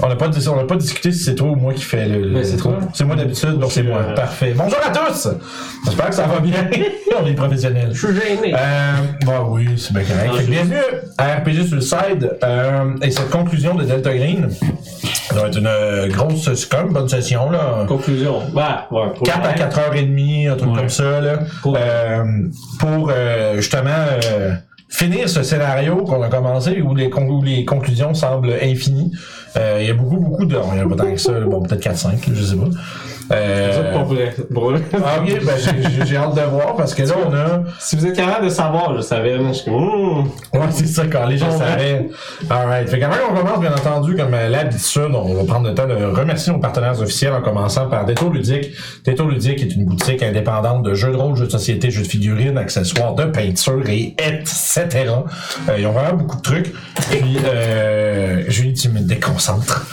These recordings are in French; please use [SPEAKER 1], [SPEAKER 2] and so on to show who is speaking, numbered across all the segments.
[SPEAKER 1] On n'a pas, dis- on n'a pas discuté si c'est toi ou moi qui fais le.
[SPEAKER 2] Ben,
[SPEAKER 1] le-
[SPEAKER 2] c'est toi.
[SPEAKER 1] C'est moi d'habitude, donc c'est moi.
[SPEAKER 2] Euh,
[SPEAKER 1] Parfait. Bonjour à tous! J'espère que ça va bien. on est professionnels.
[SPEAKER 2] Je suis gêné.
[SPEAKER 1] Euh, bah oui, c'est bien correct.
[SPEAKER 2] Non,
[SPEAKER 1] Fait que
[SPEAKER 2] je-
[SPEAKER 1] bienvenue à RPG Suicide euh, et cette conclusion de Delta Green. Ça va être une euh, grosse, c'est quand même une bonne session là.
[SPEAKER 2] Conclusion. Bah, ouais. pour
[SPEAKER 1] 4 à
[SPEAKER 2] vrai.
[SPEAKER 1] 4 heures et demie, un truc
[SPEAKER 2] Ouais.
[SPEAKER 1] comme ça là.
[SPEAKER 2] Pour-
[SPEAKER 1] Euh, pour euh, justement euh, finir ce scénario qu'on a commencé où les, con- où les conclusions semblent infinies. Euh, Il y a beaucoup, beaucoup de. Il n'y a pas tant que ça, là. bon, peut-être 4-5, je sais pas. Euh,
[SPEAKER 2] Ça, pour vrai. Pour vrai.
[SPEAKER 1] ah ok, ben, j'ai- j'ai- j'ai hâte de voir parce que là on a.
[SPEAKER 2] Si vous êtes capable de savoir, je savais. mais Je suis comme. hmm.
[SPEAKER 1] Ouais, c'est ça, quand les gens
[SPEAKER 2] Ouais.
[SPEAKER 1] s'arrêtent. Alright. Fait qu'avant qu'on commence, bien entendu, comme euh, l'habitude, on va prendre le temps de remercier nos partenaires officiels en commençant par Détour Ludique. Détour Ludique est une boutique indépendante de jeux de rôle, jeux de société, jeux de figurines, accessoires de peinture et etc. Euh, ils ont vraiment beaucoup de trucs. Puis, euh, Julie, tu me déconcentres.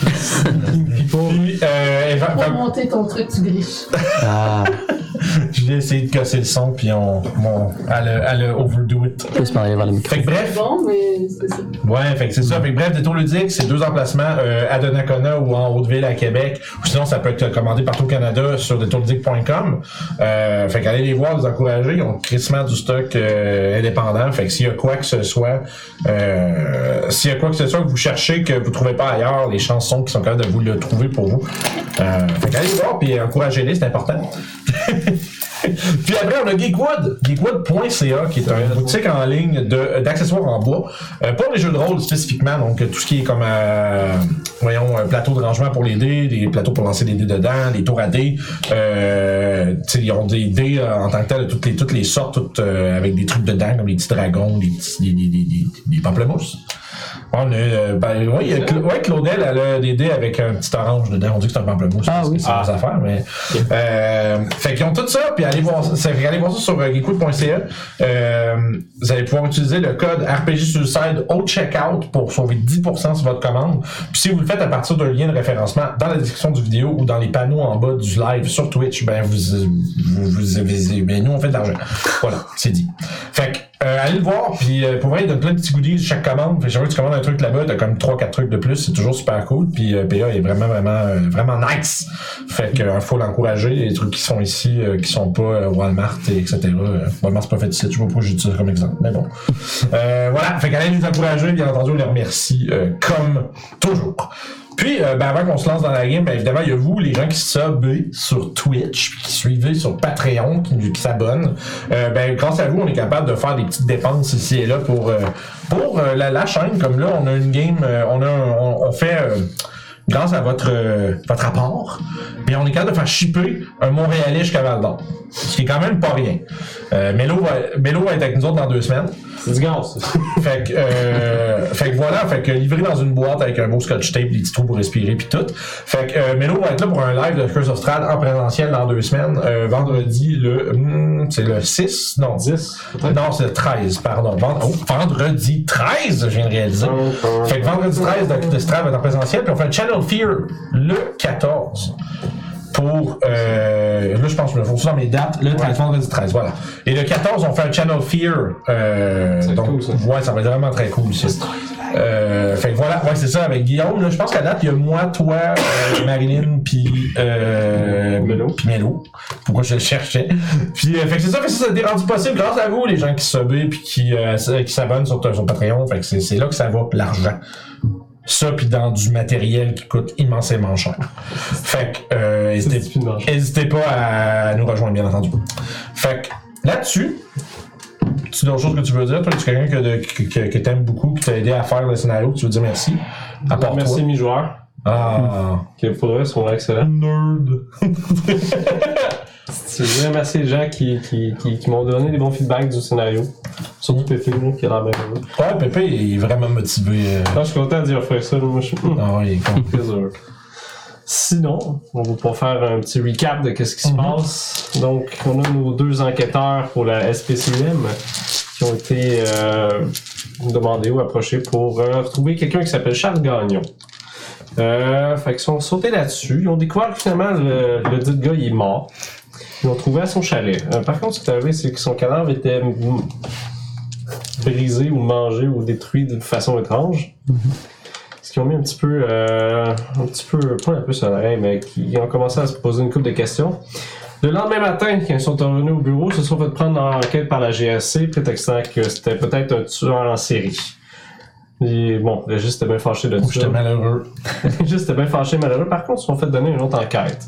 [SPEAKER 1] Puis, euh, Eva-
[SPEAKER 3] Pour
[SPEAKER 1] Eva-
[SPEAKER 3] monter ton truc, tu griches.
[SPEAKER 4] Ah,
[SPEAKER 1] Julie a essayé de casser le son, puis on, bon, elle, a- elle a overdo it.
[SPEAKER 4] plus m'en aller vers le micro.
[SPEAKER 1] Fait que bref.
[SPEAKER 3] Bon, mais c'est ça.
[SPEAKER 1] Ouais, fait que c'est ça. Fait que bref, Détour Ludique, c'est deux emplacements euh, à Donnacona ou en Haute-Ville à Québec. Ou sinon, ça peut être commandé partout au Canada sur détourludique.com. Euh, fait qu'allez les voir, les encourager. Ils ont crissement du stock euh, indépendant. Fait que s'il y a quoi que ce soit, euh, s'il y a quoi que ce soit que vous cherchez, que vous trouvez pas ailleurs, les chansons qui sont capables de vous le trouver pour vous. Euh, fait qu'allez les voir, puis encouragez-les, c'est important. Puis après, on a Geekwood, geekwood.ca, qui est une boutique en ligne de- d'accessoires en bois euh, pour les jeux de rôle spécifiquement. Donc, euh, tout ce qui est comme, euh, voyons, un plateau de rangement pour les dés, des plateaux pour lancer des dés dedans, des tours à dés. Euh, tu sais, ils ont des dés euh, en tant que tel, toutes les, toutes les sortes, toutes, euh, avec des trucs dedans, comme les petits dragons, des petits- des, des, des, des- des pamplemousses. On a, euh, ben, ouais, il y a Cla- ouais, Claudel, elle a des dés avec un petit orange dedans. On dit que c'est un pamplemousse.
[SPEAKER 4] Ah
[SPEAKER 1] parce que
[SPEAKER 4] oui.
[SPEAKER 1] c'est leurs affaires, mais. Euh, fait qu'ils ont tout ça, puis allez voir, ça- fait qu'allez voir ça sur euh, geekwood.ca. Euh, vous allez pouvoir utiliser le code RPG Suicide au checkout pour sauver 10% sur votre commande. Puis si vous le faites à partir d'un lien de référencement dans la description du vidéo ou dans les panneaux en bas du live sur Twitch, ben vous, vous, vous- vous- ben nous on fait de l'argent. Voilà, c'est dit. Fait que euh, allez le voir, puis euh, pour vrai, il donne plein de petits goodies chaque commande. Fait que chaque fois que tu commandes un truc là-bas, t'as comme 3-4 trucs de plus, c'est toujours super cool. Puis euh, PA est vraiment, vraiment, euh, vraiment nice. Fait qu'il faut l'encourager. Les trucs qui sont ici, euh, qui sont pas euh, Walmart, et etc. Euh, Walmart, c'est pas fait ici. Je sais pas pourquoi j'utilise ça comme exemple, mais bon. Euh, voilà, fait qu'allez les encourager, bien entendu, on les remercie euh, comme toujours. Puis, euh, ben, avant qu'on se lance dans la game, ben, évidemment, il y a vous, les gens qui subez sur Twitch, puis qui suivez sur Patreon, qui, nous- qui s'abonnent. Euh, ben, grâce à vous, on est capable de faire des petites dépenses ici et là pour, euh, pour euh, la, la chaîne. Comme là, on a une game, euh, on, a un- on, on fait... euh, grâce à votre, euh, votre apport, bien, on est capable de faire shipper un Montréalais jusqu'à Val d'Or. Ce qui est quand même pas rien. Euh, Mélo, va, Mélo va être avec nous autres dans deux semaines.
[SPEAKER 2] C'est du gaz. ça.
[SPEAKER 1] Fait que, euh, fait que voilà, fait que livré dans une boîte avec un beau scotch tape, des petits trous pour respirer puis tout. Fait que euh, Melo va être là pour un live de Curse of Strahd en présentiel dans deux semaines, euh, vendredi le hmm, c'est le 6 non
[SPEAKER 2] 10. peut-être.
[SPEAKER 1] non, c'est le 13, pardon. Vend- oh, vendredi 13, je viens de réaliser. Fait que vendredi 13, Doctor de Strave est en présentiel, puis on fait Channel Fear le 14. Pour. euh, là, je pense que je me fonce dans mes dates. Le 13, vendredi 13, voilà. Et le 14, on fait un Channel Fear. euh,
[SPEAKER 2] Ça va être
[SPEAKER 1] donc,
[SPEAKER 2] cool, ça.
[SPEAKER 1] ouais, ça va être vraiment très cool, ça. Euh, fait que voilà, ouais, c'est ça, avec Guillaume. là, je pense qu'à date, il y a moi, toi, euh, Marilyn, puis. Euh,
[SPEAKER 2] Melo.
[SPEAKER 1] Puis Melo. Pourquoi je le cherchais. Puis, euh, fait que c'est ça, fait que ça, ça a été rendu possible grâce à vous, les gens qui subent puis qui, euh, s- qui s'abonnent sur, sur Patreon. Fait que c'est c'est là que ça va, puis l'argent. Ça, puis dans du matériel qui coûte immensément cher. Fait que, euh,
[SPEAKER 2] C'est
[SPEAKER 1] n'hésitez-
[SPEAKER 2] stupide, non.
[SPEAKER 1] n'hésitez pas à nous rejoindre, bien entendu. Fait que, là-dessus, tu d'autres choses que tu veux dire? Toi, tu es quelqu'un que, de- que, que- que t'aimes beaucoup, qui t'a aidé à faire le scénario, que tu veux dire merci? À part
[SPEAKER 2] Merci,
[SPEAKER 1] toi.
[SPEAKER 2] mi-joueur.
[SPEAKER 1] Ah,
[SPEAKER 2] Que pour vrai, ils sont excellents.
[SPEAKER 1] nerd.
[SPEAKER 2] Je voulais remercier les gens qui, qui, qui, qui m'ont donné des bons feedbacks du scénario. Surtout Pépé, là, qui a l'air bien heureux.
[SPEAKER 1] Ouais, Pépé, il est vraiment motivé. euh.
[SPEAKER 2] Là, je suis content d'y offrir ça. là. Moi, je suis hum,
[SPEAKER 1] Ah, ouais, il est con.
[SPEAKER 2] très heureux. Sinon, on va pouvoir faire un petit recap de qu'est-ce qui se
[SPEAKER 1] Mhm.
[SPEAKER 2] passe. Donc, on a nos deux enquêteurs pour la SPCM qui ont été euh, demandés ou approchés pour euh, retrouver quelqu'un qui s'appelle Charles Gagnon. Euh, fait qu'ils sont sautés là-dessus. Ils ont découvert que finalement le, le dit gars il est mort. Ils l'ont trouvé à son chalet. Euh, par contre, ce qui est arrivé, c'est que son cadavre était mm, brisé ou mangé ou détruit d'une façon étrange. Ce qui ont mis un petit peu, euh, un petit peu, pas un peu sur l'oreille, mais qui ont commencé à se poser une couple de questions. Le lendemain matin, quand ils sont revenus au bureau, ils se sont fait prendre en enquête par la GRC, prétextant que c'était peut-être un tueur en série. Et bon, le juste était bien fâché de tout
[SPEAKER 1] J'étais
[SPEAKER 2] ça.
[SPEAKER 1] malheureux.
[SPEAKER 2] Juste bien fâché, malheureux. Par contre, ils se sont fait donner une autre enquête.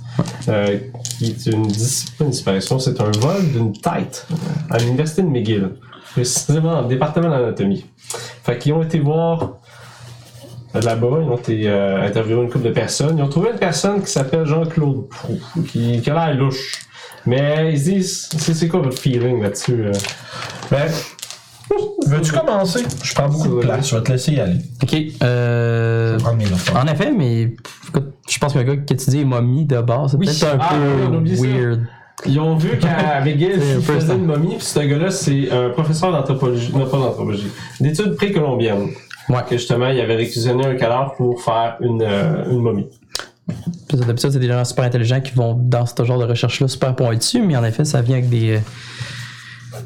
[SPEAKER 2] Euh, qui est une, dis- pas une disparition, c'est un vol d'une tête à l'université de McGill. Précisément dans le département d'anatomie. Fait qu'ils ont été voir là-bas, ils ont été euh, interviewés une couple de personnes. Ils ont trouvé une personne qui s'appelle Jean-Claude Proux, qui, qui a l'air louche. Mais ils disent, c'est c'est quoi votre feeling là-dessus? euh?
[SPEAKER 1] Ben, veux-tu commencer? Je prends beaucoup de place, je vais te laisser y aller.
[SPEAKER 4] Ok. Euh,
[SPEAKER 1] Prendre mes notes.
[SPEAKER 2] Ah,
[SPEAKER 4] en effet, mais écoute, je pense que le gars que tu dis est momie de base. C'est
[SPEAKER 2] Oui.
[SPEAKER 4] peut-être un
[SPEAKER 2] Ah, on a
[SPEAKER 4] peu
[SPEAKER 2] oublié ça.
[SPEAKER 4] weird.
[SPEAKER 2] Ils ont vu qu'à McGill,
[SPEAKER 4] C'est
[SPEAKER 2] il
[SPEAKER 4] un peu
[SPEAKER 2] faisait
[SPEAKER 4] ça.
[SPEAKER 2] une momie, puis ce gars-là, c'est un professeur d'anthropologie, non pas d'anthropologie, d'études précolombiennes.
[SPEAKER 4] Ouais.
[SPEAKER 2] Que justement, il avait réquisitionné un cadavre pour faire une, euh, une momie.
[SPEAKER 4] Puis ça, D'habitude, c'est des gens super intelligents qui vont dans ce genre de recherche-là super pointu, mais en effet, ça vient avec des. euh,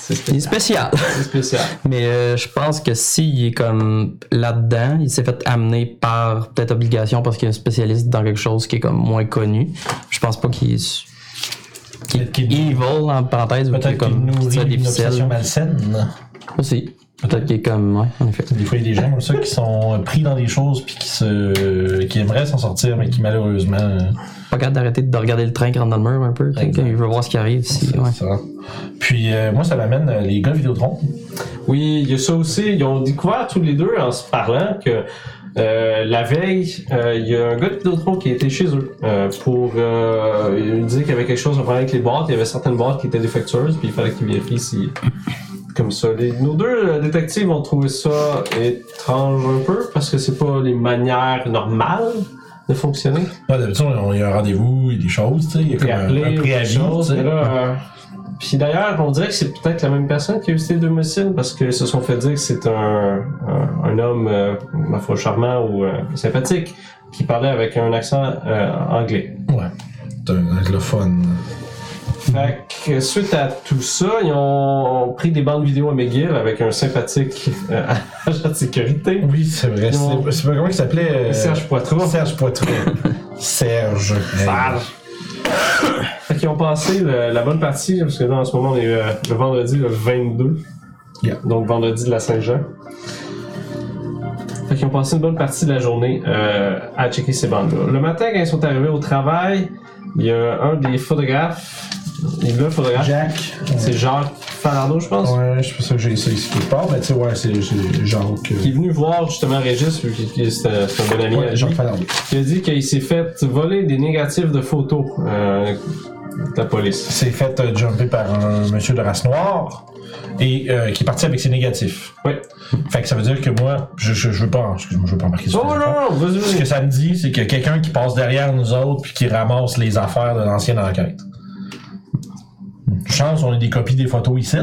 [SPEAKER 2] C'est
[SPEAKER 4] des
[SPEAKER 2] spécial.
[SPEAKER 4] spéciales.
[SPEAKER 2] C'est spécial.
[SPEAKER 4] Mais euh, je pense que s'il est comme là-dedans, il s'est fait amener par peut-être obligation parce qu'il est spécialiste dans quelque chose qui est comme moins connu. Je pense pas qu'il est, qu'il est
[SPEAKER 1] Peut-être qu'il-
[SPEAKER 4] evil en parenthèse ou qu'il est
[SPEAKER 1] Peut-être qu'il
[SPEAKER 4] comme
[SPEAKER 1] nourrit
[SPEAKER 4] ça, des
[SPEAKER 1] une obsession
[SPEAKER 4] ficelles.
[SPEAKER 1] malsaine.
[SPEAKER 4] Aussi. Peut-être qu'il est comme. Ouais, en effet.
[SPEAKER 1] Des fois, il y a des gens comme ça qui sont pris dans des choses puis qui se, qui aimeraient s'en sortir, mais qui malheureusement. euh,
[SPEAKER 4] Pas capable d'arrêter de regarder le train qui rentre dans le mur un peu. tu sais,
[SPEAKER 1] Exact.
[SPEAKER 4] Il veut voir ce qui arrive. Si, ouais.
[SPEAKER 1] ça. Puis euh, moi, ça m'amène euh, les gars Vidéotron.
[SPEAKER 2] Oui, il y a ça aussi. Ils ont découvert tous les deux en se parlant que euh, la veille, euh, il y a un gars de Vidéotron qui était chez eux euh, pour. Euh, il disait qu'il y avait quelque chose à faire avec les boîtes. Il y avait certaines boîtes qui étaient défectueuses, puis il fallait qu'ils vérifient si. Comme ça. Les- nos deux euh, détectives ont trouvé ça étrange un peu parce que c'est pas les manières normales de fonctionner.
[SPEAKER 1] Ouais, Ah, d'habitude, on- il y a un rendez-vous, il y a des choses, tu sais. Il y a comme un,
[SPEAKER 2] Appelé
[SPEAKER 1] un
[SPEAKER 2] ou quelque
[SPEAKER 1] préavis.
[SPEAKER 2] chose,
[SPEAKER 1] tu sais.
[SPEAKER 2] mais là, euh, Puis d'ailleurs, on dirait que c'est peut-être la même personne qui a eu ces deux missiles parce qu'ils se sont fait dire que c'est un, un, un homme, euh, ma foi, charmant ou euh, sympathique qui parlait avec un accent euh, anglais.
[SPEAKER 1] Ouais. C'est un anglophone.
[SPEAKER 2] Fait que, suite à tout ça, ils ont, ont pris des bandes vidéo à McGill avec un sympathique euh, agent de sécurité.
[SPEAKER 1] Oui, c'est vrai.
[SPEAKER 2] Non.
[SPEAKER 1] C'est c'est pas comment il s'appelait euh,
[SPEAKER 2] Serge Poitras.
[SPEAKER 1] Serge Poitras. Serge.
[SPEAKER 2] Fait qu'ils ont passé le- la bonne partie, hein, parce que là en ce moment on est euh, le vendredi le 22.
[SPEAKER 1] Yeah.
[SPEAKER 2] Donc vendredi de la Saint-Jean. Fait qu'ils ont passé une bonne partie de la journée euh, à checker ces bandes-là. Le matin, quand ils sont arrivés au travail, il y a un des photographes, il le photographe,
[SPEAKER 1] Jack.
[SPEAKER 2] c'est Jacques Falardeau, je pense.
[SPEAKER 1] Ouais, je suis pas sûr que j'ai ça ici quelque part, mais tu sais, ouais, c'est c'est euh, genre que.
[SPEAKER 2] Qui est venu voir justement Régis, vu que c'est un c'est un bon ami. à
[SPEAKER 1] Ouais,
[SPEAKER 2] lui.
[SPEAKER 1] Jacques Falardeau.
[SPEAKER 2] Il a dit qu'il s'est fait voler des négatifs de photos euh, de la police.
[SPEAKER 1] s'est fait euh, jumper par un monsieur de race noire et euh, qui est parti avec ses négatifs.
[SPEAKER 2] Ouais.
[SPEAKER 1] Fait que ça veut dire que moi, je, je, je veux pas, excuse-moi, je veux pas embarquer sur
[SPEAKER 2] Oh non,
[SPEAKER 1] les affaires.
[SPEAKER 2] non, vas-y,
[SPEAKER 1] Ce
[SPEAKER 2] vas-y.
[SPEAKER 1] que ça me dit, c'est qu'il y a quelqu'un qui passe derrière nous autres puis qui ramasse les affaires de l'ancienne enquête. Chance, on a des copies des photos ici.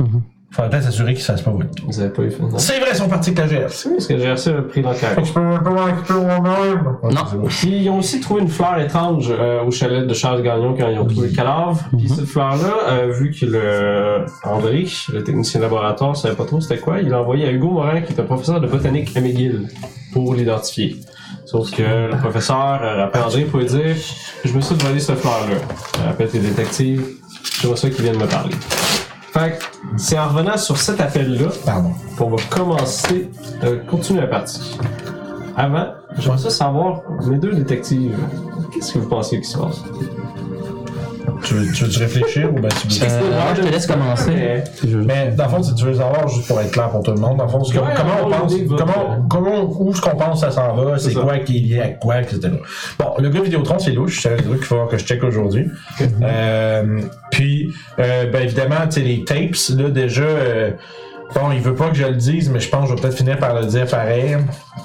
[SPEAKER 4] Mhm.
[SPEAKER 1] Faudrait peut-être s'assurer qu'ils se fassent pas voler.
[SPEAKER 2] Vous avez pas eu fait non.
[SPEAKER 1] C'est vrai, ils sont partis avec la GRC.
[SPEAKER 2] C'est vrai, parce que GRC a pris l'enquête.
[SPEAKER 1] Je peux me moi-même.
[SPEAKER 4] Non.
[SPEAKER 2] Puis ils ont aussi trouvé une fleur étrange euh, au chalet de Charles Gagnon quand ils ont trouvé le cadavre. Puis cette fleur-là, euh, vu que le euh, André, le technicien de laboratoire, savait pas trop c'était quoi, il l'a envoyé à Hugo Morin, qui est un professeur de botanique à McGill, pour l'identifier. Sauf que le professeur euh, appelé André pour lui dire Je me suis volé cette fleur-là. Euh, Appelle tes détectives, c'est pour ça qu'ils viennent me parler. Fait que c'est en revenant sur cet appel-là
[SPEAKER 1] Pardon.
[SPEAKER 2] qu'on va commencer, euh, continuer la partie. Avant, j'aimerais ça savoir, mes deux détectives, qu'est-ce que vous pensez qui se passe?
[SPEAKER 1] Tu veux, tu veux-tu réfléchir ou ben tu veux.
[SPEAKER 4] Euh, je te laisse commencer.
[SPEAKER 2] Mais
[SPEAKER 1] Mais dans le fond, si tu veux le savoir, juste pour être clair pour tout le monde, dans le fond, c'est comme-
[SPEAKER 2] Ouais,
[SPEAKER 1] comment on
[SPEAKER 2] on a
[SPEAKER 1] pense,
[SPEAKER 2] une idée de votre-
[SPEAKER 1] comment, comment, où est-ce qu'on pense ça s'en va, c'est
[SPEAKER 2] ça.
[SPEAKER 1] quoi qui est lié à quoi, etc. Bon, le gars Vidéotron, c'est louche, c'est un truc qu'il faut que je check aujourd'hui.
[SPEAKER 2] Mhm.
[SPEAKER 1] Euh, puis, euh, ben évidemment, tu sais, les tapes, là, déjà, euh, bon, il veut pas que je le dise, mais je pense que je vais peut-être finir par le dire pareil,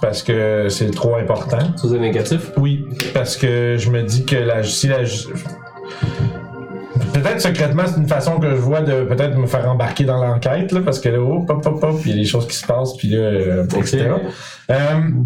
[SPEAKER 1] parce que c'est trop important.
[SPEAKER 2] Tu faisais négatif?
[SPEAKER 1] Oui, parce que je me dis que la, si la Peut-être secrètement, c'est une façon que je vois de peut-être me faire embarquer dans l'enquête, là, parce que là, oh, pop, pop, pop, il y a des choses qui se passent, puis là, euh, etc. Euh,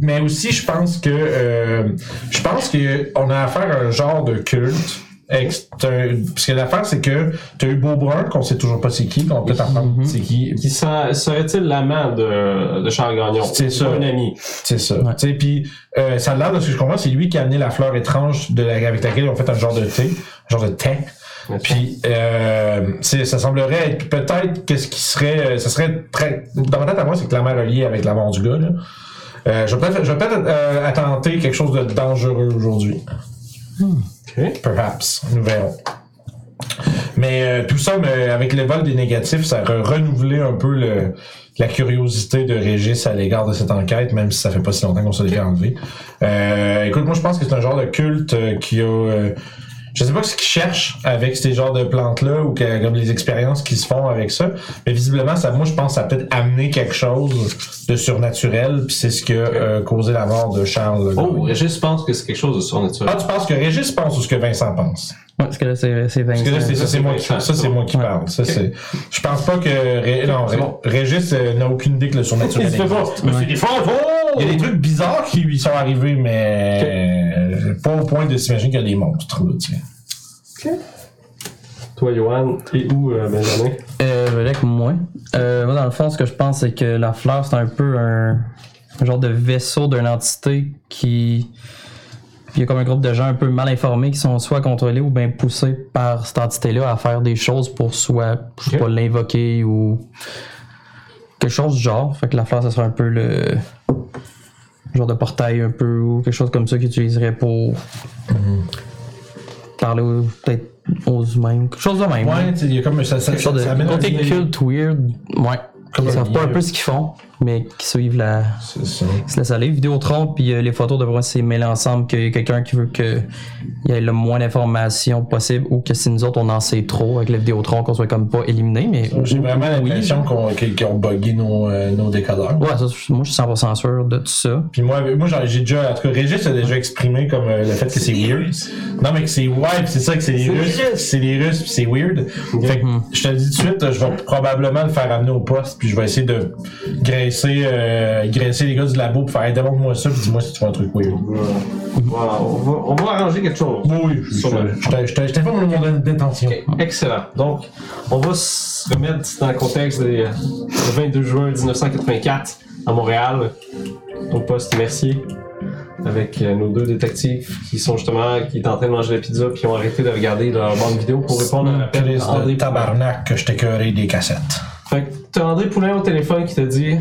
[SPEAKER 1] mais aussi, je pense que euh, je pense qu'on a affaire à un genre de culte ex- t'as un- Parce que l'affaire, c'est que t'as eu Beaubrun, qu'on sait toujours pas c'est qui, qu'on peut apprendre
[SPEAKER 4] Mhm.
[SPEAKER 1] c'est qui.
[SPEAKER 2] Qui sera- serait-il l'amant de, de Charles Gagnon?
[SPEAKER 1] C'est ça.
[SPEAKER 2] Un ami.
[SPEAKER 1] C'est ça.
[SPEAKER 4] Ouais.
[SPEAKER 1] Tu sais, puis euh, ça a l'air de ce que je comprends, c'est lui qui a amené la fleur étrange de la- avec laquelle ils ont fait un genre de thé, un genre de thé. Puis euh, c'est- ça semblerait être peut-être que ce qui serait, euh, ça serait très. Dans ma tête à moi, c'est clairement relié avec l'avant du gars. Là. Euh, je vais peut-être, je vais peut-être euh, attenter quelque chose de dangereux aujourd'hui.
[SPEAKER 2] Ok.
[SPEAKER 1] Perhaps, nous verrons. Mais euh, tout ça, mais avec le vol des négatifs, ça a renouvelé un peu le, la curiosité de Régis à l'égard de cette enquête, même si ça fait pas si longtemps qu'on se l'est enlevé. Euh, écoute, moi je pense que c'est un genre de culte euh, qui a. euh, je sais pas ce qu'ils cherchent avec ces genres de plantes-là ou que- comme les expériences qui se font avec ça, mais visiblement, ça, moi je pense que ça a peut-être amené quelque chose de surnaturel, puis c'est ce qui a euh, causé la mort de
[SPEAKER 4] Ah
[SPEAKER 1] Charles.
[SPEAKER 2] Oh, Régis pense que c'est quelque chose de surnaturel.
[SPEAKER 1] Ah, tu penses que Régis pense ou ce que Vincent pense?
[SPEAKER 4] Ouais, parce que là, c'est c'est
[SPEAKER 1] Parce que là, c'est
[SPEAKER 4] 25.
[SPEAKER 1] ça, c'est moi qui, ça, c'est moi qui
[SPEAKER 4] Ouais.
[SPEAKER 1] parle. Ça, c'est, je pense pas que, Ré- non, Ré- Régis euh, n'a aucune idée que le
[SPEAKER 4] Ah,
[SPEAKER 1] surnaturel
[SPEAKER 2] Il se fait
[SPEAKER 1] existe. Oh!
[SPEAKER 2] pas. Monsieur des
[SPEAKER 1] Il y a des trucs bizarres qui lui sont arrivés, mais euh, pas au point de s'imaginer qu'il y a des monstres. Là, tu sais.
[SPEAKER 2] Toi, Johan, et où, euh, Benjamin?
[SPEAKER 4] Euh, je dirais que moi. Euh, moi, dans le fond, ce que je pense, c'est que la fleur, c'est un peu un, un genre de vaisseau d'une entité qui. Il y a comme un groupe de gens un peu mal informés qui sont soit contrôlés ou bien poussés par cette entité-là à faire des choses pour soit, je sais
[SPEAKER 2] Ok.
[SPEAKER 4] pas, l'invoquer ou quelque chose du genre. Fait que la fleur, ça serait un peu le genre de portail un peu ou quelque chose comme ça qu'ils utiliseraient pour parler aux- peut-être aux humains. Quelque chose de même.
[SPEAKER 1] Ouais, tu sais, il y a comme ça, ça,
[SPEAKER 4] Une sorte
[SPEAKER 1] ça amène
[SPEAKER 4] de côté
[SPEAKER 1] un-
[SPEAKER 4] culte, weird, ouais.
[SPEAKER 1] Comme
[SPEAKER 4] Ils
[SPEAKER 1] un
[SPEAKER 4] savent pas un
[SPEAKER 1] milieu.
[SPEAKER 4] peu ce qu'ils font, mais qui suivent la.
[SPEAKER 1] C'est ça.
[SPEAKER 4] qui se laissent aller. Vidéotron, puis euh, les photos devraient se mêler ensemble qu'il y a quelqu'un qui veut qu'il y ait le moins d'informations possible ou que si nous autres on en sait trop avec le Vidéotron, qu'on soit comme pas éliminé, mais.
[SPEAKER 1] J'ai vraiment
[SPEAKER 4] Oui.
[SPEAKER 1] l'impression qu'on, qu'ils qu'ils ont buggé nos, euh, nos décodeurs.
[SPEAKER 4] Ouais, ça, je- moi je suis 100% sûr de tout ça.
[SPEAKER 1] Puis moi, moi j'en- j'ai déjà, en tout cas, Régis a déjà exprimé comme euh, le fait que c'est weird. Non, mais que c'est ouais, puis c'est ça que c'est les Russes, puis c'est les Russes, puis c'est weird. Fait que je te le dis tout de suite, je vais probablement le faire amener au poste, puis je vais essayer de graisser, euh, graisser les gars du labo pour faire hey, demande-moi ça, puis dis-moi si tu vois un truc weird.
[SPEAKER 2] Voilà, on, va, on va arranger quelque chose.
[SPEAKER 1] Oui, oui, je- je je t'ai- je t'ai- je t'informe de mon détention.
[SPEAKER 2] Ok, Excellent. Donc, on va se remettre dans le contexte des- le 22 juin 1984 à Montréal, au poste Mercier, avec euh, nos deux détectives qui sont justement qui étaient en train de manger la pizza puis ont arrêté de regarder leur bande vidéo pour répondre à
[SPEAKER 1] Crise
[SPEAKER 2] l'appel
[SPEAKER 1] de
[SPEAKER 2] d'André Poulain.
[SPEAKER 1] Mm. tabarnak que je t'ai cœuré des cassettes.
[SPEAKER 2] Fait que t'as André Poulain au téléphone qui t'a dit.
[SPEAKER 1] Ouais.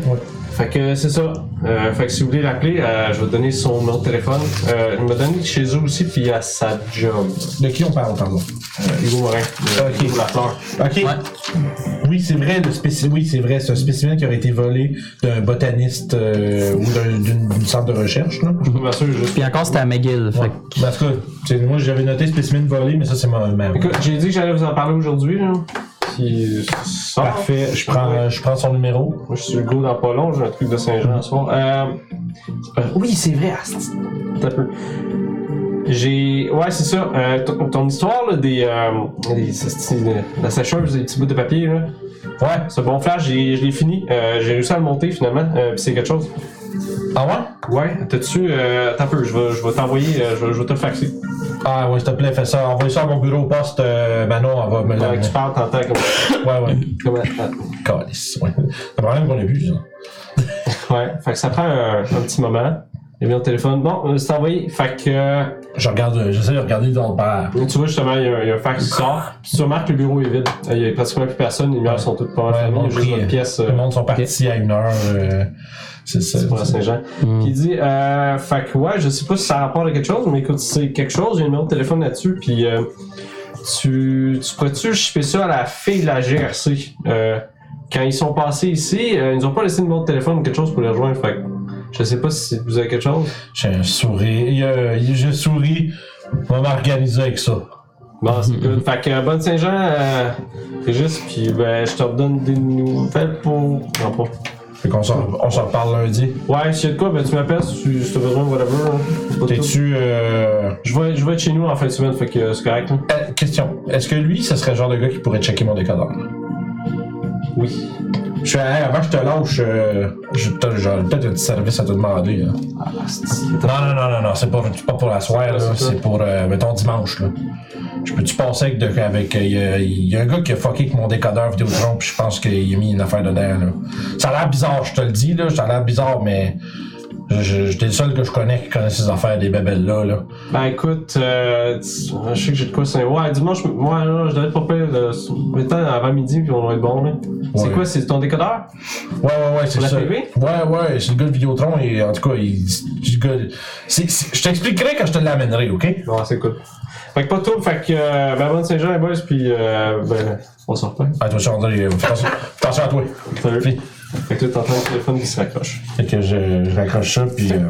[SPEAKER 2] Fait que c'est ça. Euh, fait que si vous voulez l'appeler, euh, je vais te donner son numéro de téléphone. Euh, il m'a donné chez eux aussi puis à sa job.
[SPEAKER 1] De qui on parle, pardon?
[SPEAKER 2] Euh, Hugo Morin. Euh,
[SPEAKER 1] Ok.
[SPEAKER 2] Hugo Lafleur.
[SPEAKER 1] Ok.
[SPEAKER 4] Ouais.
[SPEAKER 1] Oui, c'est vrai, le spéci- oui, c'est vrai, c'est un spécimen qui aurait été volé d'un botaniste euh, ou d'un- d'une d'une centre de recherche. Là.
[SPEAKER 2] Je suis pas sûr, je-
[SPEAKER 4] Puis encore, c'était à McGill, fait que-
[SPEAKER 1] Ben, en tout cas, tu sais, moi j'avais noté spécimen volé, mais ça c'est ma, ma-
[SPEAKER 2] Écoute, j'ai dit que j'allais vous en parler aujourd'hui, là. Puis,
[SPEAKER 4] ah.
[SPEAKER 2] ça.
[SPEAKER 1] Parfait, je prends, euh, je prends son numéro.
[SPEAKER 2] Moi, je suis le go dans pas long, j'ai un truc de Saint-Jean ce soir. Euh, euh, oui, c'est vrai, asti. Attends un peu. J'ai. Ouais, c'est ça. Euh, ton, ton histoire, là, des. euh, des- c'est- c'est- euh, la sécheuse, des petits bouts de papier, là.
[SPEAKER 1] Ouais.
[SPEAKER 2] Ce bon flash, j'ai- je l'ai fini. Euh, j'ai réussi à le monter, finalement. Euh, puis c'est quelque chose.
[SPEAKER 1] Ah ouais?
[SPEAKER 2] Ouais, t'as-tu. Euh, attends un peu, je vais, je vais t'envoyer. euh, je, vais- je vais te le faxer.
[SPEAKER 1] Ah ouais, s'il te plaît, fais ça. Envoie ça à mon bureau au poste. euh, Manon, on va me
[SPEAKER 2] Pendant que
[SPEAKER 1] l'amener.
[SPEAKER 2] tu parles, t'entends comme.
[SPEAKER 1] Ouais, ouais.
[SPEAKER 2] comme euh,
[SPEAKER 1] Calice, ouais. C'est un problème qu'on a vu, ça.
[SPEAKER 2] Ouais, fait que ça prend un, un petit moment. Il vient au téléphone. Bon, euh, c'est envoyé. Fait que euh,
[SPEAKER 1] Je regarde, euh, j'essaie de regarder dans le père.
[SPEAKER 2] tu vois justement, il y, a, il y a un fax qui sort. Puis tu remarques que le bureau est vide. Euh, Il y a pratiquement plus personne. Les lumières sont toutes pas mal
[SPEAKER 1] Ouais,
[SPEAKER 2] fermées.
[SPEAKER 1] mon
[SPEAKER 2] Il y a juste
[SPEAKER 1] prix,
[SPEAKER 2] votre
[SPEAKER 1] euh,
[SPEAKER 2] pièce euh,
[SPEAKER 1] Tout le monde sont partis à une heure. euh, c'est ça. Mm.
[SPEAKER 2] pour la Saint-Jean.
[SPEAKER 4] hmm.
[SPEAKER 2] Puis il dit, euh, fait que ouais, je sais pas si ça rapporte à quelque chose, mais écoute, c'est quelque chose. Il y a un numéro de téléphone là-dessus. Puis euh, tu, tu pourrais-tu chipper ça à la fille de la GRC? Euh, quand ils sont passés ici, euh, ils nous ont pas laissé de numéro de téléphone ou quelque chose pour les rejoindre. Fait que je sais pas si vous avez quelque chose.
[SPEAKER 1] J'ai un sourire. Il y a- il- je souris. On va m'organiser avec ça.
[SPEAKER 2] Bon, c'est good. Fait que euh, bonne Saint-Jean, euh, c'est juste, puis ben, je te redonne des nouvelles pour. Non, pas.
[SPEAKER 1] Fait qu'on s'en on s'en reparle lundi.
[SPEAKER 2] Ouais, si y a de quoi, ben, tu m'appelles si tu si t'as besoin, whatever. hein. C'est pas tout.
[SPEAKER 1] T'es-tu. euh,
[SPEAKER 2] Je vais, je vais être chez nous en fin de semaine, fait que euh, c'est correct. Là.
[SPEAKER 1] euh, question. Est-ce que lui, ce serait le genre de gars qui pourrait checker mon décodeur?
[SPEAKER 2] Oui.
[SPEAKER 1] Je suis Hey, avant que je te lâche, euh, j'ai peut-être j'aurais peut-être un petit service à te demander. hein. là.
[SPEAKER 2] Ah, c'est-
[SPEAKER 1] Non, non, non, non, non, c'est pas, c'est pas pour la soirée,
[SPEAKER 2] Ouais,
[SPEAKER 1] là.
[SPEAKER 2] c'est ça.
[SPEAKER 1] C'est pour, euh, mettons, dimanche, là. Je peux-tu passer avec. de- avec euh, Il y, a- il y a un gars qui a fucké avec mon décodeur Vidéotron, puis je pense qu'il a mis une affaire dedans. Là. Ça a l'air bizarre, je te le dis, là. Ça a l'air bizarre, mais. je- je- J'étais le seul que je connais qui connaît ces affaires des babelles-là. Là.
[SPEAKER 2] Ben écoute, euh, je sais que j'ai de quoi c'est. Ouais, dimanche, moi là, je devais être pas pire. de- Mettons avant midi, puis on va être bon. Là. C'est
[SPEAKER 1] Ouais.
[SPEAKER 2] quoi, c'est ton décodeur?
[SPEAKER 1] Ouais, ouais, ouais, c'est
[SPEAKER 2] Pour la
[SPEAKER 1] ça.
[SPEAKER 2] TV?
[SPEAKER 1] Ouais, ouais, c'est le gars de Vidéotron, et en tout cas, il. le gars- c'est- c'est- je t'expliquerai quand je te l'amènerai, ok?
[SPEAKER 2] Bon, c'est cool. Fait que pas de trouble, fait que euh, ben bonne Saint-Jean les boys, puis euh, ben, on se reprend.
[SPEAKER 1] Ah, toi, je suis en train de- fais attention- fais attention à toi.
[SPEAKER 2] Salut. Fait que là, t'entends le téléphone qui se raccroche.
[SPEAKER 1] Fait que je, je raccroche ça, puis euh,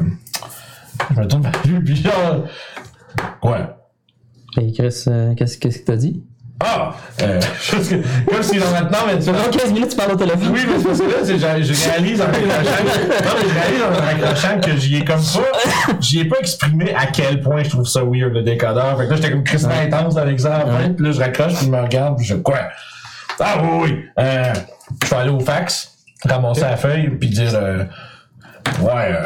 [SPEAKER 1] je me tourne vers lui, puis genre... Quoi?
[SPEAKER 4] Et Chris, euh, qu'est-ce qu'est-ce que t'as dit?
[SPEAKER 1] Ah! Euh, chose que- comme si là maintenant, mais tu vois...
[SPEAKER 4] 15 minutes, tu parles au téléphone.
[SPEAKER 1] Oui, mais c'est parce que là, c'est- je, je réalise en raccrochant... Non, mais je réalise en raccrochant que j'y ai comme ça... J'y ai pas exprimé à quel point je trouve ça weird, le décodeur. Fait que là, j'étais comme crissement intense dans l'exemple.
[SPEAKER 4] Ouais.
[SPEAKER 1] Puis là, je raccroche, puis il me regarde, puis je... Quoi? Ah oui, oui! Euh, je vais aller au fax, ramasser la feuille, puis dire... euh, ouais... euh,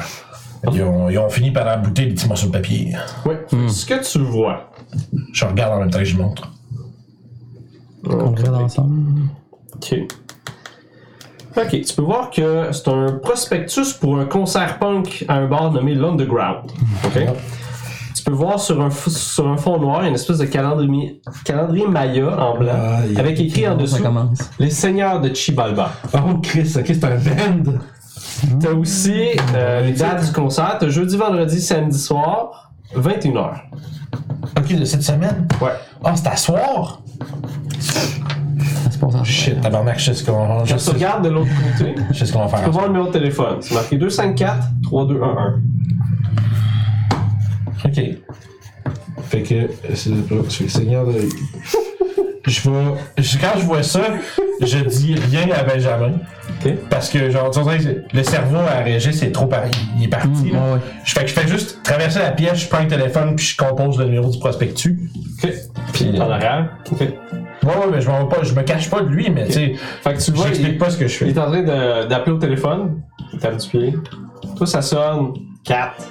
[SPEAKER 1] ils ont, ils ont fini par embouter des petits morceaux de papier.
[SPEAKER 2] Ouais.
[SPEAKER 4] Hmm.
[SPEAKER 2] Ce que tu vois.
[SPEAKER 1] Je regarde en même temps que je montre.
[SPEAKER 4] On regarde ensemble.
[SPEAKER 2] Ok. Ok, tu peux voir que c'est un prospectus pour un concert punk à un bar nommé l'Underground. Ok. Tu peux voir sur un, fou- sur un fond noir il y a une espèce de calendrier, calendrier Maya en blanc
[SPEAKER 1] Ah, il y a-
[SPEAKER 2] avec écrit en
[SPEAKER 4] Ça
[SPEAKER 2] dessous
[SPEAKER 4] commence.
[SPEAKER 2] Les Seigneurs de Chibalba.
[SPEAKER 1] Oh, Chris, ok, c'est un band!
[SPEAKER 4] Hmm.
[SPEAKER 2] T'as aussi euh, les dates du concert. T'as jeudi, vendredi, samedi soir, 21h.
[SPEAKER 1] Ok, de cette semaine?
[SPEAKER 2] Ouais.
[SPEAKER 1] Ah, c'est à soir?
[SPEAKER 4] Ça se passe en
[SPEAKER 1] Shit, tabarnak, je sais ce qu'on je
[SPEAKER 2] Quand tu
[SPEAKER 1] sais-
[SPEAKER 2] regardes de l'autre côté,
[SPEAKER 1] je sais ce qu'on va
[SPEAKER 2] tu
[SPEAKER 1] faire.
[SPEAKER 2] peux voir le numéro de téléphone. C'est marqué 254-3211.
[SPEAKER 1] Ok. Fait que, c'est le Seigneur de. Je vais. je- Quand je vois ça, je dis rien à Benjamin.
[SPEAKER 2] Ok.
[SPEAKER 1] Parce que, genre, tu sais, c'est- le cerveau à Régis, c'est trop. par- Il est parti.
[SPEAKER 2] Mm,
[SPEAKER 4] Mmh,
[SPEAKER 1] là.
[SPEAKER 4] ouais, ouais.
[SPEAKER 1] Je fais que je fais juste traverser la pièce, je prends le téléphone, puis je compose le numéro du prospectus.
[SPEAKER 2] Ok.
[SPEAKER 1] Puis.
[SPEAKER 2] En
[SPEAKER 1] euh,
[SPEAKER 2] arrière. Ok.
[SPEAKER 1] Ouais, ouais, mais je m'en vais pas, je me cache pas de lui, mais tu sais,
[SPEAKER 2] Fait que tu vois,
[SPEAKER 1] j'explique
[SPEAKER 2] il,
[SPEAKER 1] pas ce que je
[SPEAKER 2] il
[SPEAKER 1] fais.
[SPEAKER 2] est en train de- d'appeler au téléphone. Il tape du pied. Toi, ça sonne 4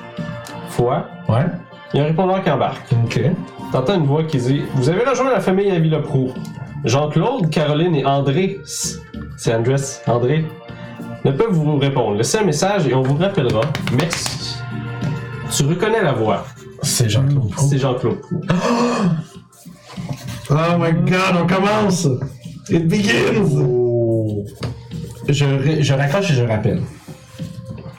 [SPEAKER 2] fois.
[SPEAKER 1] Ouais.
[SPEAKER 2] Il y a un répondeur qui embarque.
[SPEAKER 1] Ok.
[SPEAKER 2] T'entends une voix qui dit Vous avez rejoint la famille à Villeprou. Jean-Claude, Caroline et André, c'est Andrés, André, ne peuvent vous répondre. Laissez un message et on vous rappellera. Merci. Tu reconnais la voix.
[SPEAKER 1] C'est Jean-Claude Proulx.
[SPEAKER 2] C'est Jean-Claude. Proulx.
[SPEAKER 1] Oh my god, on commence! It begins! Oh. Je, ré- je raccroche et je rappelle.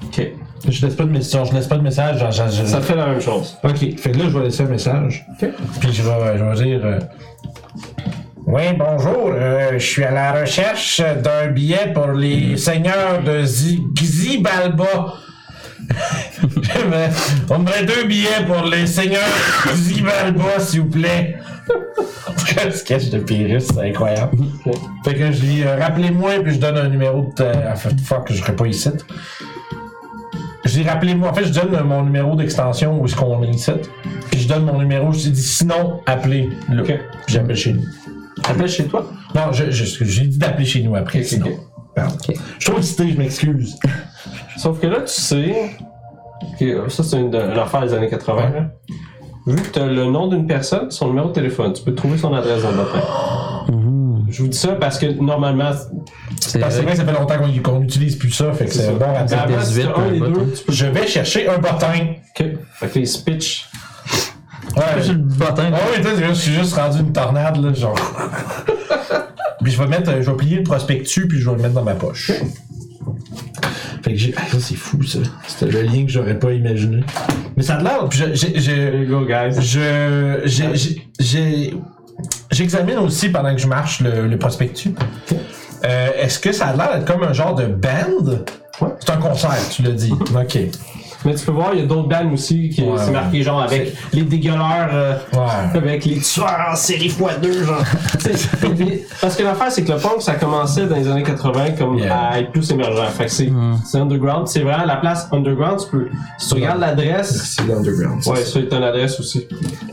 [SPEAKER 2] Ok.
[SPEAKER 1] Je laisse pas de message, je laisse pas de message. genre, genre, je-
[SPEAKER 2] Ça te fait la même chose.
[SPEAKER 1] Ok, fait que là, je vais laisser un message.
[SPEAKER 2] Ok.
[SPEAKER 1] Puis je vais, je vais dire. euh, Oui, bonjour, euh, je suis à la recherche d'un billet pour les seigneurs de Zibalba. On voudrait deux billets pour les seigneurs Zibalba, s'il vous plaît. Un sketch de Pyrrhus, c'est incroyable. Fait que je dis, euh, rappelez-moi, puis je donne un numéro de. euh, fuck, je serai pas ici. J'ai rappelé moi. En fait, je donne euh, mon numéro d'extension où est-ce qu'on est ici. Puis je donne mon numéro. Je dis sinon, appelez. le
[SPEAKER 2] Ok.
[SPEAKER 1] Puis j'appelle chez nous.
[SPEAKER 2] Appelle chez toi.
[SPEAKER 1] Non, je- je- j'ai dit d'appeler chez nous après.
[SPEAKER 2] Ok, ok, Euh,
[SPEAKER 1] sinon.
[SPEAKER 2] ok.
[SPEAKER 1] Pardon.
[SPEAKER 4] Ok.
[SPEAKER 1] Je suis trop excité, je m'excuse.
[SPEAKER 2] Sauf que là, tu sais. que euh, ça, c'est une, une affaire des années 80. hein. Vu que tu as le nom d'une personne, son numéro de téléphone, tu peux trouver son adresse dans le matin.
[SPEAKER 1] Mm-hmm.
[SPEAKER 4] Mhm.
[SPEAKER 2] Je vous dis ça parce que normalement,
[SPEAKER 4] C'est euh,
[SPEAKER 1] Parce que c'est
[SPEAKER 4] vrai.
[SPEAKER 1] vrai que ça fait longtemps qu'on qu'on n'utilise plus ça. Fait que
[SPEAKER 2] C'est
[SPEAKER 1] c'est
[SPEAKER 2] ça.
[SPEAKER 1] un bon rappel.
[SPEAKER 2] Avant,
[SPEAKER 4] désuet
[SPEAKER 2] c'était
[SPEAKER 4] pour
[SPEAKER 2] un
[SPEAKER 4] un
[SPEAKER 2] des
[SPEAKER 4] bot,
[SPEAKER 2] deux.
[SPEAKER 4] hein.
[SPEAKER 2] Tu peux-
[SPEAKER 1] Je vais chercher un bottin.
[SPEAKER 2] Ok. Fait que les speech.
[SPEAKER 1] Ouais.
[SPEAKER 4] J'ai le bottin.
[SPEAKER 1] Ah oui, tu sais, je suis juste rendu une tornade, là, genre. puis je vais mettre, euh, je vais plier le prospectus, puis je vais le mettre dans ma poche. Fait que j'ai. Ah, ça, c'est fou, ça. C'était le lien que j'aurais pas imaginé. Mais ça a l'air. Puis je. j'ai- j'ai-
[SPEAKER 2] There you go, guys.
[SPEAKER 1] Je. j'ai- j'ai- j'ai- J'examine aussi pendant que je marche le, le prospectus. Euh, Est-ce que ça a l'air d'être comme un genre de band?
[SPEAKER 2] Ouais.
[SPEAKER 1] C'est un concert, tu l'as dit. ok.
[SPEAKER 2] Mais tu peux voir, il y a d'autres bands aussi qui
[SPEAKER 1] Ouais,
[SPEAKER 2] c'est
[SPEAKER 1] ouais.
[SPEAKER 2] marqué genre avec les dégueuleurs, euh,
[SPEAKER 1] Ouais.
[SPEAKER 2] avec les tueurs en série x2, genre. Tu sais, Parce que l'affaire, c'est que le punk, ça commençait dans les années 80 comme
[SPEAKER 1] Yeah. Mm.
[SPEAKER 2] à être plus émergent. Fait que c'est c'est underground. C'est vraiment la place underground. Tu peux, si tu regardes l'adresse,
[SPEAKER 1] C'est l'underground.
[SPEAKER 2] ouais, ça, c'est une adresse aussi.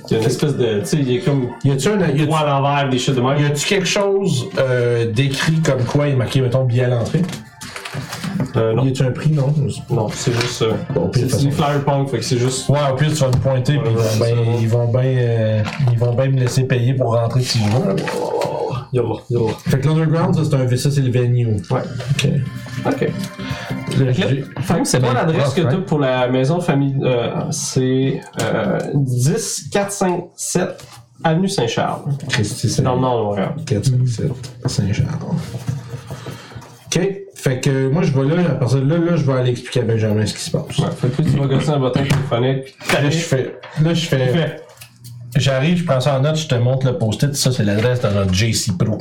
[SPEAKER 2] Il y a une espèce de, tu sais, il y a comme
[SPEAKER 1] Y a-tu un. y a-tu-
[SPEAKER 2] droit à l'envers, des shit de
[SPEAKER 1] Y
[SPEAKER 2] même.
[SPEAKER 1] a-tu quelque chose euh, d'écrit comme quoi il est marqué, mettons, billet à l'entrée?
[SPEAKER 2] Euh, non.
[SPEAKER 1] Y a-tu un prix, non?
[SPEAKER 2] Non, c'est juste. euh,
[SPEAKER 1] Bon, puis, de
[SPEAKER 2] c'est
[SPEAKER 1] toute
[SPEAKER 2] c'est
[SPEAKER 1] façon-
[SPEAKER 2] des flyer punk, fait que c'est juste.
[SPEAKER 1] Ouais, au pire, tu vas me pointer, puis ils vont
[SPEAKER 2] Ouais,
[SPEAKER 1] bien,
[SPEAKER 2] c'est ça.
[SPEAKER 1] ils vont bien, euh, ils vont bien me laisser payer pour rentrer si je veux.
[SPEAKER 2] Yolo, yolo.
[SPEAKER 1] Fait que l'underground, ça, c'est un V6 et le venue.
[SPEAKER 2] Ouais.
[SPEAKER 1] Ok. Là,
[SPEAKER 2] Ok. Fait que là,
[SPEAKER 1] j'ai-
[SPEAKER 2] Fait que
[SPEAKER 4] c'est
[SPEAKER 2] c'est toi,
[SPEAKER 4] bien
[SPEAKER 2] l'adresse
[SPEAKER 4] rough,
[SPEAKER 2] que tu as
[SPEAKER 4] right?
[SPEAKER 2] pour la maison famille, euh, c'est euh, 10 457 Avenue Saint-Charles.
[SPEAKER 1] Christy,
[SPEAKER 2] C'est dans le nord de Montréal.
[SPEAKER 1] 4,
[SPEAKER 4] Mm.
[SPEAKER 1] 5, 7, Saint-Charles. Ok. Fait que euh, moi, je vais là, à partir de là, là, je vais aller expliquer à Benjamin ce qui se passe.
[SPEAKER 2] Ouais. Fait que là, tu vas gosser un bouton téléphonique, puis
[SPEAKER 1] Là, je
[SPEAKER 2] t'arrives.
[SPEAKER 1] fais. Là, je fais.
[SPEAKER 2] Fait.
[SPEAKER 1] J'arrive, je prends ça en note, je te montre le post-it. Ça, c'est l'adresse de notre JC Pro.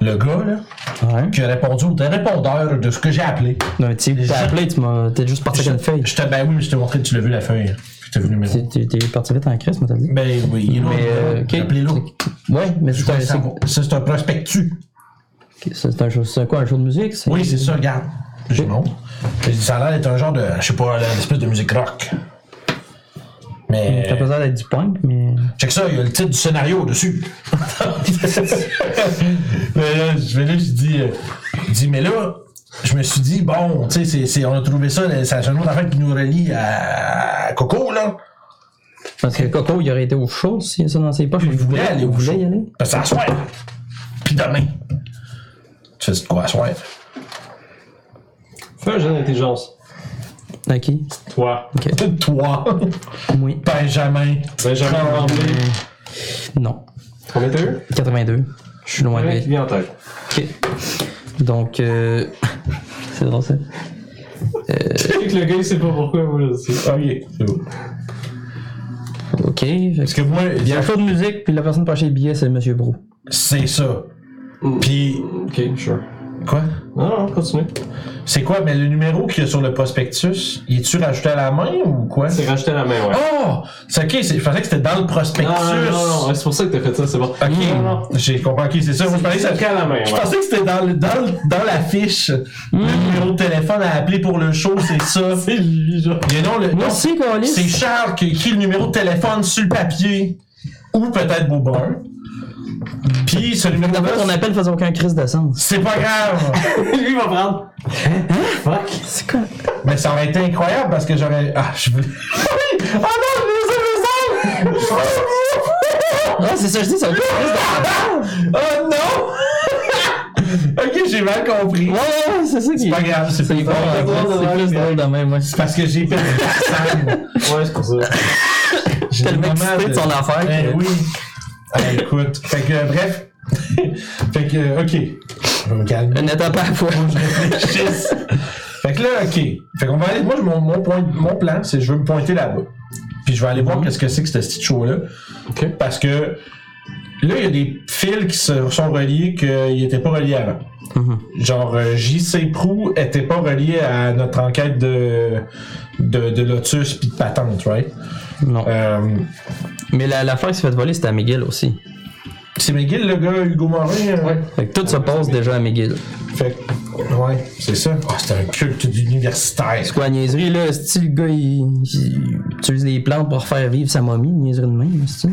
[SPEAKER 1] Le gars, là,
[SPEAKER 4] Ouais.
[SPEAKER 1] qui a répondu au répondeur de ce que j'ai appelé.
[SPEAKER 4] Non, mais tu sais, t'as appelé, tu m'as. T'es juste parti avec une feuille.
[SPEAKER 1] Je te, ben oui, mais je t'ai montré, tu l'as vu la feuille. hein. Puis t'as vu le numéro.
[SPEAKER 4] T'es- T'es t'es parti vite en crise, moi, t'as dit.
[SPEAKER 1] Ben oui, il est
[SPEAKER 4] Mais, euh,
[SPEAKER 1] là.
[SPEAKER 4] ok.
[SPEAKER 1] J'ai appelé l'autre.
[SPEAKER 4] Ouais, mais
[SPEAKER 1] Je
[SPEAKER 4] c'est
[SPEAKER 1] voulais
[SPEAKER 4] un.
[SPEAKER 1] savoir. Ça, c'est un prospectus.
[SPEAKER 4] c'est- C'est un show. C'est quoi, un show de musique? c'est-
[SPEAKER 1] Oui, c'est ça, regarde. J'ai montre. J'ai dit, Ça a l'air d'être un genre de, je sais pas, une espèce de musique rock. Mais.
[SPEAKER 4] T'as pas besoin d'être du punk, mais.
[SPEAKER 1] Check ça, il y a le titre du scénario dessus. mais là, je vais là, je dis, euh, je dis, mais là, je me suis dit, bon, tu sais, c'est- c'est- on a trouvé ça, là, c'est une autre affaire qui nous relie à Coco, là.
[SPEAKER 4] Parce que Coco, il aurait été au show s'il y a ça dans ses poches.
[SPEAKER 1] Il voulait aller au
[SPEAKER 4] Il voulait
[SPEAKER 1] show.
[SPEAKER 4] y aller.
[SPEAKER 1] Parce que c'est à soir. Puis demain. Tu fais de quoi à soir?
[SPEAKER 2] Fais un jeu d'intelligence.
[SPEAKER 4] À qui?
[SPEAKER 2] Toi.
[SPEAKER 1] Toi,
[SPEAKER 4] Oui.
[SPEAKER 1] Benjamin.
[SPEAKER 2] Benjamin Tremblay.
[SPEAKER 4] Non.
[SPEAKER 2] Combien t'as eu?
[SPEAKER 4] 82. Je suis loin de
[SPEAKER 2] Ouais, qui
[SPEAKER 4] lui.
[SPEAKER 2] vient en tête.
[SPEAKER 4] Ok. Donc, euh... c'est drôle ça.
[SPEAKER 2] C'est que le gars, il sait pas pourquoi, moi, je sais.
[SPEAKER 1] Ok, c'est bon.
[SPEAKER 4] Ok. fait que-
[SPEAKER 1] Parce que moi,
[SPEAKER 4] Il y a un show de musique, puis la personne pour acheter les billets, c'est Monsieur Brou.
[SPEAKER 1] c'est ça.
[SPEAKER 2] Mm.
[SPEAKER 1] Puis,
[SPEAKER 2] Ok, sure.
[SPEAKER 1] quoi?
[SPEAKER 2] Non, non, continue.
[SPEAKER 1] C'est quoi? Mais le numéro qu'il y a sur le prospectus, il est-tu rajouté à la main ou quoi?
[SPEAKER 2] C'est racheté la main, ouais.
[SPEAKER 1] Oh! C'est ok, c'est- je pensais que c'était dans le prospectus.
[SPEAKER 2] non, non, non, non, c'est pour ça que t'as fait ça, c'est bon.
[SPEAKER 1] Ok,
[SPEAKER 2] Non, non.
[SPEAKER 1] j'ai compris, ok, c'est ça. Moi, je pensais que
[SPEAKER 2] Ah, C'est
[SPEAKER 1] ça-
[SPEAKER 2] qu'à la main,
[SPEAKER 1] je
[SPEAKER 2] ouais.
[SPEAKER 1] pensais que c'était dans, le- dans, le- dans la fiche. Le numéro de téléphone à appeler pour le show, c'est ça.
[SPEAKER 2] Mm. C'est lui, genre.
[SPEAKER 1] Mais non, le,
[SPEAKER 4] Moi aussi,
[SPEAKER 1] C'est
[SPEAKER 4] Colis.
[SPEAKER 1] Charles qui a écrit le numéro de téléphone sur le papier. Ou peut-être Bobin. Puis ce numéro
[SPEAKER 4] D'abord, ton
[SPEAKER 1] là
[SPEAKER 4] appel faisait aucun crise de sens.
[SPEAKER 1] c'est pas grave.
[SPEAKER 2] lui, il va prendre. Hein? Fuck.
[SPEAKER 4] C'est quoi?
[SPEAKER 1] Mais ça aurait été incroyable parce que j'aurais. Ah, je voulais. Oui! Ah non, je me suis
[SPEAKER 4] Ah, c'est ça, je dis, c'est un crise de sens.
[SPEAKER 1] Oh non! ok, j'ai mal compris.
[SPEAKER 4] Ouais, ouais, ouais, c'est ça qui
[SPEAKER 1] C'est pas grave, c'est
[SPEAKER 4] C'est
[SPEAKER 1] plus
[SPEAKER 4] bon,
[SPEAKER 1] grave.
[SPEAKER 4] en fait, c'est plus drôle de même, ouais.
[SPEAKER 1] C'est parce que j'ai perdu personne.
[SPEAKER 2] Ouais, c'est pour ça.
[SPEAKER 1] J'ai
[SPEAKER 4] Tellement
[SPEAKER 1] vraiment
[SPEAKER 4] excité de son affaire
[SPEAKER 1] Eh
[SPEAKER 4] que-
[SPEAKER 1] oui. Eh, écoute. Fait que, euh, bref. fait que, euh, ok. Je vais me calmer.
[SPEAKER 4] Une étape à la fois.
[SPEAKER 1] Yes. fait que là, ok. Fait qu'on va aller. Moi, je- mon, mon, point- mon plan, c'est je veux me pointer là-bas. Puis je vais aller voir qu'est-ce que c'est que ce petit show-là.
[SPEAKER 2] Ok.
[SPEAKER 1] Parce que là, il y a des fils qui se sont reliés qu'ils n'étaient pas reliés avant.
[SPEAKER 4] Mhm.
[SPEAKER 1] Genre, euh, JC Prou était pas relié à notre enquête de, de, de Lotus puis de Patente, right?
[SPEAKER 4] Non.
[SPEAKER 1] Euh,
[SPEAKER 4] Mais la- l'affaire qui s'est fait voler, c'était à McGill aussi.
[SPEAKER 1] c'est McGill, le gars, Hugo Morin? euh,
[SPEAKER 4] Fait que tout se passe déjà à McGill.
[SPEAKER 1] Fait que- ouais, c'est ça. Ah, c'est un culte d'universitaire.
[SPEAKER 4] Quoi, niaiserie, là, si le gars, il, il utilise des plantes pour faire vivre sa momie, niaiserie de même, c'est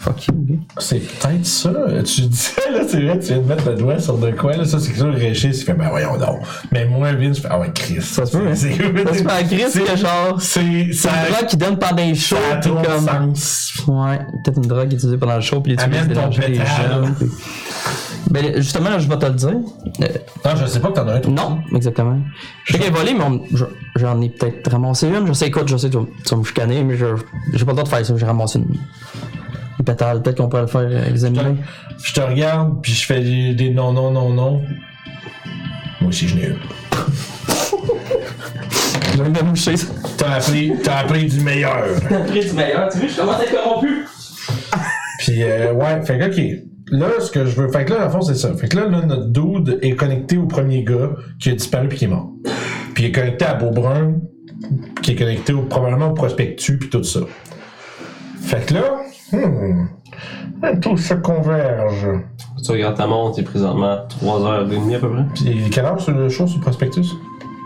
[SPEAKER 4] Fuck you, le gars.
[SPEAKER 1] C'est peut-être ça. Tu disais, là, c'est vrai, tu viens de mettre le doigt sur de quoi, là. Ça, c'est que ça, le réchis, il fait, ben voyons donc. Mais moi, Vince, je fais, ah ouais, Chris.
[SPEAKER 4] Ça se peut, hein?
[SPEAKER 1] C'est
[SPEAKER 4] Ça se fait à Chris que genre,
[SPEAKER 1] C'est.
[SPEAKER 4] c'est
[SPEAKER 1] Ça
[SPEAKER 4] une drogue qui donne pendant les shows,
[SPEAKER 1] a
[SPEAKER 4] pis
[SPEAKER 1] trop de
[SPEAKER 4] comme.
[SPEAKER 1] sens.
[SPEAKER 4] Ouais, peut-être une drogue utilisée pendant le show, puis l'utilise
[SPEAKER 1] Amène ton
[SPEAKER 4] d'énergie des
[SPEAKER 1] pétard,
[SPEAKER 4] jeunes.
[SPEAKER 1] là.
[SPEAKER 4] puis- Ben, justement, là, je vais te le dire. Euh,
[SPEAKER 1] Non, je sais pas que t'en as un, toi.
[SPEAKER 4] Non, exactement. Je sais qu'elle est volée, mais on- je- j'en ai peut-être ramassé une. Je sais, écoute, je sais, tu vas, tu vas me chicaner, mais je j'ai pas le droit de faire ça. J'ai ramassé une, une pétale. Peut-être qu'on pourrait le faire euh, examiner.
[SPEAKER 1] Je te regarde, puis je fais des, des non, non, non, non. Moi aussi, je n'ai eu.
[SPEAKER 4] J'ai envie de me moucher, ça.
[SPEAKER 1] T'as appris, t'as appris du meilleur.
[SPEAKER 4] du meilleur, tu vois, je commence à être corrompu.
[SPEAKER 1] Puis, euh, ouais, fait que, ok. Là, ce que je veux. Fait que là, à fond, c'est ça. Fait que là, là, notre dude est connecté au premier gars qui a disparu puis qui est mort. Puis il est connecté à Beaubrun, qui est connecté au- probablement au prospectus puis tout ça. Fait que là, hmm, tout se converge.
[SPEAKER 2] Tu regardes ta montre, il est présentement 3h30 à peu près.
[SPEAKER 1] Puis il est quelle heure sur le show, sur le prospectus?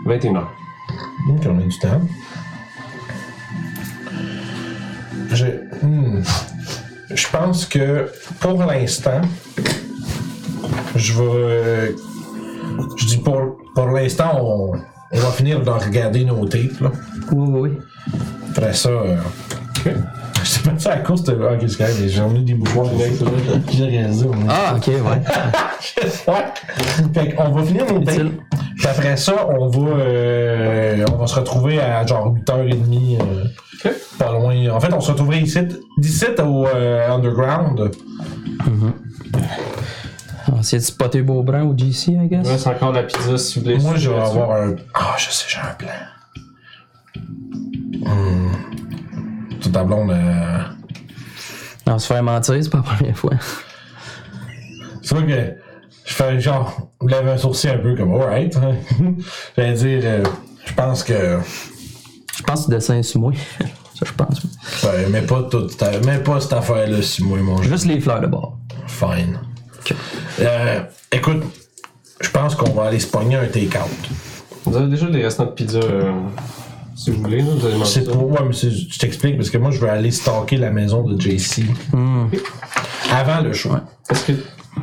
[SPEAKER 2] 21h.
[SPEAKER 1] Hum, qu'on a du temps. Je, hmm. je pense que pour l'instant, je vais. euh, Je dis pour. pour l'instant, on, on va finir de regarder nos tapes. Là.
[SPEAKER 4] Oui, oui, oui.
[SPEAKER 1] Après ça, euh, je sais pas si à la course, t'as- ah, qu'est-ce qu'il y a? mais J'ai emmené des bouchoirs avec ça. J'ai réalisé. on est-
[SPEAKER 4] Ah, ok, ouais.
[SPEAKER 1] ouais. Fait qu'on va finir nos tapes.
[SPEAKER 4] Utile.
[SPEAKER 1] Puis après ça, on va, euh, on va se retrouver à genre 8h30. euh,
[SPEAKER 2] Ok.
[SPEAKER 1] Pas loin. En fait, on se retrouverait ici, d'ici au euh, underground.
[SPEAKER 4] On va essayer de spotter Beaubrun ou JC, I guess.
[SPEAKER 2] Il reste encore de la pizza si vous voulez.
[SPEAKER 1] Moi, je vais
[SPEAKER 2] Là-dessus.
[SPEAKER 1] avoir un. Ah, je sais, j'ai un plan. Hmm. Tout ta blonde. euh,
[SPEAKER 4] On se fait mentir, c'est pas la première fois.
[SPEAKER 1] C'est vrai que je fais genre, je lève un sourcil un peu comme alright. J'allais dire, euh, je pense que.
[SPEAKER 4] Je pense que le dessin est sur moi. Ça, je pense.
[SPEAKER 1] Ben, mets pas tout, mets pas cette affaire-là sur moi, mon jeu.
[SPEAKER 4] Juste les fleurs de bord.
[SPEAKER 1] Fine. Euh, écoute, je pense qu'on va aller se pogner un take-out.
[SPEAKER 2] Vous avez déjà des restants de pizza euh, si vous voulez. là, Vous allez manger
[SPEAKER 1] C'est
[SPEAKER 2] ça.
[SPEAKER 1] pour ouais, mais c'est- je t'explique parce que moi, je veux aller stalker la maison de JC.
[SPEAKER 2] Hmm.
[SPEAKER 1] Avant le show.
[SPEAKER 2] Est-ce que.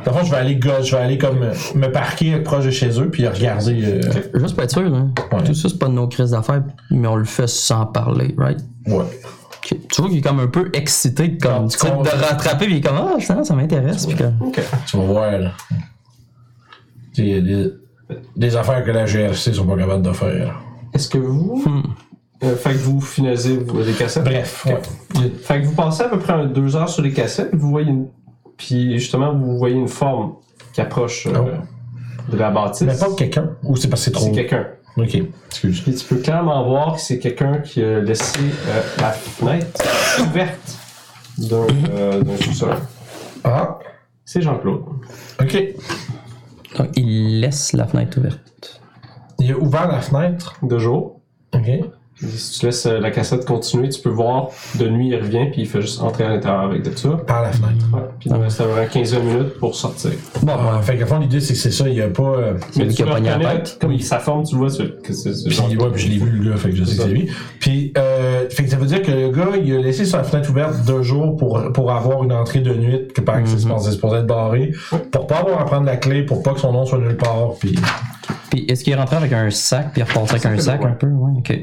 [SPEAKER 1] Par contre, je vais aller gauche, je vais aller comme euh, me parquer proche de chez eux puis regarder. euh,
[SPEAKER 4] Juste pour être sûr, hein.
[SPEAKER 1] Ouais.
[SPEAKER 4] Tout ça, c'est pas de nos crises d'affaires, mais on le fait sans parler, right?
[SPEAKER 1] ouais.
[SPEAKER 4] Ok. Tu vois qu'il est comme un peu excité, comme
[SPEAKER 1] Non,
[SPEAKER 4] tu
[SPEAKER 1] tu
[SPEAKER 4] sais, de
[SPEAKER 1] comprends.
[SPEAKER 4] rattraper, puis il est comme Ah, ça, ça m'intéresse. Puis comme,
[SPEAKER 2] Ok.
[SPEAKER 1] Tu vas voir là. Il y a des, des affaires que la GRC sont pas capables de faire.
[SPEAKER 2] Est-ce que vous.
[SPEAKER 1] Hmm.
[SPEAKER 2] Euh, fait que vous finalisez vous, les cassettes.
[SPEAKER 1] Bref,
[SPEAKER 2] Ok.
[SPEAKER 1] ouais. Il y a-
[SPEAKER 2] Fait que vous passez à peu près un- deux heures sur les cassettes, vous voyez une... Puis justement, vous voyez une forme qui approche euh,
[SPEAKER 1] Ah ouais.
[SPEAKER 2] de la bâtisse.
[SPEAKER 1] Mais pas quelqu'un. Ou c'est parce que c'est
[SPEAKER 2] C'est
[SPEAKER 1] trop.
[SPEAKER 2] quelqu'un.
[SPEAKER 1] Ok. Excuse.
[SPEAKER 2] Puis tu peux clairement voir que c'est quelqu'un qui a laissé euh, la fenêtre ouverte d'un euh, d'un sous-sol.
[SPEAKER 1] Ah.
[SPEAKER 2] C'est Jean-Claude.
[SPEAKER 1] Ok.
[SPEAKER 4] Donc, il laisse la fenêtre ouverte.
[SPEAKER 1] Il a ouvert la fenêtre.
[SPEAKER 2] De jour.
[SPEAKER 1] Ok.
[SPEAKER 2] Puis Si tu laisses euh, la cassette continuer, tu peux voir de nuit, il revient, puis il fait juste entrer à l'intérieur avec de ça.
[SPEAKER 1] Par la fenêtre.
[SPEAKER 2] Ouais, puis il nous reste à peu près 15 minutes pour sortir.
[SPEAKER 1] Bon, ouais, fait qu'à fond, l'idée, c'est que c'est ça. Il y a pas. euh,
[SPEAKER 4] lui
[SPEAKER 2] tu
[SPEAKER 4] qui a
[SPEAKER 2] le
[SPEAKER 4] pogné la
[SPEAKER 2] reconnais,
[SPEAKER 4] tête.
[SPEAKER 2] Comme il s'afforme, tu le vois tu- que c'est c'est
[SPEAKER 1] Puis,
[SPEAKER 2] Jean-Claude.
[SPEAKER 1] ouais, puis je l'ai vu, le gars, fait que je sais que c'est lui. Puis, euh, fait que ça veut dire que le gars, il a laissé sa fenêtre ouverte deux jours pour, pour avoir une entrée de nuit, que par exemple, c'est supposé être barré, pour pas avoir à prendre la clé, pour pas que son nom soit nulle part, puis...
[SPEAKER 4] Puis est-ce qu'il est rentré avec un sac, puis il repasse avec un sac un peu? Ouais, ok.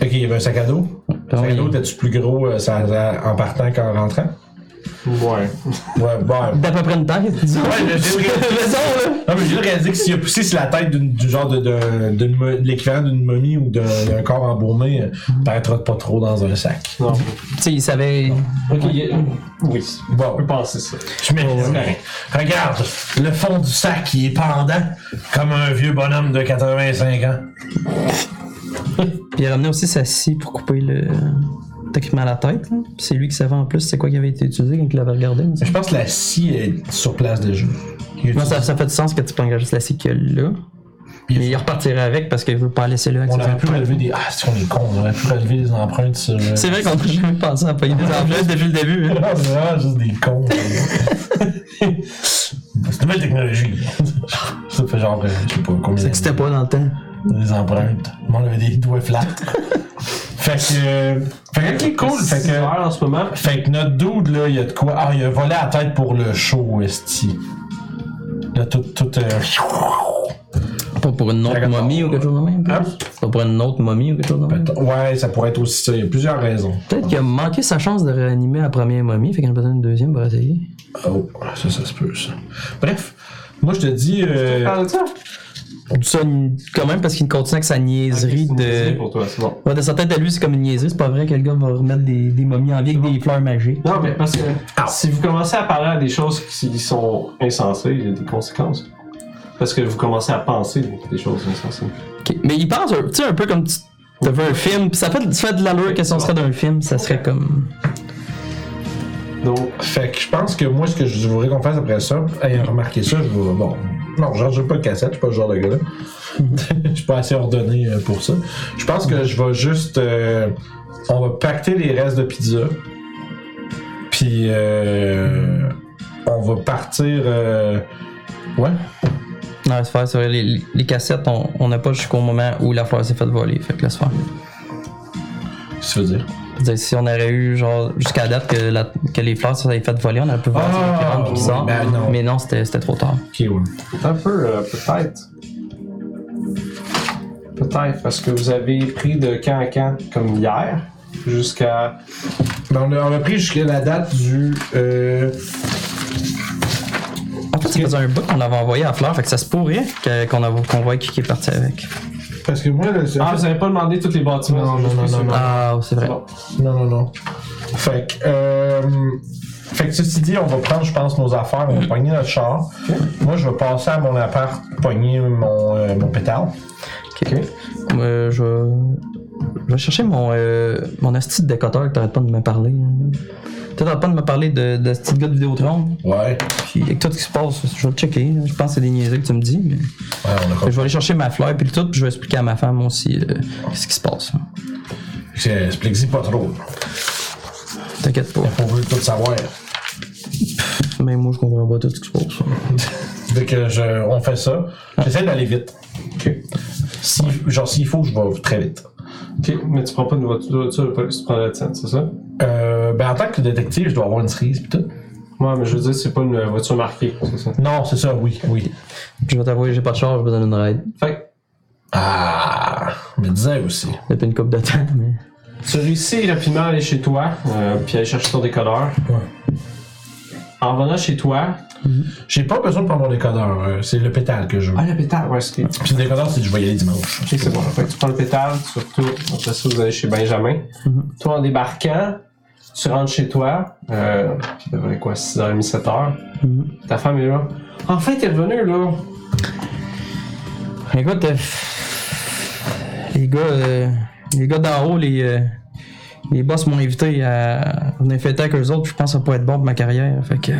[SPEAKER 1] Fait qu'il y avait un sac à dos. Le sac à dos, t'es-tu plus gros euh, ça- ça- en partant qu'en rentrant?
[SPEAKER 2] Ouais.
[SPEAKER 1] Ouais, bon...
[SPEAKER 4] D'à peu près une tête, disons.
[SPEAKER 1] Ouais, j'ai
[SPEAKER 4] Faisons, là.
[SPEAKER 1] Non, mais j'ai réalisé que s'il a poussé sur la tête d'une- du genre de, de, d'une mo- de l'équivalent d'une momie ou d'un d'un corps embaumé, euh, paraîtra pas trop dans un sac.
[SPEAKER 2] Non.
[SPEAKER 4] Tu sais, il savait.
[SPEAKER 2] Ok, il y a- oui.
[SPEAKER 1] Bon.
[SPEAKER 2] On peut penser ça.
[SPEAKER 1] Je
[SPEAKER 4] Oh,
[SPEAKER 1] mets Regarde, le fond du sac, il est pendant, comme un vieux bonhomme de 85 ans.
[SPEAKER 4] Puis il a ramené aussi sa scie pour couper le document à la tête. là. Puis c'est lui qui savait en plus c'est quoi qui avait été utilisé quand il l'avait regardé. mais ça-
[SPEAKER 1] Je pense que la scie est sur place déjà. Il est-
[SPEAKER 4] Moi, ça, ça fait du sens que tu prends juste la scie qu'il y a là. Puis il repartirait avec parce qu'il veut pas laisser là. avec
[SPEAKER 1] On
[SPEAKER 4] ses
[SPEAKER 1] aurait pu
[SPEAKER 4] empreintes.
[SPEAKER 1] relever des. Ah, si on est con, on aurait pu relever des empreintes sur. euh,
[SPEAKER 4] C'est vrai qu'on n'a jamais pensé à payer des enveloppes depuis le début. hein.
[SPEAKER 1] Ah, c'est vraiment juste des cons. c'est une nouvelle technologie. Ça fait genre, euh, je sais pas combien. d'années.
[SPEAKER 4] C'était pas dans le temps.
[SPEAKER 1] Des empreintes. Moi, on avait des doigts flats. fait que. euh, Fait que, ok, cool. Fait
[SPEAKER 2] Six
[SPEAKER 1] que.
[SPEAKER 2] heures en ce moment.
[SPEAKER 1] Fait que notre dude, là, il y a de quoi. Ah, il a volé la tête pour le show, Esti. Là, tout. tout euh,
[SPEAKER 4] Pas pour une autre
[SPEAKER 1] D'accord.
[SPEAKER 4] momie ou quelque chose de même.
[SPEAKER 1] Hein?
[SPEAKER 4] Pas pour une autre momie ou quelque chose de même.
[SPEAKER 1] Ouais, ça pourrait être aussi ça. Il y a plusieurs raisons.
[SPEAKER 4] Peut-être qu'il a manqué sa chance de réanimer la première momie, fait qu'il en a besoin d'une deuxième pour essayer.
[SPEAKER 1] Oh, ça, ça se peut, ça. Bref, moi, je te dis. euh,
[SPEAKER 2] Parle de ça.
[SPEAKER 4] On dit ça une- quand même parce qu'il continue avec sa niaiserie
[SPEAKER 2] C'est
[SPEAKER 4] de.
[SPEAKER 2] pour toi, c'est bon.
[SPEAKER 4] Ouais, de sa tête à lui, c'est comme une niaiserie. C'est pas vrai que le gars va remettre des, des momies en vie avec des fleurs magiques.
[SPEAKER 2] Non, mais parce que
[SPEAKER 1] Ah.
[SPEAKER 2] si vous commencez à parler à des choses qui sont insensées, il y a des conséquences. Parce que vous commencez à penser des choses insensées.
[SPEAKER 4] Ok, Mais il pense, un- tu sais, un peu comme tu t'as vu un film, puis ça fait, ça fait de l'allure que si on serait d'un film, ça serait comme.
[SPEAKER 2] Donc,
[SPEAKER 1] Fait que je pense que moi, ce que je voudrais qu'on fasse après ça, ayant remarqué ça, je vais. Bon. Non, genre, j'ai pas de cassette, je suis pas ce genre de gars-là. je suis pas assez ordonné euh, pour ça. Je pense que je vais juste. euh, on va pacter les restes de pizza. Puis. euh, on va partir. euh, ouais.
[SPEAKER 4] Non, laisse faire, c'est vrai, les, les- les cassettes, on on n'a pas jusqu'au moment où la fleur s'est faite voler, fait que laisse faire.
[SPEAKER 1] Qu'est-ce que tu veux dire?
[SPEAKER 4] C'est-à-dire, si on aurait eu, genre, jusqu'à date que, la- que les fleurs se faites voler, on aurait pu voir
[SPEAKER 1] Ah,
[SPEAKER 4] ça qui rentre, qui
[SPEAKER 1] oui,
[SPEAKER 4] sort.
[SPEAKER 1] ben non.
[SPEAKER 4] Mais non, c'était c'était trop tard.
[SPEAKER 1] Ok, ouais.
[SPEAKER 2] un peu, euh, peut-être. peut-être, parce que vous avez pris de camp à camp, comme hier, jusqu'à.
[SPEAKER 1] Ben, on, a, on a pris jusqu'à la date du. Euh,
[SPEAKER 4] En fait, ça faisait un bout qu'on l'avait envoyé à Fleur, fait que ça se pourrait que- qu'on avo- qu'on voit qui qui est parti avec.
[SPEAKER 1] parce que moi, le-
[SPEAKER 2] Ah, vous n'avez pas demandé tous les bâtiments.
[SPEAKER 1] Non,
[SPEAKER 2] c'est juste
[SPEAKER 1] non,
[SPEAKER 2] que
[SPEAKER 1] non,
[SPEAKER 2] c'est
[SPEAKER 1] non,
[SPEAKER 2] bon.
[SPEAKER 4] Ah, c'est vrai.
[SPEAKER 2] C'est bon.
[SPEAKER 1] Non, non, non. Fait que, euh, fait que ceci dit, on va prendre, je pense, nos affaires, on va pogner notre char. Moi, je vais passer à mon appart, pogner mon, euh, mon pétard.
[SPEAKER 2] Ok.
[SPEAKER 4] Euh, je, vais- je vais chercher mon, euh, mon asti de décoteur que t'arrêtes pas de me parler. Tu T'arrêtes pas de me parler de, de ce petit gars de Vidéotron.
[SPEAKER 1] Ouais.
[SPEAKER 4] Puis avec tout ce qui se passe, je vais le checker. là. Je pense que c'est des niaiseries que tu me dis. Mais...
[SPEAKER 1] Ouais, on a
[SPEAKER 4] Fait que
[SPEAKER 1] compris.
[SPEAKER 4] Je vais aller chercher ma fleur puis le tout, puis je vais expliquer à ma femme aussi euh, ce qui se passe.
[SPEAKER 1] C'est- Explique-y pas trop.
[SPEAKER 4] T'inquiète pas.
[SPEAKER 1] On veut tout savoir.
[SPEAKER 4] Même moi, je comprends pas tout ce qui se passe.
[SPEAKER 1] Dès que je, on fait ça, j'essaie d'aller vite.
[SPEAKER 2] Ok.
[SPEAKER 1] Si, genre, s'il faut, je vais très vite.
[SPEAKER 2] Ok, mais tu prends pas une voiture, tu tu prends la tienne, c'est ça?
[SPEAKER 1] Euh, ben, en tant que détective, je dois avoir une cerise pis tout.
[SPEAKER 2] Ouais, mais je veux dire, c'est pas une voiture marquée, c'est ça?
[SPEAKER 1] Non, c'est ça, oui, oui.
[SPEAKER 4] Je vais t'avouer, j'ai pas de charge, je vais donner une raid.
[SPEAKER 2] Fait
[SPEAKER 1] Ah, je me disais aussi.
[SPEAKER 4] Depuis une coupe de temps, mais.
[SPEAKER 2] que tu réussis rapidement à aller chez toi, euh, puis aller chercher ton décodeur.
[SPEAKER 1] Ouais.
[SPEAKER 2] En venant chez toi.
[SPEAKER 1] J'ai pas besoin de prendre mon décodeur, euh, c'est le pétale que je veux.
[SPEAKER 2] Ah, le pétard, ouais, c'est ok,
[SPEAKER 1] Puis le décodeur, c'est que je vais y aller dimanche.
[SPEAKER 2] c'est bon. Fait que tu prends le pétard, tu retournes. Après ça, vous allez chez Benjamin.
[SPEAKER 4] Mhm.
[SPEAKER 2] Toi, en débarquant, tu rentres chez toi, euh, puis il devrait quoi, 6h30, 7h.
[SPEAKER 4] Mhm.
[SPEAKER 2] Ta femme est là. Enfin, t'es revenu, là.
[SPEAKER 4] Écoute, euh, les gars, euh, les gars d'en haut, les, euh, les boss m'ont invité à venir fêter avec eux autres, puis je pense que ça pourrait être bon pour ma carrière. Fait que.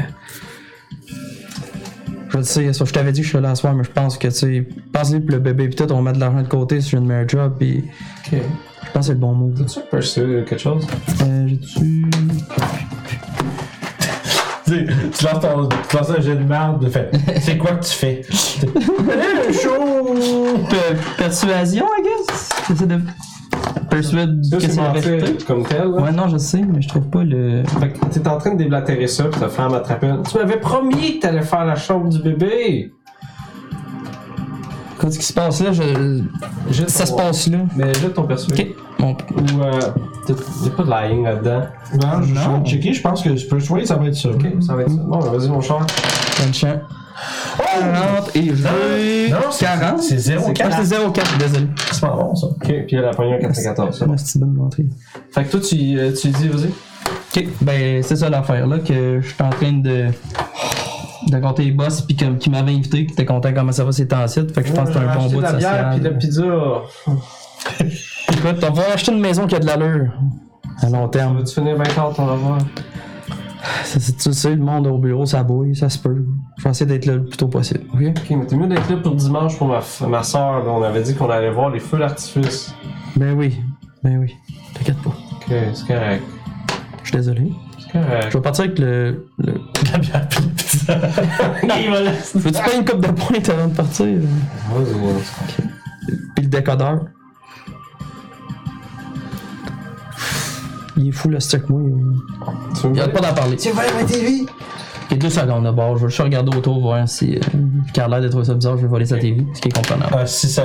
[SPEAKER 4] Je le sais, ça, je t'avais dit que je suis là à soir, mais je pense que, tu sais, pense-lui pour le bébé, puis tout, on met de l'argent de côté si je viens de me un job, puis
[SPEAKER 2] Ok.
[SPEAKER 4] je pense que c'est le bon move.
[SPEAKER 2] T'as-tu perçu quelque chose?
[SPEAKER 4] Euh, j'ai-tu.
[SPEAKER 1] Tu sais, tu lances, ton, tu lances un jet de merde, de fait. C'est quoi que tu fais? Eh, le show!
[SPEAKER 4] Pe- Persuasion, I guess? J'essaie de. Persuade
[SPEAKER 2] Ça,
[SPEAKER 4] que
[SPEAKER 2] c'est
[SPEAKER 4] c'est la
[SPEAKER 2] mentir
[SPEAKER 4] vérité.
[SPEAKER 2] comme tel. là.
[SPEAKER 4] Ouais, non, je sais, mais je trouve pas le.
[SPEAKER 2] Fait que t'es en train de déblatérer ça, puis ta femme attrape un- Tu m'avais promis que t'allais faire la chambre du bébé!
[SPEAKER 4] Qu'est-ce qui se passe là? Je...
[SPEAKER 2] Jette
[SPEAKER 4] Ça se
[SPEAKER 2] ton-
[SPEAKER 4] passe là.
[SPEAKER 2] Mais jette ton perso.
[SPEAKER 4] Ok. Bon.
[SPEAKER 2] Ou, euh, t'as- y a pas de lying là-dedans.
[SPEAKER 1] Non, je
[SPEAKER 4] Ah, Non.
[SPEAKER 1] vais checker, je pense que je peux choisir, ça va être ça.
[SPEAKER 2] Ok, ça va être ça. Bon, ben, vas-y, mon cher.
[SPEAKER 4] Bonne chance.
[SPEAKER 1] Oh!
[SPEAKER 4] 40 et j'ai.
[SPEAKER 1] Non, c'est-
[SPEAKER 4] 40.
[SPEAKER 1] c'est 0,4.
[SPEAKER 4] Ah, c'est 0,4, désolé.
[SPEAKER 1] C'est pas bon, ça.
[SPEAKER 2] Ok, puis elle a pogné un 94.
[SPEAKER 4] C'est
[SPEAKER 2] ça.
[SPEAKER 4] une petite bonne montée.
[SPEAKER 2] Fait que toi, tu, euh, tu dis, vas-y.
[SPEAKER 4] Ok, ben c'est ça l'affaire là, que je suis en train de. de compter les boss, puis que- qui m'avaient invité, qui était content comment ça va ces temps-ci. Fait que je pense que c'est un bon bout de
[SPEAKER 2] la bière, puis de la
[SPEAKER 4] social.
[SPEAKER 2] pizza.
[SPEAKER 4] Écoute, on va acheter une maison qui a de l'allure. À long
[SPEAKER 2] On
[SPEAKER 4] terme.
[SPEAKER 2] va-tu finir 20 heures ton revoir?
[SPEAKER 4] Ça, c'est- tu sais, le monde au bureau, ça bouille, ça se peut. Je vais essayer d'être là le plus tôt possible, ok?
[SPEAKER 2] Ok, mais t'es mieux d'être là pour dimanche pour ma, f- ma soeur. Là. On avait dit qu'on allait voir les feux d'artifice.
[SPEAKER 4] Ben oui, ben oui. T'inquiète pas.
[SPEAKER 2] Ok, c'est correct.
[SPEAKER 4] Je suis désolé.
[SPEAKER 2] C'est correct.
[SPEAKER 4] Je vais partir avec le. le...
[SPEAKER 1] La bière pis la pizza.
[SPEAKER 2] Il va laisser.
[SPEAKER 4] Veux-tu pas une coupe de pointe avant de partir?
[SPEAKER 2] Vas-y.
[SPEAKER 4] Puis le décodeur. Il est fou le stick, moi. Il
[SPEAKER 2] Tu veux
[SPEAKER 4] il arrête pas d'en parler.
[SPEAKER 2] vas ma TV?
[SPEAKER 4] Il y a deux secondes d'abord. Je vais juste regarder autour, voir si. Euh, Carl a l'air de trouver ça bizarre, je vais voler sa TV, ce qui est comprenable.
[SPEAKER 1] Ah, si ça.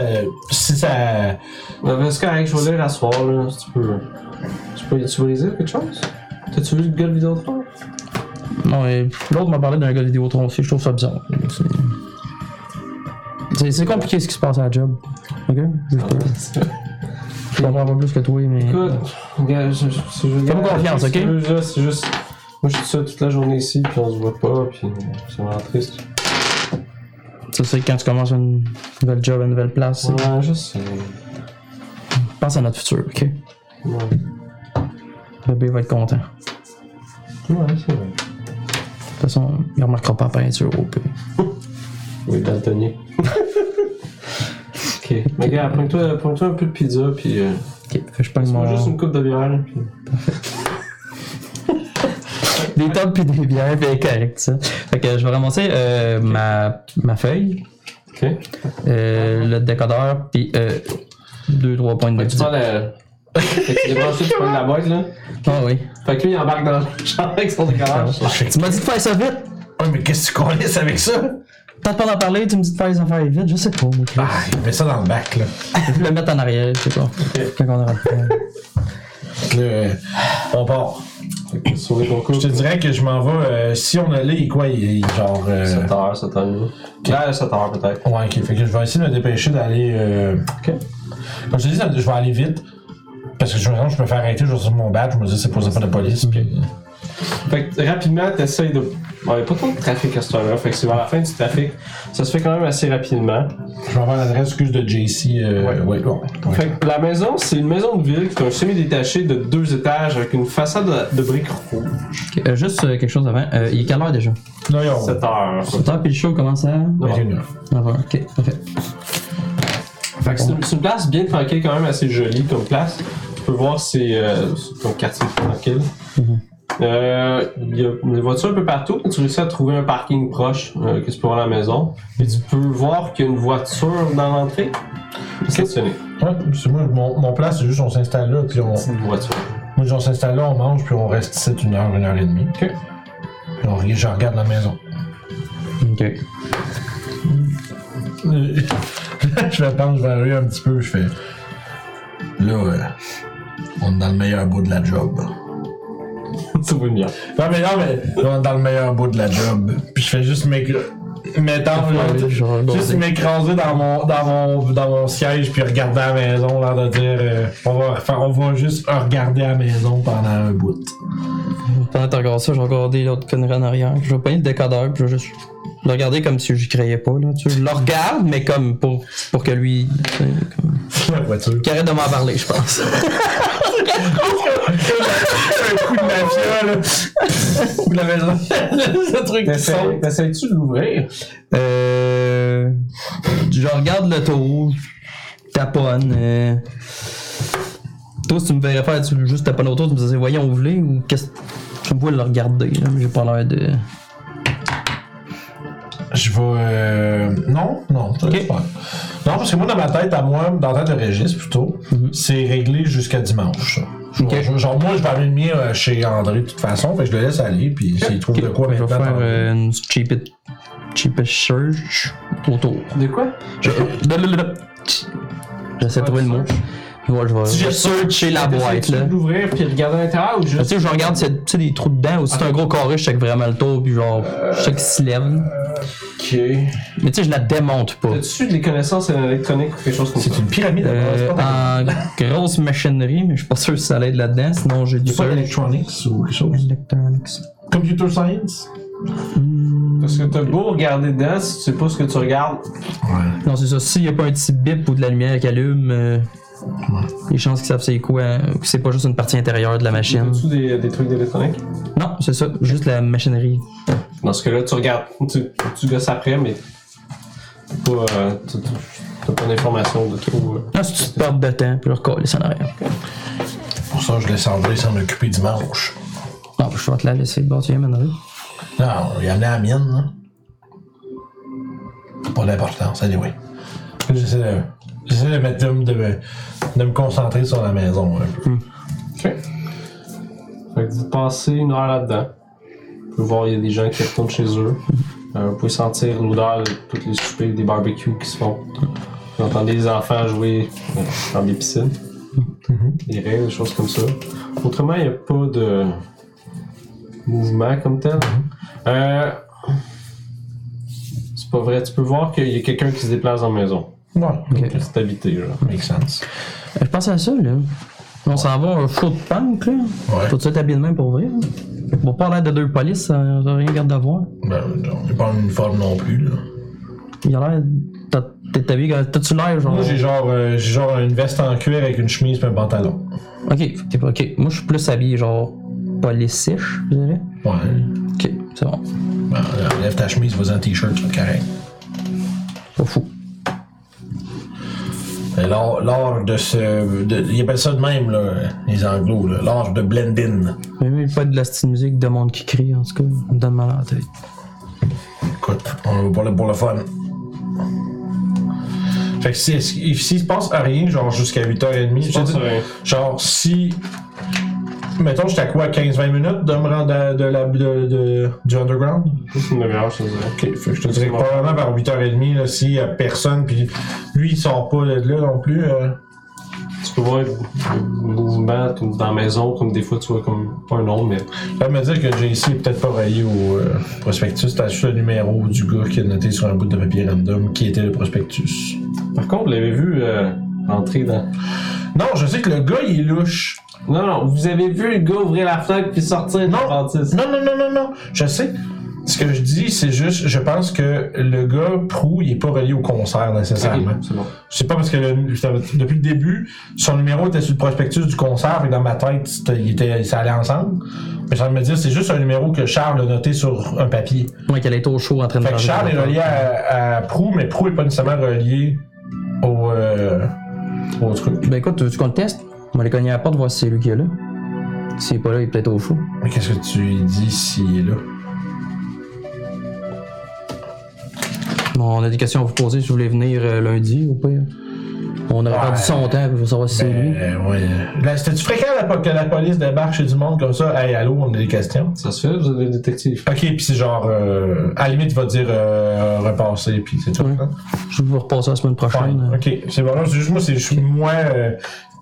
[SPEAKER 1] Si ça.
[SPEAKER 2] Ben, c'est correct, je vais lire à soir, là, si tu peux. Tu peux, tu veux les dire quelque chose? T'as-tu vu le gars de Vidéotron?
[SPEAKER 4] Non, mais l'autre m'a parlé d'un gars de Vidéotron aussi, je trouve ça bizarre. C'est- C'est, c'est compliqué ce qui se passe à la job. Ok? Je, je comprends pas plus que toi, mais.
[SPEAKER 2] Écoute, gars, je, je, je, je
[SPEAKER 4] Fais-moi confiance,
[SPEAKER 2] si tu
[SPEAKER 4] ok?
[SPEAKER 2] veux, là, C'est juste. Moi, je suis seul toute la journée ici, puis on se voit pas, puis euh, c'est vraiment triste.
[SPEAKER 4] Tu sais, quand tu commences une nouvelle job, une nouvelle place, c'est-
[SPEAKER 2] Ouais, je sais.
[SPEAKER 4] pense à notre futur, ok?
[SPEAKER 2] Ouais, ouais
[SPEAKER 4] Bébé va être content.
[SPEAKER 2] c'est vrai.
[SPEAKER 4] De toute façon, il remarquera pas la peinture au pire.
[SPEAKER 2] Oui, daltonien. ok, mais gars, prends-toi prends-toi un peu de pizza, puis. Euh,
[SPEAKER 4] Ok, fait que je pogne
[SPEAKER 2] prends
[SPEAKER 4] mon.
[SPEAKER 2] juste une coupe de bière, là, puis.
[SPEAKER 4] Des tops pis des bières, pis correct, ça. Fait que je vais ramasser euh, ma, ma feuille,
[SPEAKER 2] Ok.
[SPEAKER 4] euh, le décodeur, pis euh, deux, trois points de
[SPEAKER 2] Fait que tu prends la. Fait que tu débranches tout, tu prends de la boîte, là.
[SPEAKER 4] Ah oui.
[SPEAKER 2] Fait que lui, il embarque dans le champ avec son décalage.
[SPEAKER 4] Tu m'as dit de faire ça vite!
[SPEAKER 1] Ah, Ouais, mais qu'est-ce que tu connais avec ça?
[SPEAKER 4] Peut-être pas d'en parler, tu me dis de faire les affaires vite, je sais pas. mais Chris.
[SPEAKER 1] Bah, mets ça dans le bac, là.
[SPEAKER 4] Je vais le mettre en arrière, je sais pas. Quand on aura le temps.
[SPEAKER 1] Le- on part.
[SPEAKER 2] Sur les concours.
[SPEAKER 1] Je te dirais que je m'en vais. euh, si on allait, il est quoi il est Genre. euh,
[SPEAKER 2] 7 heures, 7 heures et demie. Ouais, 7 heures peut-être.
[SPEAKER 1] Ouais, ok. Fait que je vais essayer de me dépêcher d'aller. euh,
[SPEAKER 2] Ok.
[SPEAKER 1] Comme je te dis, ça- je vais aller vite. Parce que je, me- je me fais arrêter, je vais sur mon badge, je me dis, c'est pour ça pas de police. puis-
[SPEAKER 2] Fait que rapidement, t'essayes de. Ouais, pas trop de trafic à ce temps-là. Fait que c'est vers la fin du trafic. Ça se fait quand même assez rapidement.
[SPEAKER 1] Je vais avoir l'adresse, excuse, de JC. Euh, ouais, ouais, bon.
[SPEAKER 2] Fait que la maison, c'est une maison de ville qui est un semi-détaché de deux étages avec une façade de- de briques rouges.
[SPEAKER 4] Ok, euh, juste euh, quelque chose avant. Euh, il est quelle heure déjà?
[SPEAKER 1] Non, y'a on.
[SPEAKER 2] 7 heures.
[SPEAKER 4] Sur temps, puis le show commence à.
[SPEAKER 1] 21
[SPEAKER 4] 9 heures. Ok, parfait.
[SPEAKER 2] Fait que c'est une- c'est une place bien tranquille, quand même assez jolie comme place. Tu peux voir c'est euh, c'est un quartier tranquille. Euh, Il y a des voitures un peu partout, mais tu réussis à trouver un parking proche euh, que tu peux voir à la maison. Et tu peux voir qu'il y a une voiture dans l'entrée. Stationnée.
[SPEAKER 1] Ouais, c'est moi, mon, mon plan, c'est juste on s'installe là, puis on.
[SPEAKER 2] Une voiture.
[SPEAKER 1] Moi, on s'installe là, on mange, puis on reste ici une heure, une heure et demie.
[SPEAKER 2] Ok.
[SPEAKER 1] Puis on, re- je regarde la maison.
[SPEAKER 4] Ok.
[SPEAKER 1] Euh, je vais tendre vers eux un petit peu, je fais. Là, euh, on est dans le meilleur bout de la job.
[SPEAKER 2] tu vois bien.
[SPEAKER 1] Non, mais non, mais là, on est dans le meilleur bout de la job. Puis je fais juste m'éc- m'étendre, là,
[SPEAKER 4] Ouais, je vais
[SPEAKER 1] Juste
[SPEAKER 4] regarder.
[SPEAKER 1] m'écraser dans mon, dans, mon, dans mon siège puis regarder à la maison, l'air de dire euh, on, va, faire- on va juste regarder à la maison pendant un bout.
[SPEAKER 4] Pendant que tu regardes ça, je vais regarder l'autre connerie en arrière. Je vais pogner le décodeur, puis je vais juste le regarder comme si je créais pas. Là. Tu sais, je le regarde, mais comme pour, pour que lui. tu sais, Comme...
[SPEAKER 1] La voiture.
[SPEAKER 4] Qu'il arrête de m'en parler, je pense.
[SPEAKER 1] un coup de mafia, là. Ou de la maison. Ce truc qui saute.
[SPEAKER 2] T'essayes-tu de l'ouvrir?
[SPEAKER 4] Euh, je regarde le tour, taponne. euh. Toi, si tu me verrais faire tu, juste taponner autour, tu me disais, voyons, ouvrez ou qu'est-ce que. Je me vois le regarder, là, mais j'ai pas l'air de.
[SPEAKER 1] Je vais. euh, Non, non, ça c'est pas. Non, parce que moi, dans ma tête, à moi, dans la tête de Régis plutôt,
[SPEAKER 4] Mhm.
[SPEAKER 1] c'est réglé jusqu'à dimanche. ça. Je-
[SPEAKER 4] Ok.
[SPEAKER 1] je- genre, moi, je vais aller le mien euh, chez André de toute façon, fait que je le laisse aller, puis s'il trouve de quoi
[SPEAKER 4] je vais
[SPEAKER 1] maintenant.
[SPEAKER 4] faire
[SPEAKER 1] tant mieux.
[SPEAKER 4] euh, une cheapest, cheapest search autour.
[SPEAKER 2] De quoi?
[SPEAKER 4] Je- euh, là, là, là, là. J'essaie de trouver le mot. Je vais, je vais
[SPEAKER 1] Si
[SPEAKER 4] je
[SPEAKER 1] je
[SPEAKER 4] vais searcher la boîte,
[SPEAKER 2] T'essayes-tu
[SPEAKER 4] là.
[SPEAKER 2] de l'ouvrir puis regarder à l'intérieur ou
[SPEAKER 4] Tu
[SPEAKER 2] juste.
[SPEAKER 4] sais, je regarde s'il y a tu sais, des trous dedans ou si c'est un gros carré, je check vraiment le tour, puis genre, je check s'il se lève.
[SPEAKER 2] Ok.
[SPEAKER 4] Mais tu sais, je la démonte pas.
[SPEAKER 2] T'as-tu des connaissances en électronique ou quelque chose comme ça?
[SPEAKER 1] C'est une pyramide à base,
[SPEAKER 4] Euh,
[SPEAKER 1] pas un-
[SPEAKER 4] en grosse machinerie, mais je suis pas sûr si ça allait être là-dedans, sinon j'ai
[SPEAKER 1] Il
[SPEAKER 4] du
[SPEAKER 1] y a pas
[SPEAKER 4] search.
[SPEAKER 1] electronics ou quelque chose.
[SPEAKER 4] Electronics.
[SPEAKER 1] Computer science?
[SPEAKER 2] Parce que t'as beau regarder dedans, si tu sais pas ce que tu regardes,
[SPEAKER 1] Ouais.
[SPEAKER 4] Non, c'est ça. S'il y a pas un petit bip ou de la lumière qui allume, euh, les chances qu'ils savent c'est quoi, hein, ou que c'est pas juste une partie intérieure de la machine.
[SPEAKER 2] t'as-tu des, des trucs d'électronique?
[SPEAKER 4] Non, c'est ça, juste la machinerie.
[SPEAKER 2] Dans ce cas-là, tu regardes, tu, tu gosses après, mais t'as pas, euh, t'as- t'as- t'as pas d'informations de trop. euh.
[SPEAKER 4] Non, c'est une perte de temps, puis leur coller ça en arrière.
[SPEAKER 1] Pour ça, je laisse André s'en occuper dimanche.
[SPEAKER 4] Non, je vais te la laisser, bon, tu viens, Euh, Mandarin.
[SPEAKER 1] Non, il y en a la mienne, là. Pas d'importance, anyway. J'essaie de, j'essaie de, mettre- de, me- de me- de me concentrer sur la maison un peu.
[SPEAKER 2] Ok. Fait que vous passez une heure là-dedans. Vous pouvez voir, il y a des gens qui retournent chez eux. Euh, vous pouvez sentir l'odeur de tous les soupers, des barbecues qui se font. Vous entendez les enfants jouer euh, dans des piscines. Des raies, des choses comme ça. Autrement, il n'y a pas de mouvement comme tel. Euh, C'est pas vrai. Tu peux voir qu'il y a quelqu'un qui se déplace dans la maison.
[SPEAKER 1] Ouais,
[SPEAKER 4] Ok.
[SPEAKER 2] C'est habité, genre.
[SPEAKER 1] makes sense.
[SPEAKER 4] Euh, Je pense à ça, là. On s'en va un show de punk, là.
[SPEAKER 1] Ouais.
[SPEAKER 4] Faut-tu être habillé de même pour vrai? hein? Bon, pas l'air de deux polices, ça n'a rien garde d'avoir.
[SPEAKER 1] Ben, on n'est pas en uniforme non plus, là.
[SPEAKER 4] Il a l'air. t'as- T'es habillé comme. T'as-tu l'air, genre.
[SPEAKER 1] Moi, j'ai genre, euh, j'ai genre une veste en cuir avec une chemise et un pantalon.
[SPEAKER 4] Ok, fait que t'es pas- ok. Moi, je suis plus habillé, genre. Police-ish, je dirais.
[SPEAKER 1] Ouais.
[SPEAKER 4] Ok, c'est bon.
[SPEAKER 1] Ben, enlève ta chemise, vas-y en t-shirt, c'est correct.
[SPEAKER 4] Pas fou.
[SPEAKER 1] Et Lors, lors de ce. de- ils appellent ça de même, là, les anglos, là. L'art de blending.
[SPEAKER 4] Mais même pas de la style musique de monde qui crie, en tout cas. Ça me donne mal à la tête.
[SPEAKER 1] Écoute, on va parler pour le fun. Fait que si, si, s'il se passe à rien, genre jusqu'à 8h30, je te dis,
[SPEAKER 2] rien.
[SPEAKER 1] genre si mettons, j'étais à quoi, 15-20 minutes de me rendre à- de la, de- de- du underground?
[SPEAKER 2] Plus une demi-heure, je te dirais.
[SPEAKER 1] Ok, fait que je te dirais que probablement vers 8h30, là, s'il y a personne, puis lui, il sort pas de là non plus. euh,
[SPEAKER 2] Tu peux voir le mouvement comme dans la maison, comme des fois tu vois comme pas un nom, mais
[SPEAKER 1] Ça veut me dire que JC est peut-être pas rayé au euh, prospectus. T'as juste le numéro du gars qui a noté sur un bout de papier random qui était le prospectus.
[SPEAKER 2] Par contre, vous l'avez vu euh, entrer dans.
[SPEAKER 1] Non, je sais que le gars, il est louche.
[SPEAKER 2] Non, non, vous avez vu le gars ouvrir la fenêtre puis sortir
[SPEAKER 1] Non.
[SPEAKER 2] dentiste.
[SPEAKER 1] Non, non, non, non, non. Je sais. Ce que je dis, c'est juste, je pense que le gars, Prou, il est pas relié au concert nécessairement.
[SPEAKER 2] Ok, c'est bon.
[SPEAKER 1] Je sais pas parce que le- je savais- depuis le début, son numéro était sur le prospectus du concert et dans ma tête, c'était- il était, ça allait ensemble. Mais ça me dire, c'est juste un numéro que Charles a noté sur un papier.
[SPEAKER 4] Ouais, qu'elle est au chaud en train de
[SPEAKER 1] Fait que
[SPEAKER 4] manger
[SPEAKER 1] Charles
[SPEAKER 4] des
[SPEAKER 1] est
[SPEAKER 4] affaires.
[SPEAKER 1] relié à, à Prou, mais Prou est pas nécessairement relié au, euh, au truc.
[SPEAKER 4] Ben écoute, veux-tu qu'on le teste? On va aller cogner à la porte, voir si c'est lui qui est là. S'il est pas là, il est peut-être au chaud.
[SPEAKER 1] Mais qu'est-ce que tu lui dis s'il est là?
[SPEAKER 4] Bon, on a des questions à vous poser si vous voulez venir euh, lundi, au pire. On aurait
[SPEAKER 1] Ouais.
[SPEAKER 4] perdu son temps pour savoir si c'est lui.
[SPEAKER 1] Euh, ouais. Là, C'était-tu fréquent la po- que la police débarque chez du monde comme ça? Hey, allô, on a des questions?
[SPEAKER 2] Ça se fait, vous avez des détectives.
[SPEAKER 1] Ok, puis c'est genre, euh, à la limite, il va dire euh, repasser, puis c'est tout.
[SPEAKER 4] Ouais.
[SPEAKER 1] hein?
[SPEAKER 4] Je vais vous repasser la semaine prochaine. euh.
[SPEAKER 1] Fine. Ok, c'est bon. Non, c'est juste moi, c'est juste moi euh,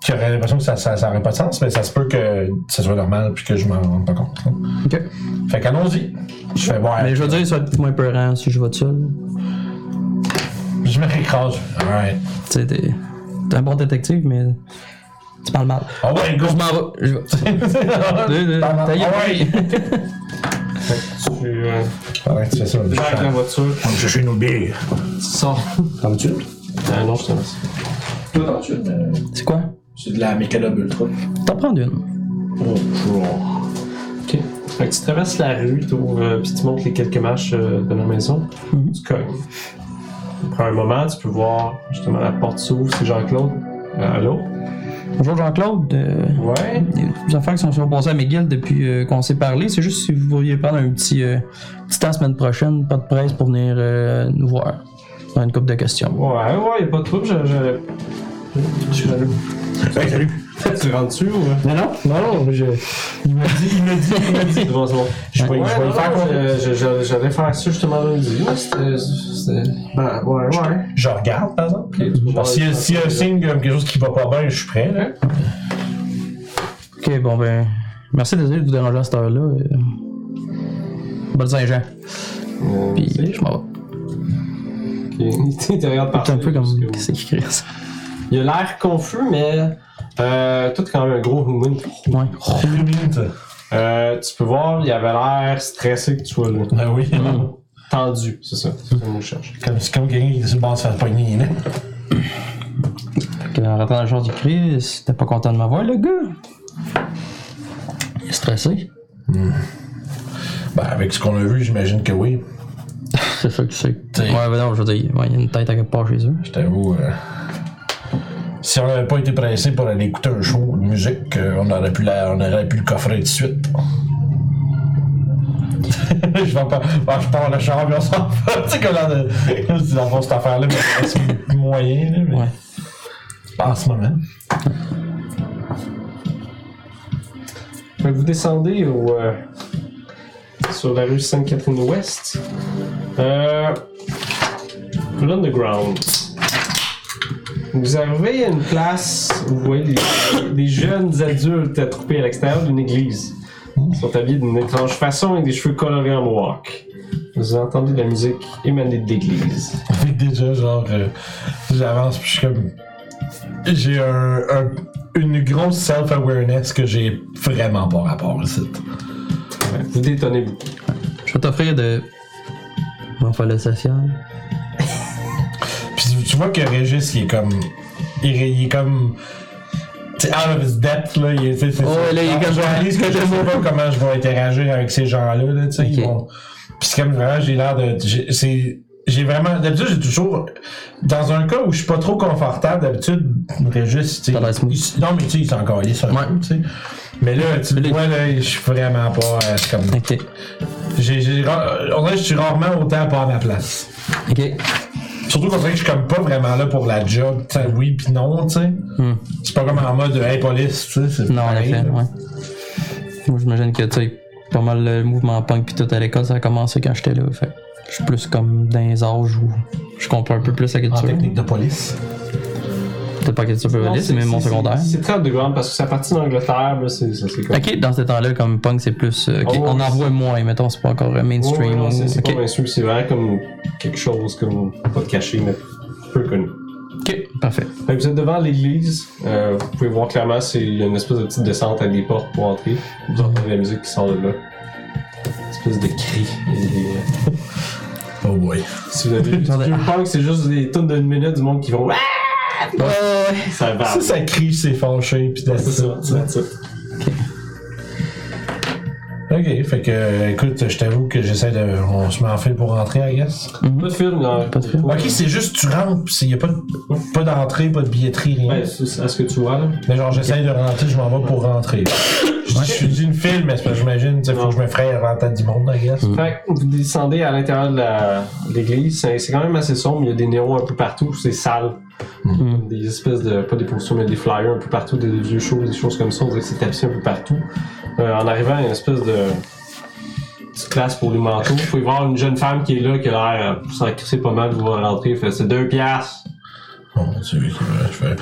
[SPEAKER 1] qui aurais l'impression que ça, ça, ça aurait pas de sens, mais ça se peut que ça soit normal puis que je m'en rende pas compte. hein.
[SPEAKER 4] Ok.
[SPEAKER 1] Fait qu'allons-y. Je fais voir.
[SPEAKER 4] Mais je veux dire, ça va être moins peurant si je vais tout seul.
[SPEAKER 1] Je me récrase. Alright.
[SPEAKER 4] Tu sais, t'es t'es un bon détective, mais tu parles mal.
[SPEAKER 1] Oh ouais, go!
[SPEAKER 4] Je m'en vais. Je vais.
[SPEAKER 1] Pendant-
[SPEAKER 4] Ta gueule.
[SPEAKER 1] Ah ouais.
[SPEAKER 2] Tu euh,
[SPEAKER 1] Pendant que tu fais ça, je
[SPEAKER 2] avec la
[SPEAKER 1] vais
[SPEAKER 2] voiture,
[SPEAKER 1] chercher une autre bière.
[SPEAKER 2] tu sors.
[SPEAKER 1] T'en veux-tu?
[SPEAKER 2] Ah non, je te laisse.
[SPEAKER 5] Toi, t'en tues une. euh,
[SPEAKER 4] C'est quoi?
[SPEAKER 5] C'est de la mécanob ultra.
[SPEAKER 4] T'en prends une.
[SPEAKER 2] Ok. Fait que tu traverses la rue, tu ouvres, euh, puis tu montes les quelques marches euh, de la maison.
[SPEAKER 4] Mhm.
[SPEAKER 2] Tu cognes. Après un moment, tu peux voir justement la porte s'ouvre, c'est Jean-Claude. Euh, allô?
[SPEAKER 4] Bonjour Jean-Claude. euh,
[SPEAKER 2] Ouais.
[SPEAKER 4] Il y a des affaires qui sont sur passées à McGill depuis euh, qu'on s'est parlé. C'est juste si vous vouliez prendre un petit, euh, petit temps la semaine prochaine, pas de presse pour venir euh, nous voir. On a une couple de questions.
[SPEAKER 2] Ouais, ouais, y'a pas de trouble, je. je... salut. salut! tu rentres-tu ou. euh?
[SPEAKER 4] Non, non, non, non, je.
[SPEAKER 2] C'est bon, c'est bon.
[SPEAKER 1] Je vais je
[SPEAKER 2] Ouais,
[SPEAKER 1] vais
[SPEAKER 2] non,
[SPEAKER 1] le faire
[SPEAKER 2] non,
[SPEAKER 1] quoi?
[SPEAKER 2] je- je- je- J'allais faire ça justement lundi. Ouais, c'était. c'était- Ben, ouais, ouais.
[SPEAKER 1] Je regarde, par exemple.
[SPEAKER 2] Ok, tu vas
[SPEAKER 1] S'il y a- s'il y a un signe comme quelque chose qui va pas bien, je suis prêt, là.
[SPEAKER 4] Ok, bon ben. Merci, désolé de vous déranger à cette heure-là. euh. Bonne Saint-Jean.
[SPEAKER 2] Euh,
[SPEAKER 4] Puis je m'en vais.
[SPEAKER 2] ok. Il te regarde
[SPEAKER 4] C'est
[SPEAKER 2] partir,
[SPEAKER 4] un peu
[SPEAKER 2] parce
[SPEAKER 4] comme.
[SPEAKER 2] que-
[SPEAKER 4] Qu'est-ce qui crée ça?
[SPEAKER 2] Il a l'air confus, mais. Euh, tout quand même un gros humain.
[SPEAKER 4] Ouais.
[SPEAKER 1] Une minute.
[SPEAKER 2] Euh, tu peux voir, il avait l'air stressé que tu vois là.
[SPEAKER 1] Ben oui.
[SPEAKER 2] Tendu, c'est ça. C'est comme on cherche.
[SPEAKER 1] Comme, c'est comme quelqu'un qui est sur le bord de se faire pogner, là.
[SPEAKER 4] Fait qu'en rentrant dans le genre du Chris, t'es pas content de m'avoir, le gars? Il est stressé.
[SPEAKER 1] Ben, avec ce qu'on a vu, j'imagine que oui.
[SPEAKER 4] C'est ça que c'est.
[SPEAKER 1] T'sais.
[SPEAKER 4] Ouais, ben non, je veux dire, ouais, il y a une tête à quelque part chez eux.
[SPEAKER 1] Je t'avoue, euh, si on n'avait pas été pressé pour aller écouter un show de musique, euh, on, aurait pu la- on aurait pu le coffrer tout de suite. je vais pas. ben, je pars le char, puis on s'en va. Tu sais, comme dans, le- comme si dans le fond, cette affaire-là, mais c'est moyen, là, mais
[SPEAKER 4] Ouais.
[SPEAKER 1] pas en ce moment.
[SPEAKER 2] Fait que vous descendez au, euh, sur la rue Sainte-Catherine-Ouest. Euh, L'Underground. Vous arrivez à une place où vous voyez des, des jeunes adultes attroupés à l'extérieur d'une église. Ils sont habillés d'une étrange façon avec des cheveux colorés en mohawk. Vous entendez de la musique émanée de l'église.
[SPEAKER 1] Fait que déjà, genre, euh, j'avance, puis je suis comme. J'ai un, un- une grosse self-awareness que j'ai vraiment pas rapport ici.
[SPEAKER 2] Ouais, Vous détonnez beaucoup.
[SPEAKER 4] Je vais t'offrir de. Mon falloir social.
[SPEAKER 1] Puis tu- tu vois que Régis, il est comme. Il, est- il est comme. t'sais, out of his depth, là. Il est, t'sais, c'est,
[SPEAKER 4] Ouais,
[SPEAKER 1] c'est-
[SPEAKER 4] là, il est
[SPEAKER 1] genre,
[SPEAKER 4] comme-
[SPEAKER 1] Je réalise que je sais pas comment je vais interagir avec ces gens-là, là, tu sais. ils
[SPEAKER 4] Ok.
[SPEAKER 1] vont- Puis c'est comme vraiment, j'ai l'air de. J'ai, c'est, j'ai vraiment. D'habitude, j'ai toujours. Dans un cas où je suis pas trop confortable, d'habitude, Régis, tu sais.
[SPEAKER 4] T'as l'air smooth.
[SPEAKER 1] il- Non, mais tu sais, il s'en calisse un
[SPEAKER 4] Ouais.
[SPEAKER 1] peu, tu sais. Mais là, tu le
[SPEAKER 4] Mais là,
[SPEAKER 1] vois, là, je suis vraiment pas. euh, c'est comme.
[SPEAKER 4] Ok.
[SPEAKER 1] J'ai, j'ai, ra- on dirait que je suis rarement autant pas à ma place.
[SPEAKER 4] Ok.
[SPEAKER 1] Surtout qu'on dirait que je suis comme pas vraiment là pour la job, tu sais, oui pis non, tu sais.
[SPEAKER 4] Hmm.
[SPEAKER 1] C'est pas comme en mode hey police, tu sais, c'est
[SPEAKER 4] Non, en
[SPEAKER 1] pareil,
[SPEAKER 4] effet,
[SPEAKER 1] là.
[SPEAKER 4] ouais. Moi, j'imagine que, tu sais, pas mal le mouvement punk puis tout à l'école, ça a commencé quand j'étais là. Fait que je suis plus comme dans les âges où je comprends un peu
[SPEAKER 2] Ah,
[SPEAKER 4] plus la
[SPEAKER 1] En
[SPEAKER 4] culture.
[SPEAKER 1] technique de police.
[SPEAKER 4] Peut-être pas la culture
[SPEAKER 2] Non,
[SPEAKER 4] pluraliste,
[SPEAKER 2] c'est-
[SPEAKER 4] mais mon
[SPEAKER 2] c'est-
[SPEAKER 4] secondaire.
[SPEAKER 2] C'est c'est très underground parce que ça partit d'Angleterre, là, c'est c'est- c'est comme.
[SPEAKER 4] Ok, dans ces temps-là, comme punk, c'est plus. euh, ok,
[SPEAKER 2] Oh,
[SPEAKER 4] on en
[SPEAKER 2] c'est-
[SPEAKER 4] voit moins, mettons, c'est pas encore euh,
[SPEAKER 2] Ouais,
[SPEAKER 4] mainstream.
[SPEAKER 2] ouais, non, c'est c'est
[SPEAKER 4] ok.
[SPEAKER 2] pas bien sûr, c'est vraiment comme quelque chose comme pas de caché, mais peu connu.
[SPEAKER 4] ok, parfait.
[SPEAKER 2] Fait que vous êtes devant l'église, euh, vous pouvez voir clairement, c'est il y a une espèce de petite descente à des portes pour entrer. Vous entendez la musique qui sort de là. Une espèce de cri. et des- euh,
[SPEAKER 1] Oh boy.
[SPEAKER 2] si vous avez vu du
[SPEAKER 4] Genre de-
[SPEAKER 2] vieux punk, c'est juste des tonnes d'une minute du monde qui vont. Ah! Ça va.
[SPEAKER 1] Ça, ça crie, c'est fâché, pis
[SPEAKER 2] C'est
[SPEAKER 1] that's it.
[SPEAKER 2] ça, c'est ça.
[SPEAKER 1] Ok, fait que, euh, écoute, je t'avoue que j'essaie de. On se met en file pour rentrer, I guess.
[SPEAKER 2] Pas de film, non.
[SPEAKER 4] Pas de film.
[SPEAKER 1] Ok, c'est juste tu rentres, pis il a pas, de- pas d'entrée, pas de billetterie, rien.
[SPEAKER 2] Ouais, c'est- c'est à ce que tu vois là.
[SPEAKER 1] Mais genre, j'essaie de rentrer, je m'en vais pour rentrer. Je je suis d'une file, mais c'est parce que j'imagine, tu sais, faut que je me fraye avant la tête du monde, I guess.
[SPEAKER 2] Fait que vous descendez à l'intérieur de la- de l'église, c'est c'est quand même assez sombre, il y a des néons un peu partout, c'est sale.
[SPEAKER 4] Mhm.
[SPEAKER 2] Des espèces de, pas des posters, mais des flyers un peu partout, des vieux shows, des choses comme ça, on dirait que c'est tapissé un peu partout. Euh, en arrivant, il y a une espèce de petite classe pour les manteaux, vous pouvez voir une jeune femme qui est là, qui a l'air, euh, ça crisser pas mal, vous va rentrer, elle fait c'est deux piastres.
[SPEAKER 1] Bon, tu sais, je fais.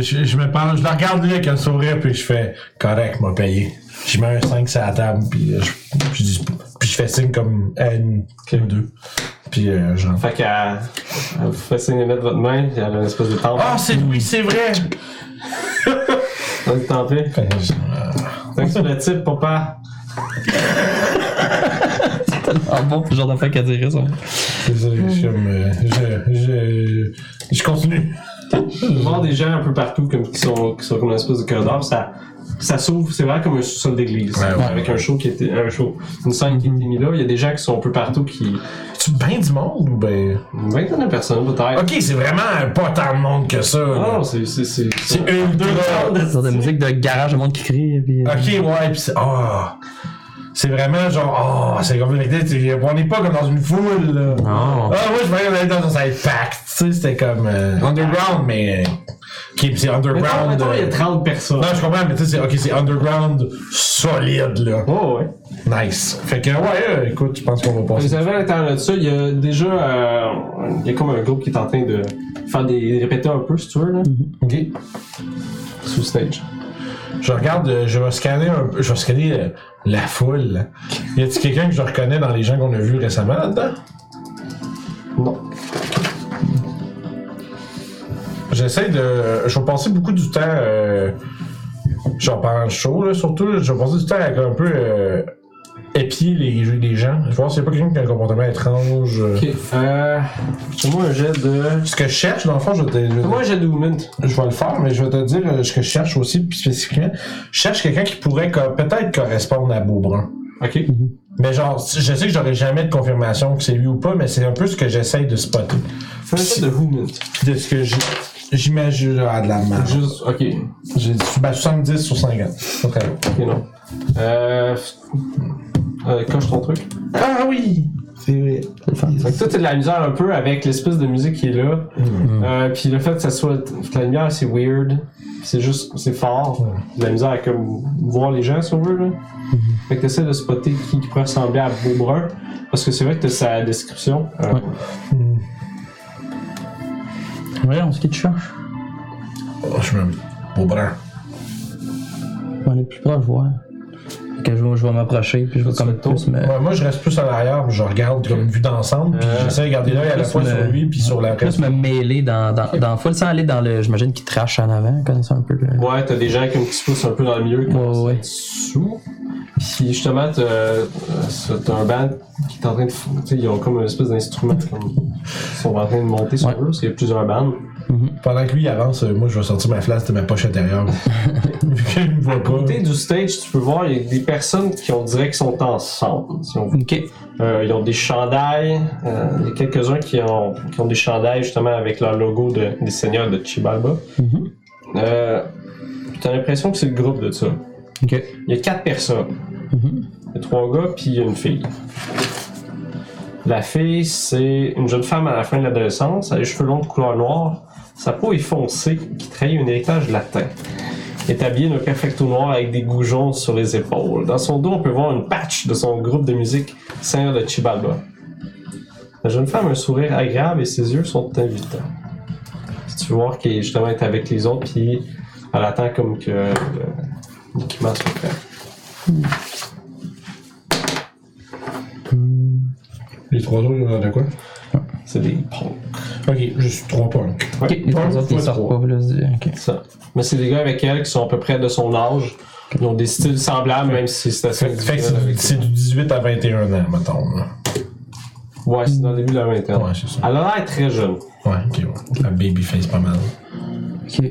[SPEAKER 1] Je, je me parle, je la regarde lui avec un sourire, puis je fais correct, m'a payé. Je mets un 5 sur la table, puis euh, je, je dis- puis je fais signe comme à une, ou deux. Puis euh, j'en
[SPEAKER 2] Fait qu'elle elle vous fait signe de mettre votre main, puis elle a une espèce de temple.
[SPEAKER 1] Ah, c'est oui, c'est vrai!
[SPEAKER 2] Dans le temple.
[SPEAKER 1] Fait que je- euh,
[SPEAKER 2] Fait que c'est le type, papa.
[SPEAKER 4] Ah bon, genre d'affaire qu'à dire ça.
[SPEAKER 2] Oh,
[SPEAKER 1] c'est ça, je, suis comme, euh, je, je, je continue.
[SPEAKER 2] de voir des gens un peu partout comme, qui, sont, qui sont comme une espèce de corridor, ça, ça s'ouvre, c'est vraiment comme un sous-sol d'église.
[SPEAKER 1] Ouais, ouais.
[SPEAKER 2] Avec un show qui était. Un show. Une scène qui était mise là. Il y a des gens qui sont un peu partout qui.
[SPEAKER 1] Tu ben du monde ou ben.
[SPEAKER 2] Une vingtaine de personnes peut-être.
[SPEAKER 1] Ok, c'est vraiment euh, pas tant de monde que ça.
[SPEAKER 2] Ah
[SPEAKER 1] là.
[SPEAKER 2] Non, c'est. c'est- c'est-
[SPEAKER 1] C'est une, deux, trois.
[SPEAKER 4] Genre de musique de garage, le monde qui crie. et Puis, euh,
[SPEAKER 1] Ok, ouais, pis c'est. Ah! C'est vraiment genre. Ah! c'est comme. On n'est pas comme dans une foule, là. Ah,
[SPEAKER 4] Non.
[SPEAKER 1] ouais, je voyais qu'on allait dans un side pack. Tu sais, c'était comme. euh, underground, mais. euh, Ok, pis c'est
[SPEAKER 2] Mettons,
[SPEAKER 1] underground.
[SPEAKER 2] mettons, il y a
[SPEAKER 1] euh,
[SPEAKER 2] 30 personnes.
[SPEAKER 1] Non, je comprends, mais tu sais, c'est- ok, c'est underground solide, là.
[SPEAKER 2] Oh, ouais.
[SPEAKER 1] Nice. Fait que, ouais, euh, écoute, je pense qu'on va
[SPEAKER 2] Vous
[SPEAKER 1] passer.
[SPEAKER 2] avez à l'intérieur de ça, il y a déjà. euh, il y a comme un groupe qui est en train de faire des. répéter un peu, si tu veux, là.
[SPEAKER 1] Ok.
[SPEAKER 2] Sous stage.
[SPEAKER 1] Je regarde, euh, je vais scanner un peu- Je vais scanner euh, la foule. là. Y a-t-il quelqu'un que je reconnais dans les gens qu'on a vus récemment là-dedans?
[SPEAKER 2] Non.
[SPEAKER 1] J'essaie de. Je vais passer beaucoup du temps. Euh, genre pendant le show, là, surtout. là, je vais passer du temps à comme un peu euh, épier les, les gens. Je vais voir s'il n'y a pas quelqu'un qui a un comportement étrange. euh.
[SPEAKER 2] Ok. Euh. Fais-moi un jet de.
[SPEAKER 1] Ce que je cherche, dans le fond, je vais, te- je vais te-
[SPEAKER 2] Fais-moi un jet de movement.
[SPEAKER 1] je vais le faire, mais je vais te dire euh, ce que je cherche aussi, puis spécifiquement. Je cherche quelqu'un qui pourrait co- peut-être correspondre à Beaubrun.
[SPEAKER 2] Ok.
[SPEAKER 1] Mais genre, si- je sais que j'aurai jamais de confirmation que c'est lui ou pas, mais c'est un peu ce que j'essaye de spotter.
[SPEAKER 2] Fais un jet de movement.
[SPEAKER 1] Puis de ce que j'- j'imagine à de la marge.
[SPEAKER 2] Juste, ok. Ok,
[SPEAKER 1] J'ai ben, 70 sur 50. Pas très bon.
[SPEAKER 2] non. Euh, euh, coche ton truc.
[SPEAKER 1] Ah oui! C'est vrai.
[SPEAKER 2] Fait que toi, t'as de la misère un peu avec l'espèce de musique qui est là.
[SPEAKER 4] Mm.
[SPEAKER 2] Euh, puis le fait que ça soit. que la lumière, c'est weird. C'est juste. c'est fort. De la misère à comme voir les gens, si on veut, là.
[SPEAKER 4] Mm-hmm.
[SPEAKER 2] Fait que t'essaies de spotter qui, qui pourrait ressembler à Beaubrun. Parce que c'est vrai que t'as sa description. Euh,
[SPEAKER 4] Ouais. Voyons, ce qui te cherche.
[SPEAKER 1] Oh, je me. Beaubrun.
[SPEAKER 4] On est plus proche, voir. Fait Que je, vais- je vais m'approcher, puis je vais comme tous, mais.
[SPEAKER 1] Ouais, moi, je reste plus à l'arrière, puis je regarde comme une vue d'ensemble, puis
[SPEAKER 2] Euh,
[SPEAKER 1] j'essaie de garder l'œil à la
[SPEAKER 4] plus
[SPEAKER 1] fois
[SPEAKER 4] le-
[SPEAKER 1] sur lui, puis sur la
[SPEAKER 4] Plus
[SPEAKER 1] reste.
[SPEAKER 4] me mêler dans, dans, dans full sans aller dans le. J'imagine qu'il trash en avant, connaissant un peu euh? le.
[SPEAKER 2] Ouais, t'as des gens comme qui se poussent un peu dans le milieu, qui
[SPEAKER 4] Ouais, ouais.
[SPEAKER 2] sont sous. Puis justement, t'as euh, t'as un band qui est en train de. f- Tu sais, ils ont comme une espèce d'instrument. comme- Ils sont en train de monter sur
[SPEAKER 4] Ouais.
[SPEAKER 2] eux, parce qu'il y a plusieurs bands.
[SPEAKER 1] Pendant que lui avance, euh, moi, je vais sortir ma flasque de ma poche intérieure. Vu qu'il me voit pas.
[SPEAKER 2] Côté du stage, tu peux voir, il y a des personnes qui on dirait qu'ils sont ensemble. si on veut.
[SPEAKER 4] Ok.
[SPEAKER 2] Euh, ils ont des chandails, euh, il y a quelques-uns qui ont, qui ont des chandails justement avec leur logo de- des seigneurs de Chibalba.
[SPEAKER 4] Mhm.
[SPEAKER 2] Euh, t'as l'impression que c'est le groupe de ça.
[SPEAKER 4] Ok.
[SPEAKER 2] Il y a quatre personnes.
[SPEAKER 4] Mhm.
[SPEAKER 2] Il y a trois gars, puis il y a une fille. La fille, c'est une jeune femme à la fin de l'adolescence, elle a les cheveux longs de couleur noire, sa peau est foncée, qui trahit un héritage latin. est habillé d'un perfecto noir avec des goujons sur les épaules. Dans son dos, on peut voir une patch de son groupe de musique Seigneur de Chibalba. La jeune femme a un sourire agréable et ses yeux sont invitants. Si tu veux voir qu'elle est justement est avec les autres, puis elle attend comme que euh, qu'il marche le faire.
[SPEAKER 1] Les trois autres, ils ont l'air de quoi
[SPEAKER 2] C'est des ponts.
[SPEAKER 1] Ok, juste trois punks.
[SPEAKER 4] Ok, les trois
[SPEAKER 1] Un
[SPEAKER 4] autres, ils
[SPEAKER 1] fois
[SPEAKER 4] sortent
[SPEAKER 1] trois.
[SPEAKER 4] pas. Là, c'est- ok.
[SPEAKER 2] Ça. Mais c'est des gars avec elle qui sont à peu près de son âge. Ils ont des styles semblables, même si c'est assez
[SPEAKER 1] Fait que- fait que
[SPEAKER 2] individuel
[SPEAKER 1] c'est-
[SPEAKER 2] avec
[SPEAKER 1] c'est du 18 à 21 ans, mettons. là.
[SPEAKER 2] eux. Ouais, c'est dans le début de la vingtaine.
[SPEAKER 1] Ouais, c'est ça.
[SPEAKER 2] Elle a l'air très jeune.
[SPEAKER 1] Ouais, ok, ouais. La babyface pas mal.
[SPEAKER 4] Ok.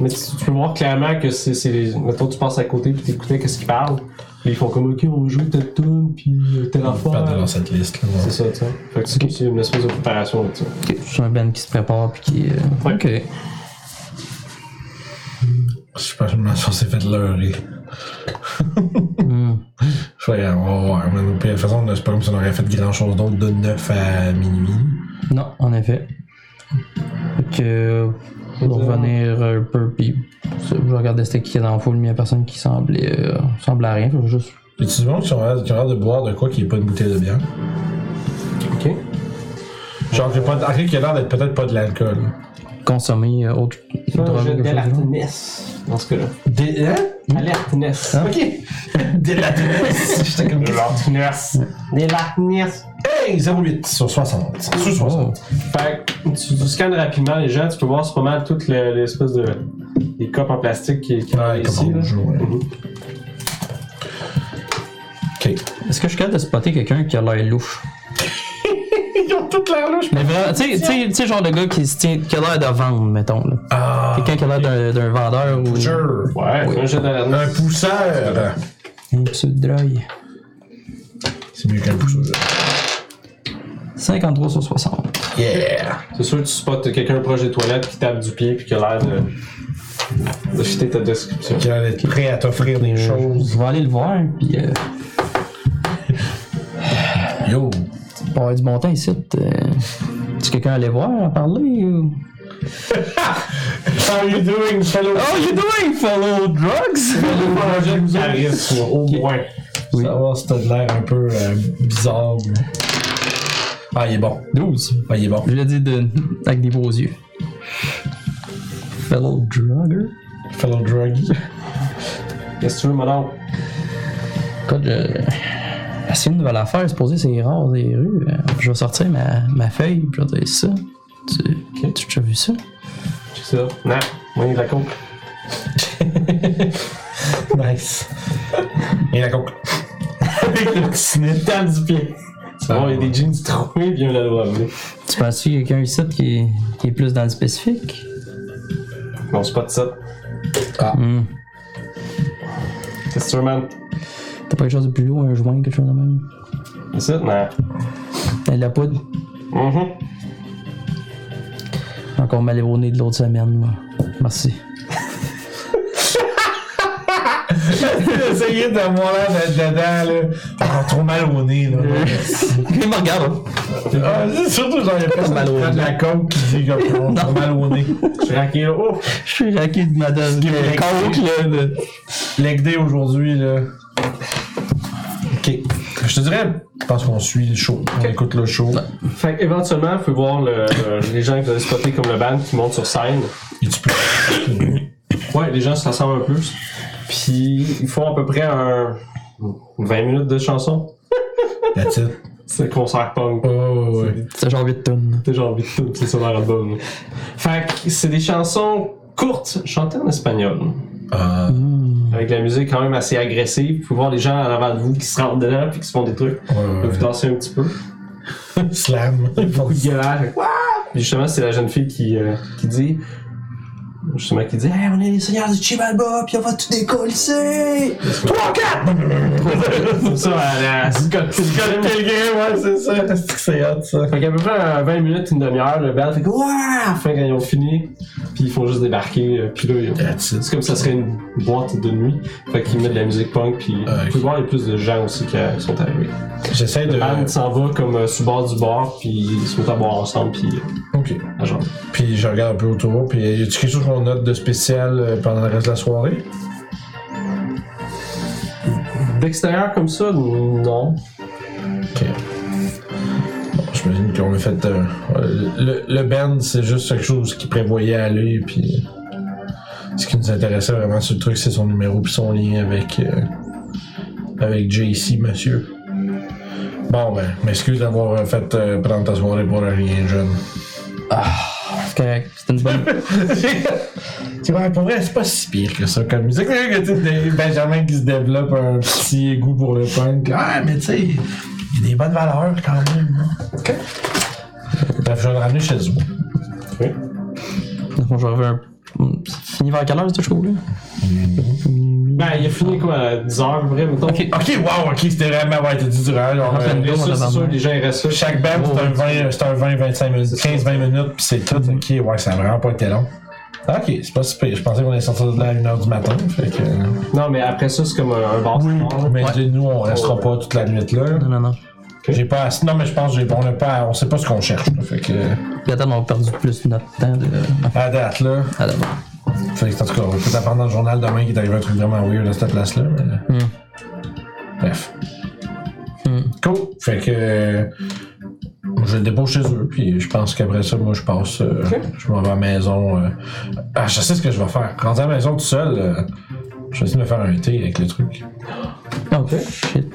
[SPEAKER 2] Mais tu, tu peux voir clairement que c'est. c'est les... Mettons, tu passes à côté puis t'écoutais qu'est-ce qu'ils parlent. Puis ils font comme OK, on va jouer telle tune puis euh, telle
[SPEAKER 1] Pas
[SPEAKER 2] affaire.
[SPEAKER 1] dans cette liste. Là,
[SPEAKER 2] C'est ça, tu sais. Fait que c'est comme si une espèce de préparation là-dessus.
[SPEAKER 4] Ok, Je suis un band qui se prépare puis qui. euh,
[SPEAKER 2] Ouais.
[SPEAKER 4] Ok.
[SPEAKER 1] Je pense qu'on s'est fait leurrer.
[SPEAKER 4] Hmm.
[SPEAKER 1] Je vais on va voir. Mais de toute façon, c'est pas comme si on aurait fait grand chose d'autre de 9 à minuit.
[SPEAKER 4] Non, en effet. Fait que. euh, Pour revenir un peu, puis je je regardais c'était qui est dans la foule, mais il n'y a personne qui semblait, euh, semblait à rien. Fait que je vais juste.
[SPEAKER 1] Y a-tu du monde qui ont l'air qui ont l'air de boire de quoi qui est pas une bouteille de bière?
[SPEAKER 2] OK?
[SPEAKER 1] Genre, qui a pas de- qui a l'air d'être peut-être pas de l'alcool.
[SPEAKER 4] consommer euh, autre
[SPEAKER 2] Fais un
[SPEAKER 4] drogue
[SPEAKER 2] jeu
[SPEAKER 4] ou quelque chose du genre.
[SPEAKER 2] d'alertness dans ce cas-là.
[SPEAKER 1] Des, hein?
[SPEAKER 2] Alertness.
[SPEAKER 4] Hein?
[SPEAKER 1] Ok! Des latinès! J'étais comme.
[SPEAKER 2] Alertness. Alertness.
[SPEAKER 1] Hey! 08 sur 60. Sous 60.
[SPEAKER 4] Oh,
[SPEAKER 2] Fait que tu, tu scannes rapidement les gens, tu peux voir c'est pas mal toute le- l'espèce de. les copes en plastique qui, qui
[SPEAKER 1] Ouais,
[SPEAKER 2] ici.
[SPEAKER 1] comme
[SPEAKER 2] là.
[SPEAKER 1] rouge, ouais.
[SPEAKER 2] Mhm.
[SPEAKER 1] Ok.
[SPEAKER 4] Est-ce que je suis capable de spotter quelqu'un qui a l'air louche?
[SPEAKER 1] Ils ont toute l'air louche.
[SPEAKER 4] Mais vraiment, tu sais- tu sais, tu sais, genre le gars qui, se tient- qui a l'air de vendre, mettons. Là.
[SPEAKER 1] Ah!
[SPEAKER 4] Quelqu'un qui a l'air d'un- d'un vendeur ou.
[SPEAKER 1] Sure.
[SPEAKER 2] Ouais, fais un jeu d'alertness.
[SPEAKER 1] Un pousseur!
[SPEAKER 4] Un pseudo de drogue.
[SPEAKER 1] C'est mieux qu'un pousseur.
[SPEAKER 4] 53 sur 60.
[SPEAKER 1] Yeah!
[SPEAKER 2] C'est sûr que tu spots quelqu'un proche des toilettes qui tape du pied puis qui a l'air de. de fitter ta description.
[SPEAKER 1] Qui a l'air d'être prêt à t'offrir des choses.
[SPEAKER 4] Je vais aller le voir, puis euh,
[SPEAKER 1] Yo!
[SPEAKER 4] on va avoir du bon temps ici. euh. Est-ce que quelqu'un allait voir, à parler ou.
[SPEAKER 1] How are you doing, fellow?
[SPEAKER 4] Oh, you doing, fellow drugs?
[SPEAKER 2] Ah! Charisme, au moins.
[SPEAKER 4] Oui.
[SPEAKER 1] Savoir si t'as de l'air un peu euh, bizarre. ou- Ah, il est bon.
[SPEAKER 4] 12.
[SPEAKER 1] Ah, il est bon.
[SPEAKER 4] Je l'ai dit de... avec des beaux yeux. Fellow drugger?
[SPEAKER 1] Fellow druggy.
[SPEAKER 2] Qu'est-ce que tu veux, mon oncle?
[SPEAKER 4] Écoute, je... c'est une nouvelle affaire, supposé c'est rare des rues. Euh, Je vais sortir ma, ma feuille, puis je vais dire ça. Tu, tu as déjà vu ça?
[SPEAKER 2] Check ça. Non, moyen de la coupe.
[SPEAKER 1] Nice. Et la coke.
[SPEAKER 2] Tape du pied. C'est bon, il y a des jeans troués puis un album.
[SPEAKER 4] Tu penses-tu qu'il y a quelqu'un ici qui est, qui est plus dans le spécifique?
[SPEAKER 2] Bon, c'est pas de ça.
[SPEAKER 4] Hmm.
[SPEAKER 2] Qu'est-ce que tu veux, man?
[SPEAKER 4] T'as pas quelque chose de plus lourd, un joint, quelque chose de même?
[SPEAKER 2] C'est ça? Non.
[SPEAKER 4] Euh, La poudre,
[SPEAKER 2] Mhm.
[SPEAKER 4] encore mal au nez de l'autre semaine, moi. Merci.
[SPEAKER 1] Essayez d'avoir l'air d'être dedans, là. On trop mal au nez, là.
[SPEAKER 4] Il me regarde.
[SPEAKER 1] Ah, c'est surtout, genre, il y a personne
[SPEAKER 4] mal au
[SPEAKER 1] qui prend de
[SPEAKER 4] nez.
[SPEAKER 1] la coke qui dit qu'on on a trop mal au nez.
[SPEAKER 2] Je suis raqué là. Oh!
[SPEAKER 4] Je suis raqué de madame.
[SPEAKER 1] Le coke,
[SPEAKER 4] là.
[SPEAKER 1] Leg day aujourd'hui, là. Ok. Je te dirais, je pense qu'on suit le show. On écoute le show.
[SPEAKER 2] Fait éventuellement, vous pouvez voir le- le- les gens que vous avez spotés comme le band qui monte sur scène.
[SPEAKER 1] Et tu peux.
[SPEAKER 2] Ouais, les gens se rassemblent un peu. Puis ils font à peu près un 20 minutes de chanson.
[SPEAKER 1] That's it.
[SPEAKER 2] C'est un concert punk.
[SPEAKER 1] Oh, ouais.
[SPEAKER 4] C'est genre 8 tonnes.
[SPEAKER 2] T'as genre envie de tout, c'est sur leur album. Fait que c'est des chansons courtes, chantées en espagnol.
[SPEAKER 1] Ah,
[SPEAKER 4] Hmm,
[SPEAKER 2] Avec de la musique quand même assez agressive. Vous pouvez voir les gens en avant de vous qui se rentrent dedans puis qui se font des trucs.
[SPEAKER 1] ouais,
[SPEAKER 2] Vous pouvez vous
[SPEAKER 1] ouais,
[SPEAKER 2] danser un petit peu.
[SPEAKER 1] ouais. Slam.
[SPEAKER 2] Coup de galère. fait que, Wouah! Puis justement, c'est la jeune fille qui, euh, qui dit. Justement, qui dit Hey, on est les seigneurs du Chibalba, puis on va tout décoller!
[SPEAKER 1] 3, 4!
[SPEAKER 2] Comme ça, à la Scott Pilgrim.
[SPEAKER 1] ouais, c'est ça. Est-ce que c'est hot, ça?
[SPEAKER 2] Fait qu'à peu près euh, 20 minutes, une demi-heure, le band fait que Wouah! Fin quand ils ont fini, puis ils font juste débarquer, euh, puis là, ils-
[SPEAKER 1] That's it.
[SPEAKER 2] c'est comme ça serait une boîte de nuit. Fait qu'ils mettent de la musique punk, puis
[SPEAKER 1] Ah,
[SPEAKER 2] vous
[SPEAKER 1] ok.
[SPEAKER 2] pouvez voir, il y a plus de gens aussi qui euh, sont arrivés.
[SPEAKER 1] J'essaie de.
[SPEAKER 2] Le band s'en va comme euh, sur le bord du bar, puis ils se mettent à boire ensemble, puis euh,
[SPEAKER 1] Ok.
[SPEAKER 2] à genre.
[SPEAKER 1] Puis je regarde un peu autour, puis y a quelque chose qu'on on note de spécial euh, pendant le reste de la soirée?
[SPEAKER 2] D'extérieur comme ça, non.
[SPEAKER 1] Ok. Bon, J'imagine qu'on a fait. euh, le, le band, c'est juste quelque chose qui prévoyait aller, puis. Ce qui nous intéressait vraiment sur le truc, c'est son numéro puis son lien avec. euh, avec JC, monsieur. Bon, ben, m'excuse d'avoir euh, fait euh, prendre ta soirée pour rien, jeune.
[SPEAKER 4] C'est correct. C'est une bonne.
[SPEAKER 1] C'est vrai, pour vrai, c'est pas si pire que ça comme musique. C'est que tu sais, Benjamin qui se développe un petit goût pour le punk. Ah, mais tu sais, il y a des bonnes valeurs quand même. hein. Bref, je vais le ramener chez vous.
[SPEAKER 4] Bon, je vais revenir. un- Hmm, C'est fini vers quelle heure, ce show-là?
[SPEAKER 2] Ben, il a fini quoi, à 10h, vrai, mettons.
[SPEAKER 4] Ok.
[SPEAKER 1] Ok, wow, ok, c'était vraiment, ouais, t'as dit durant. genre,
[SPEAKER 4] Ah,
[SPEAKER 1] euh,
[SPEAKER 2] Mais ça, c'est sûr, les gens, ils restent là.
[SPEAKER 1] chaque band, c'est un 20, c'est un 20, 25 minutes, 15-20 minutes, pis c'est tout. Ok, ouais, ça a vraiment pas été long. Ok, c'est pas si pire. Je pensais qu'on allait sortir de là à 1h du matin, fait que. euh,
[SPEAKER 2] Non, mais après ça, c'est comme un, un bar sport.
[SPEAKER 1] Mais dis, nous, on restera pas toute la nuit là.
[SPEAKER 4] Non, non, non.
[SPEAKER 1] J'ai pas assez- Non, mais je pense qu'on n'a pas. On sait pas ce qu'on cherche. là, Fait que.
[SPEAKER 4] Puis attends, on a perdu plus notre temps de.
[SPEAKER 1] À date, là.
[SPEAKER 4] Ah, d'abord.
[SPEAKER 1] Fait que, en tout cas, on peut apprendre dans le journal demain qu'il est arrivé un truc vraiment weird à cette place-là. Mais... euh,
[SPEAKER 4] Hmm.
[SPEAKER 1] Bref.
[SPEAKER 4] Hmm.
[SPEAKER 1] Cool. Fait que. euh, Je le dépose chez eux, puis je pense qu'après ça, moi, je passe. euh, Je m'en vais à la maison. euh. Ah, je sais ce que je vais faire. Rendu à la maison tout seul, euh, je vais essayer de me faire un thé avec le truc.
[SPEAKER 4] Oh, shit.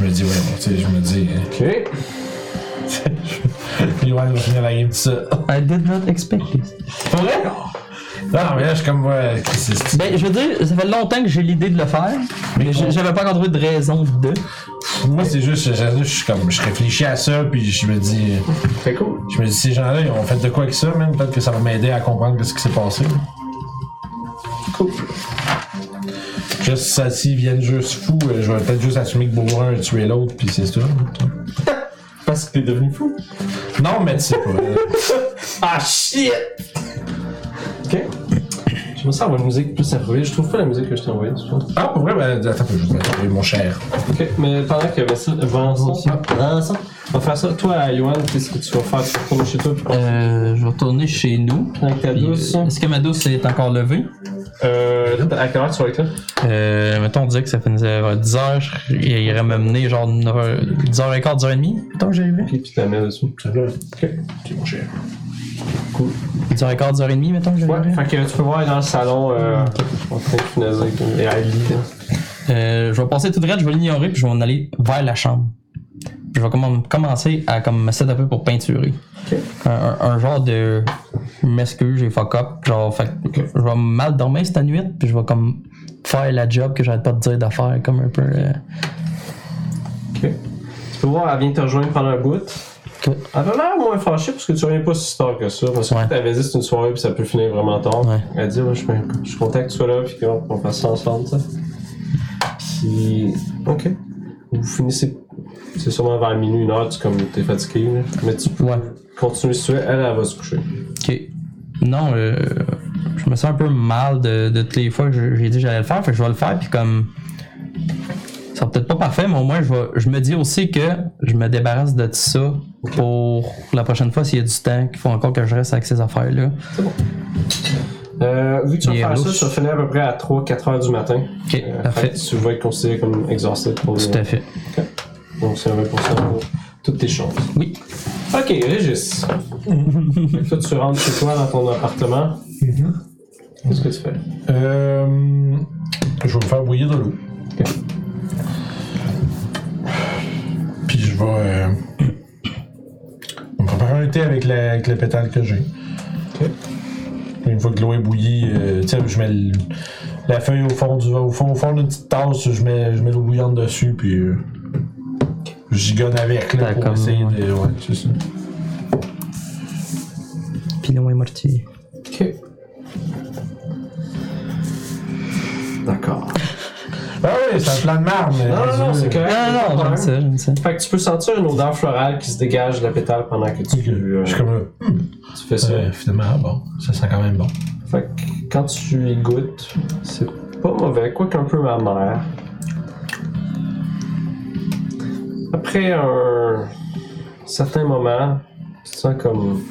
[SPEAKER 1] Je me dis, ouais, bon, tu sais, je me dis. euh,
[SPEAKER 2] Ok.
[SPEAKER 1] Puis ouais, je vais finir la game tout seul.
[SPEAKER 4] I did not expect this.
[SPEAKER 1] Pour vrai? Non, mais là, je suis comme. ouais, c'est- c'est-
[SPEAKER 4] Ben, je veux dire, ça fait longtemps que j'ai l'idée de le faire, mais j'ai- j'avais pas encore trouvé de raison de.
[SPEAKER 1] Moi, c'est juste, je, je suis comme, je réfléchis à ça, puis je me dis,
[SPEAKER 2] Très cool.
[SPEAKER 1] je me dis, ces gens-là, ils ont fait de quoi avec ça, même. Peut-être que ça va m'aider à comprendre ce qui s'est passé.
[SPEAKER 2] Cool.
[SPEAKER 1] Juste, ça, s'ils viennent juste fous, euh, je vais peut-être juste assumer que Bourrin a tué l'autre, puis c'est ça.
[SPEAKER 2] Parce que t'es devenu fou.
[SPEAKER 1] Non, mais tu sais pas. euh,
[SPEAKER 2] Ah shit! Ok. Je me sens avoir une musique plus improvisée. Je trouve pas la musique que je t'ai envoyée, tu vois.
[SPEAKER 1] Ah, pour vrai, ben, attends, je vais trouver mon cher.
[SPEAKER 2] Ok, mais pendant que Vincent, euh, Vincent, Vincent, on va faire ça. Toi, Johan, qu'est-ce que tu vas faire? Tu vas retourner chez toi puis
[SPEAKER 4] Euh, je vais retourner chez nous.
[SPEAKER 2] avec ta
[SPEAKER 4] Puis, euh,
[SPEAKER 2] douce.
[SPEAKER 4] Est-ce que ma douce est encore levée?
[SPEAKER 2] Euh, là, à quelle heure tu vas être là?
[SPEAKER 4] Euh, mettons, on disait que ça finissait vers 10h, il irait me mener genre 10h15, 10h30. Mettons que j'arrivais.
[SPEAKER 2] Ok, puis tu la mets dessus.
[SPEAKER 1] Ça va. Ok. C'est mon cher.
[SPEAKER 4] 10h15, 10h30, mettons que
[SPEAKER 2] Ouais,
[SPEAKER 4] j'arrivais.
[SPEAKER 2] fait que tu peux voir elle est dans le salon, euh, en train de finaliser comme- et elle lit, là.
[SPEAKER 4] Euh, je vais passer tout droit, je vais l'ignorer, puis je vais en aller vers la chambre. Puis Je vais comm- commencer à comme, me setuper pour peinturer. Un, un- un genre de je m'excuse, j'ai fuck up. Genre, fait que je vais mal dormir cette nuit, puis je vais comme faire la job que j'arrête pas de dire d'affaire, comme un peu. euh,
[SPEAKER 2] Ok. Tu peux voir, elle vient te rejoindre pendant un bout.
[SPEAKER 4] Ok.
[SPEAKER 2] Elle a l'air moins fâchée parce que tu reviens pas si tard que ça. Parce que
[SPEAKER 4] Ouais.
[SPEAKER 2] tu avais dit c'est une soirée puis ça peut finir vraiment tard.
[SPEAKER 4] Ouais.
[SPEAKER 2] Elle dit ouais, je, suis- je suis content que tu sois là puis qu'on qu'on fasse ça ensemble. tu sais. Puis. Ok. Vous finissez. C'est sûrement vers minuit, une heure, tu comme t'es fatigué. là. Mais tu peux
[SPEAKER 4] Ouais.
[SPEAKER 2] continuer si tu veux. Elle, elle va se coucher.
[SPEAKER 4] Ok. Non, euh, je me sens un peu mal de, de toutes les fois que je- j'ai dit que j'allais le faire, fait que je vais le faire, puis comme. Ça sera peut-être pas parfait, mais au moins, je, vais- je me dis aussi que je me débarrasse de ça pour la prochaine fois s'il y a du temps, qu'il faut encore que je reste avec ces affaires-là.
[SPEAKER 2] Euh, vu que tu vas
[SPEAKER 4] Il est
[SPEAKER 2] faire ça,
[SPEAKER 4] lousse.
[SPEAKER 2] tu vas finir à peu près à 3-4 heures du matin.
[SPEAKER 4] Ok,
[SPEAKER 2] Euh,
[SPEAKER 4] parfait.
[SPEAKER 2] fait que tu vas être considéré comme exhausté pour le-
[SPEAKER 4] Tout à fait.
[SPEAKER 2] Donc c'est 20% pour toutes tes choses.
[SPEAKER 4] Oui.
[SPEAKER 2] Ok, Régis. Fait que toi, tu rentres chez toi dans ton appartement.
[SPEAKER 4] Mhm.
[SPEAKER 2] Qu'est-ce que tu fais?
[SPEAKER 1] Euh, je vais me faire bouillir de l'eau.
[SPEAKER 2] Ok.
[SPEAKER 1] Puis je vais euh, me préparer un thé avec, la, avec le pétale que j'ai.
[SPEAKER 2] Ok.
[SPEAKER 1] Une fois que l'eau est bouillie, euh, tu sais, je mets le- la feuille au fond du au fond, au fond d'une petite tasse, je mets, je mets l'eau bouillante dessus, puis euh, je gigonne avec là,
[SPEAKER 4] T'as
[SPEAKER 1] pour
[SPEAKER 4] comme-
[SPEAKER 1] essayer de. Ouais, c'est ça.
[SPEAKER 4] Pilon est mortier.
[SPEAKER 2] Ok. D'accord.
[SPEAKER 1] Ah oui, c'est un plan de marre, mais.
[SPEAKER 2] Non, non, non, c'est correct.
[SPEAKER 4] Ah non, non, j'aime ça, j'aime ça.
[SPEAKER 2] Fait que tu peux sentir une odeur florale qui se dégage de la pétale pendant que
[SPEAKER 1] Ok,
[SPEAKER 2] tu, euh,
[SPEAKER 1] Je suis comme là. hum,
[SPEAKER 2] tu fais ça.
[SPEAKER 1] euh, finalement, ah bon, ça sent quand même bon.
[SPEAKER 2] Fait que quand tu y goûtes, c'est pas mauvais, quoique un peu amer. Après un certain moment, tu te sens comme.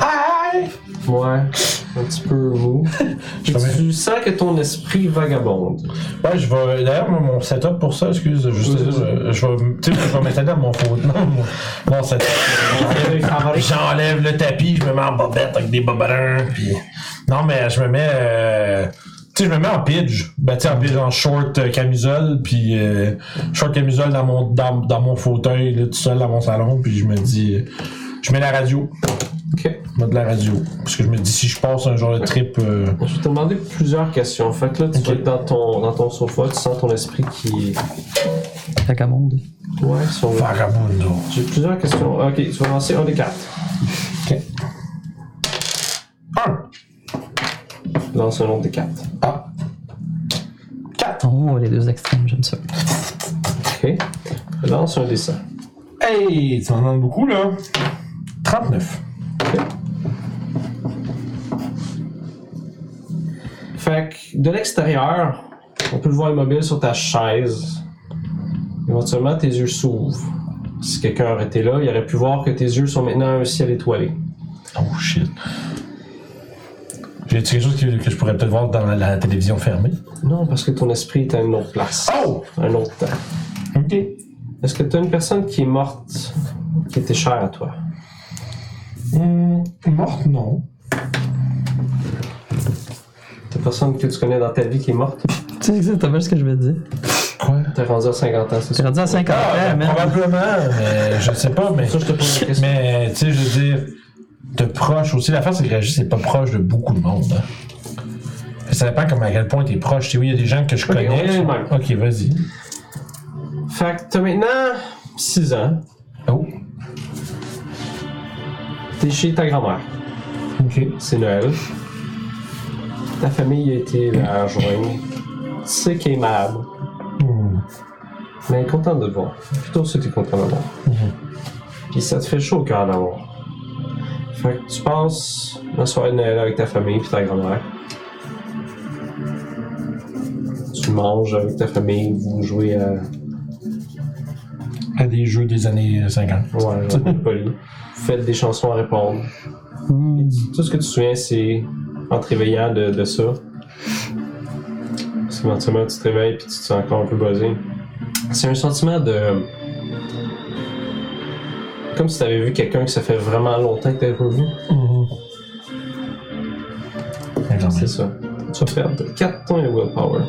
[SPEAKER 2] Hi! Ouais, un petit peu mou. Et
[SPEAKER 1] Je
[SPEAKER 2] tu sens que ton esprit vagabonde.
[SPEAKER 1] Ouais, je vais. D'ailleurs, moi, mon setup pour ça, excuse, juste,
[SPEAKER 2] Oui,
[SPEAKER 1] euh, je vais, tu sais, je vais m'étonner à mon faux. Non, mon, mon setup. J'enlève le tapis, je me mets en bobette avec des bobarins, puis. Non, mais je me mets. euh, Tu sais, je me mets en pidge. Ben, tu sais, en pidge, en short euh, camisole, puis. euh, short camisole dans mon, dans, dans mon fauteuil, là, tout seul, dans mon salon, puis je me dis. euh, Je mets la radio.
[SPEAKER 2] Ok.
[SPEAKER 1] Je mets de la radio. Parce que je me dis, si je passe un genre de trip. euh,
[SPEAKER 2] Je vais te demander plusieurs questions. Fait que là, tu
[SPEAKER 1] Ok.
[SPEAKER 2] vas être dans ton, dans ton sofa, tu sens ton esprit qui.
[SPEAKER 4] Vagabonde.
[SPEAKER 2] Ouais, sur le-
[SPEAKER 1] Vagabundo.
[SPEAKER 2] J'ai plusieurs questions. Ok, tu vas lancer un des quatre.
[SPEAKER 1] Un.
[SPEAKER 2] Lance un autre des quatre.
[SPEAKER 1] Ah. Quatre.
[SPEAKER 4] Oh, les deux extrêmes, j'aime ça.
[SPEAKER 2] Ok. Lance un des cent.
[SPEAKER 1] Hey, tu m'en demandes beaucoup, là. 39.
[SPEAKER 2] Fait que de l'extérieur, on peut le voir immobile sur ta chaise. Éventuellement, tes yeux s'ouvrent. Si quelqu'un aurait été là, il aurait pu voir que tes yeux sont maintenant un ciel étoilé.
[SPEAKER 1] Oh shit. J'ai quelque chose que, que je pourrais peut-être voir dans la, la télévision fermée.
[SPEAKER 2] Non, parce que ton esprit est à une autre place,
[SPEAKER 1] Oh!
[SPEAKER 2] un autre temps.
[SPEAKER 1] Ok.
[SPEAKER 2] Est-ce que tu as une personne qui est morte, qui était chère à toi?
[SPEAKER 1] Hmm, morte, non.
[SPEAKER 2] T'as personne que tu connais dans ta vie qui est morte?
[SPEAKER 4] Tu sais exactement ce que je veux dire.
[SPEAKER 1] Quoi?
[SPEAKER 2] T'es rendu à 50 ans, c'est
[SPEAKER 4] J'ai
[SPEAKER 2] ça?
[SPEAKER 4] rendu à 50 ans,
[SPEAKER 1] Ah, ben,
[SPEAKER 4] man.
[SPEAKER 1] probablement, mais je sais pas, mais.
[SPEAKER 2] Ça, je te pose la question.
[SPEAKER 1] Mais, tu sais, je veux dire, de proche aussi. L'affaire, c'est que Régis, c'est pas proche de beaucoup de monde. hein. Ça dépend comme à quel point t'es proche. Tu sais, oui, il y a des gens que je
[SPEAKER 2] Ok, on
[SPEAKER 1] connais.
[SPEAKER 2] est même.
[SPEAKER 1] ok, vas-y.
[SPEAKER 2] Fait que t'as maintenant 6 ans,
[SPEAKER 1] Oh.
[SPEAKER 2] t'es chez ta grand-mère.
[SPEAKER 1] Ok.
[SPEAKER 2] C'est Noël. Ta famille a été la rejoindre. Tu sais qu'elle est malade,
[SPEAKER 1] Hmm.
[SPEAKER 2] mais elle est contente de te voir. Plutôt si t'es content de la voir.
[SPEAKER 1] Mhm.
[SPEAKER 2] Puis ça te fait chaud au cœur de la voir. Fait que tu passes la soirée de Noël avec ta famille puis ta grand-mère. Tu manges avec ta famille, vous jouez à.
[SPEAKER 1] À des jeux des années 50.
[SPEAKER 2] Ouais, je vais être poli. Vous faites des chansons à répondre.
[SPEAKER 4] Hmm.
[SPEAKER 2] Tout ce que tu te souviens, c'est en te réveillant de, de ça. Parce qu'éventuellement, tu te réveilles puis tu te sens encore un peu buzzé. C'est un sentiment de. Comme si tu avais vu quelqu'un que ça fait vraiment longtemps que tu pas vu.
[SPEAKER 1] Genre,
[SPEAKER 2] C'est ça. Tu vas perdre 4 points de willpower.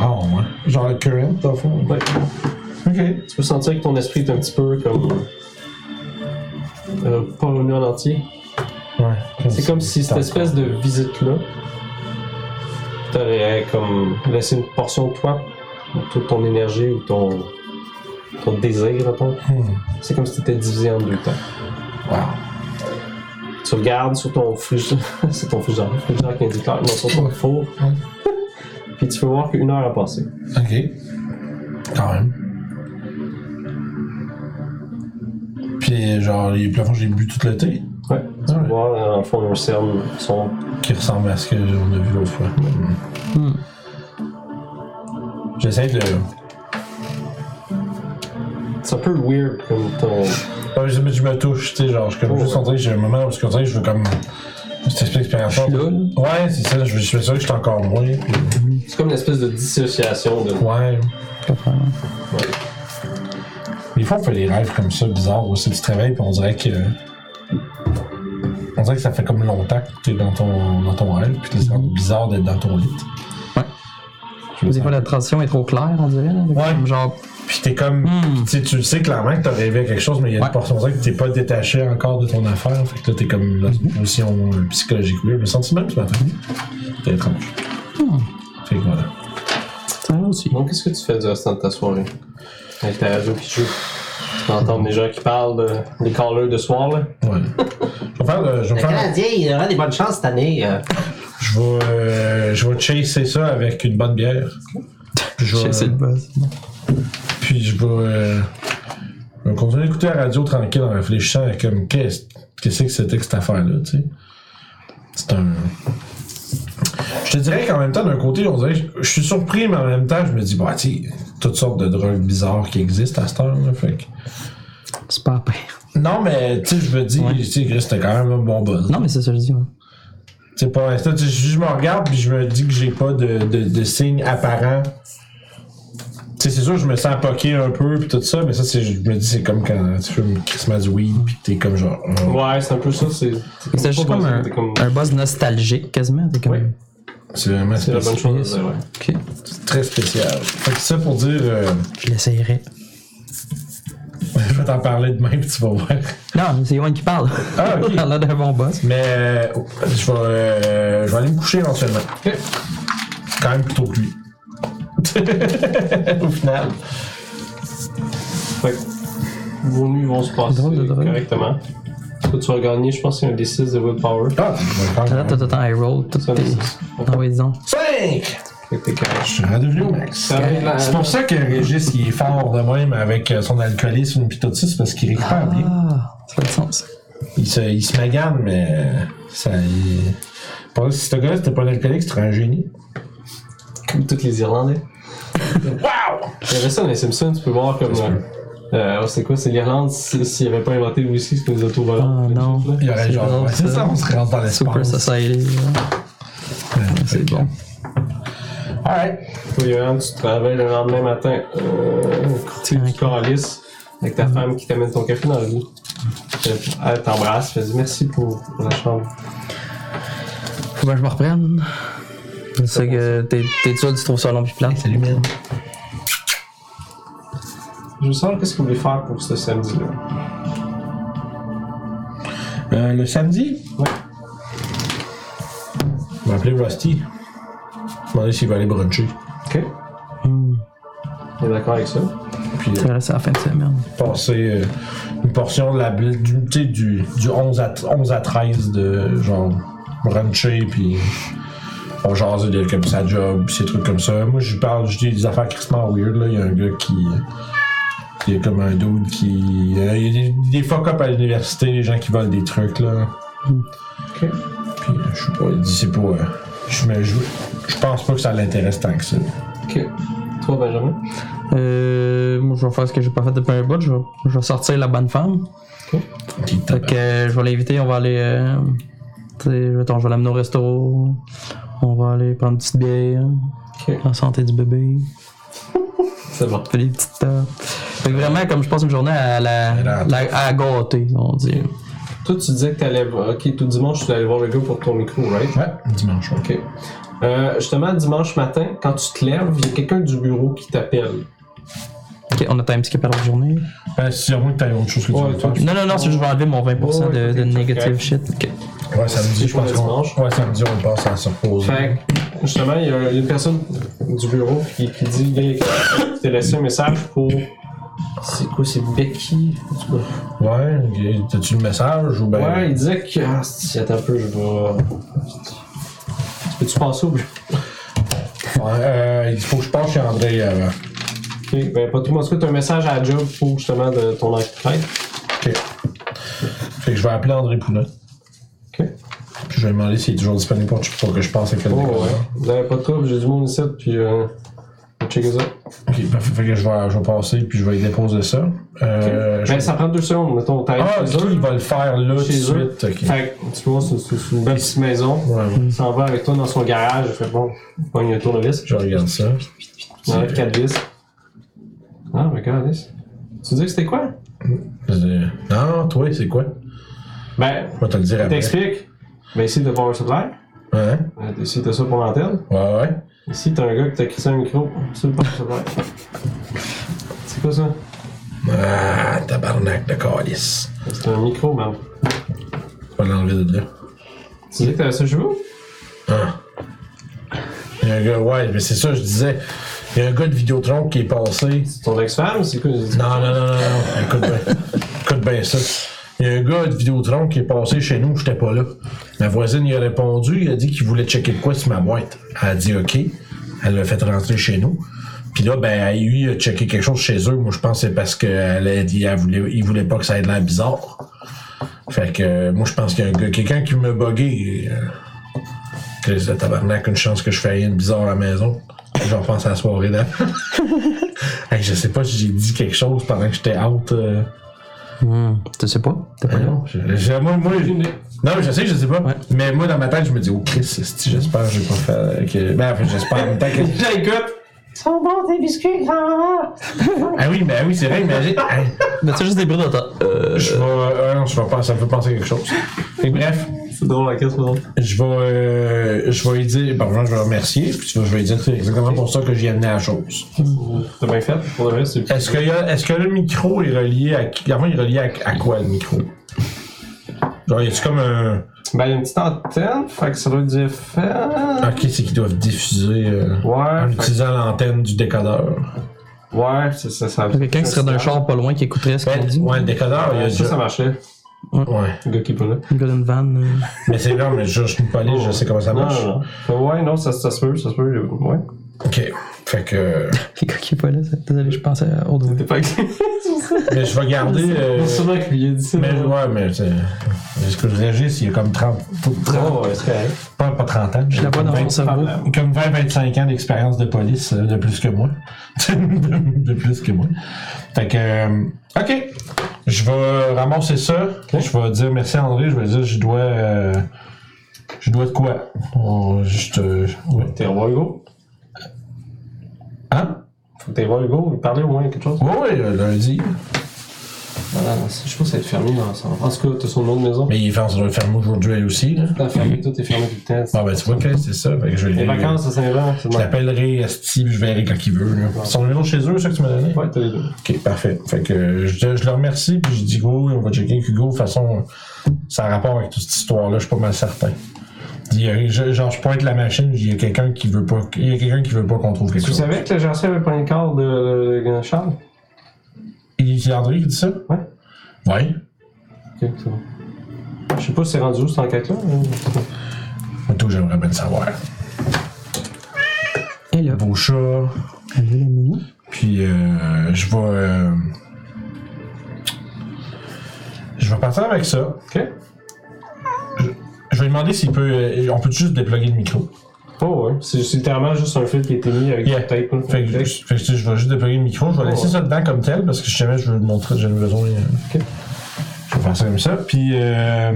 [SPEAKER 1] Ah, ouais. Genre le current, dans le fond.
[SPEAKER 2] Ouais.
[SPEAKER 1] Ok.
[SPEAKER 2] Tu peux sentir que ton esprit est un petit peu comme. euh, pas revenu en entier.
[SPEAKER 1] Ouais.
[SPEAKER 2] C'est comme si cette espèce de visite-là t'aurait comme laissé une portion de toi, de toute ton énergie ou ton, ton désir, mettons.
[SPEAKER 1] Hmm.
[SPEAKER 2] C'est comme si t'étais divisé en deux temps.
[SPEAKER 1] Wow.
[SPEAKER 2] Tu regardes sur ton frigidaire, c'est ton frigidaire, frigidaire qui indique l'heure, non, sur ton four, puis tu peux voir qu'une heure a passé.
[SPEAKER 1] Ok. Quand même. Puis, genre, les plafonds, j'ai bu tout le thé.
[SPEAKER 2] Ouais. Tu peux
[SPEAKER 1] Ouais.
[SPEAKER 2] voir, euh, dans le fond, un cercle, son...
[SPEAKER 1] Qui ressemble à ce qu'on a vu l'autre fois.
[SPEAKER 4] Hmm.
[SPEAKER 1] J'essaie de.
[SPEAKER 2] C'est un peu weird comme ton...
[SPEAKER 1] Ouais, je, Ah, je me touche, tu sais, genre, je suis comme
[SPEAKER 2] Oh,
[SPEAKER 1] juste
[SPEAKER 2] ouais.
[SPEAKER 1] en train, j'ai un moment où je suis comme, je veux comme. Cette expérience.
[SPEAKER 4] Je suis là, là.
[SPEAKER 1] Ouais, c'est ça, je, je suis sûr que je suis encore loin. puis-
[SPEAKER 2] C'est comme une espèce de dissociation de...
[SPEAKER 1] Ouais.
[SPEAKER 4] Vraiment.
[SPEAKER 1] Des fois, on fait des rêves comme ça, bizarres aussi, tu te réveilles, puis on dirait que. On dirait que ça fait comme longtemps que t'es dans ton, dans ton rêve, puis que c'est bizarre d'être dans ton lit.
[SPEAKER 4] Ouais.
[SPEAKER 1] Je me
[SPEAKER 4] Des
[SPEAKER 1] sens-
[SPEAKER 4] fois, la transition est trop claire, on dirait. Là. Comme Genre,
[SPEAKER 1] Puis t'es comme.
[SPEAKER 4] Hmm.
[SPEAKER 1] Tu sais, tu le sais clairement que t'as rêvé à quelque chose, mais il y a une
[SPEAKER 4] Ouais.
[SPEAKER 1] portion, on dirait que t'es pas détaché encore de ton affaire, fait que là, t'es comme dans
[SPEAKER 4] Mhm.
[SPEAKER 1] une position euh, psychologique. Oui, je me sens même ce matin. C'était étrange.
[SPEAKER 4] Hmm.
[SPEAKER 1] Fait que voilà.
[SPEAKER 4] ça aussi.
[SPEAKER 2] Donc, qu'est-ce que tu fais du restant de ta soirée? Avec ta radio qui joue. Tu peux entendre des gens qui parlent, de- des callers de soir, là.
[SPEAKER 1] Ouais. je vais faire. le- Je vais
[SPEAKER 6] Le
[SPEAKER 1] faire.
[SPEAKER 6] Canadien, il aura des bonnes chances cette année. euh.
[SPEAKER 1] Je vais, euh, je vais chasser ça avec une bonne bière. Puis je vais, euh,
[SPEAKER 4] J'ai essayé le buzz.
[SPEAKER 1] puis je vais, euh, je vais continuer d'écouter la radio tranquille en réfléchissant à comme qu'est-ce qu'est-ce que c'était que cette affaire-là, tu sais. C'est un. Je te dirais qu'en même temps, d'un côté, on dirait que je suis surpris, mais en même temps, je me dis, bah, tu sais, toutes sortes de drogues bizarres qui existent à cette heure-là. Fait que-
[SPEAKER 4] C'est pas pire.
[SPEAKER 1] Non, mais tu sais, je me dis, tu sais, Chris, c'était quand même un bon buzz.
[SPEAKER 4] Non, mais c'est ça que je dis. ouais.
[SPEAKER 1] Tu sais, pour l'instant, tu sais, je je me regarde puis je me dis que j'ai pas de, de, de signes apparents. Tu sais, c'est sûr, je me sens poqué un peu puis tout ça, mais ça, c'est, je me dis, c'est comme quand tu fais une Christmas weed puis que t'es comme genre. euh,
[SPEAKER 2] Ouais, c'est un peu ça. C'est
[SPEAKER 4] C'est
[SPEAKER 2] pas
[SPEAKER 4] juste comme
[SPEAKER 2] basé,
[SPEAKER 4] un,
[SPEAKER 2] t'es comme-
[SPEAKER 4] un buzz nostalgique quasiment. t'es Comme...
[SPEAKER 2] Ouais.
[SPEAKER 1] c'est vraiment
[SPEAKER 2] C'est la bonne
[SPEAKER 1] spécial.
[SPEAKER 2] chose. Ouais.
[SPEAKER 4] Ok,
[SPEAKER 1] C'est très spécial. Fait que ça pour dire, euh,
[SPEAKER 4] je l'essayerai.
[SPEAKER 1] je vais t'en parler demain puis tu vas voir.
[SPEAKER 4] Non, c'est Yoann qui parle.
[SPEAKER 1] Ah, ok.
[SPEAKER 4] Il a l'air d'un bon boss.
[SPEAKER 1] Mais euh, je, vais, euh, je vais aller me coucher éventuellement. C'est quand même plutôt que lui. Au final.
[SPEAKER 2] Fait que vos nuits vont se passer
[SPEAKER 4] Drôle de drogue.
[SPEAKER 2] correctement. Toi, tu vas gagner, je pense, c'est un D6 de willpower.
[SPEAKER 1] Ah,
[SPEAKER 4] Là, t'as t'as high roll, tout
[SPEAKER 2] C'est un
[SPEAKER 4] tes.
[SPEAKER 2] D6.
[SPEAKER 4] Ah oui, disons.
[SPEAKER 1] 5!
[SPEAKER 2] Fait que t'es correct.
[SPEAKER 1] Je suis redevenu au max.
[SPEAKER 2] Ça va être la-
[SPEAKER 1] C'est pour ça que Régis, il est fort de même avec euh, son alcoolisme pis tout ça, c'est parce qu'il récupère bien.
[SPEAKER 4] Ah, ça fait du sens.
[SPEAKER 1] Il se, il se magane, mais euh, ça. Il... Pas si ce gars c'était pas un alcoolique, c'était un génie.
[SPEAKER 2] Comme tous les Irlandais.
[SPEAKER 1] Wow!
[SPEAKER 2] Il y avait ça dans les Simpsons, tu peux voir comme.
[SPEAKER 1] Ça se
[SPEAKER 2] euh, Euh, c'est quoi, c'est l'Irlande, si- s'ils n'avaient pas inventé le whisky, c'est comme les autovolants.
[SPEAKER 4] Ah, non.
[SPEAKER 1] Il y aurait
[SPEAKER 4] C'est
[SPEAKER 1] genre.
[SPEAKER 4] drôle,
[SPEAKER 1] ouais, C'est
[SPEAKER 4] ça.
[SPEAKER 1] ça, on se rentre dans
[SPEAKER 4] Super
[SPEAKER 1] l'espace.
[SPEAKER 4] Society. là. C'est bon.
[SPEAKER 1] Alright.
[SPEAKER 2] Toi, Yoann, tu travailles le lendemain matin. Euh, tu du calice avec ta femme qui t'amène ton café dans le lit. Euh, Elle t'embrasse, elle dit merci pour, pour la chambre.
[SPEAKER 4] Faut bien que je me reprenne. Je sais que t'es t'es sûr que tu trouves ça long pis plat.
[SPEAKER 1] Salut, man.
[SPEAKER 2] Je me sens, qu'est-ce que vous voulez faire pour ce samedi-là?
[SPEAKER 1] Euh, le samedi?
[SPEAKER 2] Ouais.
[SPEAKER 1] Je vais appeler Rusty. Je vais s'il va aller bruncher.
[SPEAKER 2] Ok. On est d'accord avec ça?
[SPEAKER 1] Puis
[SPEAKER 4] Hmm,
[SPEAKER 1] euh,
[SPEAKER 4] C'est vrai, c'est la fin de semaine.
[SPEAKER 1] passer euh, une portion de la bl- du, tu sais, du, du 11, à, 11 à 13 de genre bruncher puis on jase de comme sa job pis ces trucs comme ça. Moi je lui parle, je dis des affaires crissement weird là, il y a un gars qui il y a comme un dude qui euh, il y a des, des fuck up à l'université, des gens qui volent des trucs là.
[SPEAKER 2] Ok.
[SPEAKER 1] Puis euh, je sais pas, il dit c'est pas euh, je me je, je pense pas que ça l'intéresse tant que ça.
[SPEAKER 2] Ok. Toi, Benjamin?
[SPEAKER 4] Euh, moi, je vais faire ce que j'ai pas fait depuis un bout. Je vais, je vais sortir la bonne femme.
[SPEAKER 1] Qui
[SPEAKER 4] Fait que euh, je vais l'inviter, on va aller. Euh, tu sais, attends, je vais l'amener au resto. On va aller prendre une petite bière.
[SPEAKER 2] Ok.
[SPEAKER 4] La santé du bébé.
[SPEAKER 2] C'est bon.
[SPEAKER 4] Fait des petites tapes. Fait que vraiment, comme je passe une journée à la,
[SPEAKER 1] là,
[SPEAKER 4] la- à gâter, on dit.
[SPEAKER 2] Toi, tu disais que t'allais. Ok, tout dimanche, tu allais voir le gars pour ton micro, right?
[SPEAKER 1] Ouais, dimanche. ouais.
[SPEAKER 2] OK. Euh, justement, dimanche matin, quand tu te lèves, il y a quelqu'un du bureau qui t'appelle.
[SPEAKER 4] Ok, on a time skip à la journée.
[SPEAKER 1] Ben, si au moins t'as autre chose que tu
[SPEAKER 2] Ouais,
[SPEAKER 1] veux
[SPEAKER 2] toi,
[SPEAKER 1] faire.
[SPEAKER 4] Non, non, non, c'est juste que je vais enlever mon 20%
[SPEAKER 2] Ouais,
[SPEAKER 4] de,
[SPEAKER 2] ouais,
[SPEAKER 4] de
[SPEAKER 2] c'est
[SPEAKER 4] negative
[SPEAKER 2] correct.
[SPEAKER 4] shit. Ok.
[SPEAKER 1] Ouais, samedi,
[SPEAKER 2] C'est
[SPEAKER 1] je pense
[SPEAKER 2] le dimanche.
[SPEAKER 1] qu'on... Ouais, samedi, on passe à se reposer.
[SPEAKER 2] Fait que, justement, il y a il y a une personne du bureau qui, qui dit il y a quelqu'un qui t'a laissé un message pour. C'est quoi, c'est Becky En tout cas.
[SPEAKER 1] Ouais, ok. t'as-tu le message ou ben...
[SPEAKER 2] Ouais, il disait que. Ah, si, attends un peu, je vais. Peux-tu passer au bureau
[SPEAKER 1] Ouais, euh, il faut que je passe chez André euh, avant.
[SPEAKER 2] Ok, ben, pas tout. mais En tout cas, t'as un message à la job pour justement de ton enquête.
[SPEAKER 1] Ok. Fait que je vais appeler André Poulin.
[SPEAKER 2] Ok.
[SPEAKER 1] Puis je vais lui demander s'il est toujours disponible pour, pour que je passe à quel
[SPEAKER 2] Oh,
[SPEAKER 1] décor.
[SPEAKER 2] ouais. Vous avez pas de trouble, j'ai du monde ici, puis. Euh, check ça.
[SPEAKER 1] Ok, parfait. Fait que je vais, je vais passer, puis je vais lui déposer ça. Euh, je-
[SPEAKER 2] Ben, ça prend deux secondes, mettons, t'arrives
[SPEAKER 1] Ah,
[SPEAKER 2] Ben, chez
[SPEAKER 1] ok,
[SPEAKER 2] eux.
[SPEAKER 1] il va le faire là tout de
[SPEAKER 2] Chez eux.
[SPEAKER 1] suite. Ok.
[SPEAKER 2] Fait que, tu vois, c'est- c'est c'est une belle petite maison.
[SPEAKER 1] Ouais, ouais.
[SPEAKER 2] Il s'en va avec toi dans son garage. Il fait bon, pogne un tournevis.
[SPEAKER 1] Je regarde ça.
[SPEAKER 2] Il enlève quatre vis. Ah, mais regarde, vis. Tu dis que c'était quoi?
[SPEAKER 1] Euh, Non, toi, c'est quoi?
[SPEAKER 2] Ben,
[SPEAKER 1] Je vais te le dire après.
[SPEAKER 2] t'expliques. Ben, ici, t'as Power Supply.
[SPEAKER 1] Hein?
[SPEAKER 2] Euh, Ici, t'as ça pour l'antenne.
[SPEAKER 1] Ouais, ouais.
[SPEAKER 2] Ici, t'as un gars qui t'a crissé un micro sur le Power Supply. C'est quoi ça?
[SPEAKER 1] Ah, tabarnak de calice.
[SPEAKER 2] C'est un micro, man.
[SPEAKER 1] Je vais l'enlever de là.
[SPEAKER 2] Tu dis que t'avais ça chez vous?
[SPEAKER 1] Ah. Il y a un gars, ouais, mais c'est ça, je disais. Il y a un gars de Vidéotron qui est passé.
[SPEAKER 2] C'est ton ex-femme? C'est quoi?
[SPEAKER 1] Non, non, non, non, non. Écoute bien. Écoute bien ça. Il y a un gars de Vidéotron qui est passé chez nous, j'étais pas là. Ma voisine y a répondu, il a dit qu'il voulait checker de quoi sur ma boîte. Elle a dit OK. Elle l'a fait rentrer chez nous. Puis là, ben, lui, il a checké quelque chose chez eux. Moi, je pense que c'est parce qu'elle a dit elle voulait, il voulait pas que ça ait de l'air bizarre. Fait que euh, moi, je pense qu'il y a un gars, quelqu'un qui m'a bugué. euh, Chris de tabarnak, une chance que je fais rien de bizarre à la maison. Je repense à la soirée là. je sais pas si j'ai dit quelque chose pendant que j'étais out. euh,
[SPEAKER 4] Hmm, Tu sais pas? T'es pas là?
[SPEAKER 1] non, je- je- moi, moi,
[SPEAKER 2] Aucune idée.
[SPEAKER 1] Non, mais je sais, je sais pas.
[SPEAKER 4] Ouais.
[SPEAKER 1] Mais moi, dans ma tête, je me dis, oh Chris, esti, j'espère que j'ai pas fait. Que... Ben, enfin, j'espère en même temps que.
[SPEAKER 2] J'écoute!
[SPEAKER 1] Ah oui, ben oui, c'est vrai, imagine. Hey,
[SPEAKER 4] Mais tu sais, juste des bruits de ta- Euh,
[SPEAKER 1] Je vais. euh, non, je vais pas, ça me fait penser à quelque chose. Fait que bref,
[SPEAKER 2] C'est drôle, à 15 minutes.
[SPEAKER 1] je vais. euh, je vais lui dire. Par exemple, je vais le remercier, puis je vais lui dire que c'est exactement pour ça que j'y ai amené la chose. Mm.
[SPEAKER 2] T'as bien fait? Pour le reste, c'est.
[SPEAKER 1] Est-ce que, est que le micro est relié à. qui- Avant, il est relié à, à quoi le micro Genre, y a-tu comme un.
[SPEAKER 2] Ben, il y a une petite antenne, fait que ça doit dire fait.
[SPEAKER 1] Ok, c'est qu'ils doivent diffuser euh, en
[SPEAKER 2] Ouais, fait
[SPEAKER 1] utilisant l'antenne du décodeur.
[SPEAKER 2] que- ouais, c'est ça. Euh, ça
[SPEAKER 4] Quelqu'un qui serait d'un char pas loin qui écouterait ce qu'on
[SPEAKER 1] Ben,
[SPEAKER 4] dit.
[SPEAKER 1] ouais, le décodeur, il y a
[SPEAKER 2] Ouais, ça,
[SPEAKER 1] déjà.
[SPEAKER 2] ça marchait.
[SPEAKER 1] Ouais.
[SPEAKER 2] Le gars qui est pas là.
[SPEAKER 4] Le gars d'une vanne. euh.
[SPEAKER 1] Mais c'est vrai, mais je, je suis pas allé,
[SPEAKER 4] Oh.
[SPEAKER 1] je sais comment ça
[SPEAKER 2] Non,
[SPEAKER 1] marche.
[SPEAKER 2] non, non. Oh. Ah. Ouais, non, ça, ça se peut, ça se peut. Ouais.
[SPEAKER 1] Ok. Fait que.
[SPEAKER 4] Le gars qui est pas là, c'est- désolé, je pensais à autre
[SPEAKER 2] T'es pas
[SPEAKER 1] Mais je vais garder. euh,
[SPEAKER 2] sûrement que lui a dit ça.
[SPEAKER 1] mais ouais, mais c'est. Est-ce que je régis, il y a comme 30. 30
[SPEAKER 2] Oh, ouais, c'est correct.
[SPEAKER 1] pas, pas 30 ans.
[SPEAKER 4] Je la vois dans son cerveau.
[SPEAKER 1] Comme 20-25 ans d'expérience de police euh, de plus que moi. de, de plus que moi. Fait que. euh, OK. Je vais ramasser ça. Je vais dire merci à André. Je vais dire je dois. euh, je dois de quoi? On- je te. ouais.
[SPEAKER 2] T'es roi Hugo.
[SPEAKER 1] Hein?
[SPEAKER 2] Faut que t'es roi Hugo. Parlez au moins quelque chose.
[SPEAKER 1] Ouais, ouais, euh, lundi.
[SPEAKER 2] Voilà, je pense que ça va être fermé dans ça. En tout cas, t'as son nom de maison.
[SPEAKER 1] Mais il va se fermer aujourd'hui elle aussi. Là.
[SPEAKER 2] T'as fermé, tout est fermé tout le temps.
[SPEAKER 1] Ah ben tu vois que c'est ça. Fait que je vais
[SPEAKER 2] Les
[SPEAKER 1] le-
[SPEAKER 2] vacances, ça Saint-Jean, c'est
[SPEAKER 1] Je
[SPEAKER 2] bon.
[SPEAKER 1] l'appellerai Esti, puis je verrai quand il veut. Là. Son numéro chez eux, c'est ça que tu m'as donné?
[SPEAKER 2] Ouais, t'as les deux.
[SPEAKER 1] Ok, parfait. Fait que euh, je, je le remercie, puis je dis go, on va checker avec Hugo. De toute façon, ça a rapport avec toute cette histoire-là, je suis pas mal certain. Il y a- je- genre, je pointe la machine, je dis, il y a quelqu'un qui veut pas, il y a quelqu'un qui veut pas qu'on trouve quelque
[SPEAKER 2] Tu
[SPEAKER 1] chose.
[SPEAKER 2] savais que le Jean-Cy avait pas une carte de, de- de Charles?
[SPEAKER 1] Il C'est André qui dit ça?
[SPEAKER 2] Ouais.
[SPEAKER 1] Ouais.
[SPEAKER 2] Ok, c'est bon. Je sais pas si c'est rendu où cette enquête-là. mais-
[SPEAKER 1] Moi, tout, j'aimerais bien le savoir.
[SPEAKER 4] Et là,
[SPEAKER 1] Beau chat.
[SPEAKER 4] allez, la mini.
[SPEAKER 1] Puis euh, je vais. euh, je vais partir avec ça.
[SPEAKER 2] Ok.
[SPEAKER 1] Je vais lui demander s'il peut. euh, on peut juste déploguer le micro.
[SPEAKER 2] Oh ouais, c'est c'est littéralement juste un fil qui a été mis avec
[SPEAKER 1] Yeah.
[SPEAKER 2] du tape. là.
[SPEAKER 1] Fait que,
[SPEAKER 2] Ok.
[SPEAKER 1] fait que, tu sais, je vais juste déploguer le micro. Je vais
[SPEAKER 2] Oh,
[SPEAKER 1] laisser
[SPEAKER 2] ouais.
[SPEAKER 1] ça dedans comme tel parce que si jamais je veux le montrer, j'ai besoin. euh,
[SPEAKER 2] Ok.
[SPEAKER 1] Je vais faire ça comme ça. Puis euh,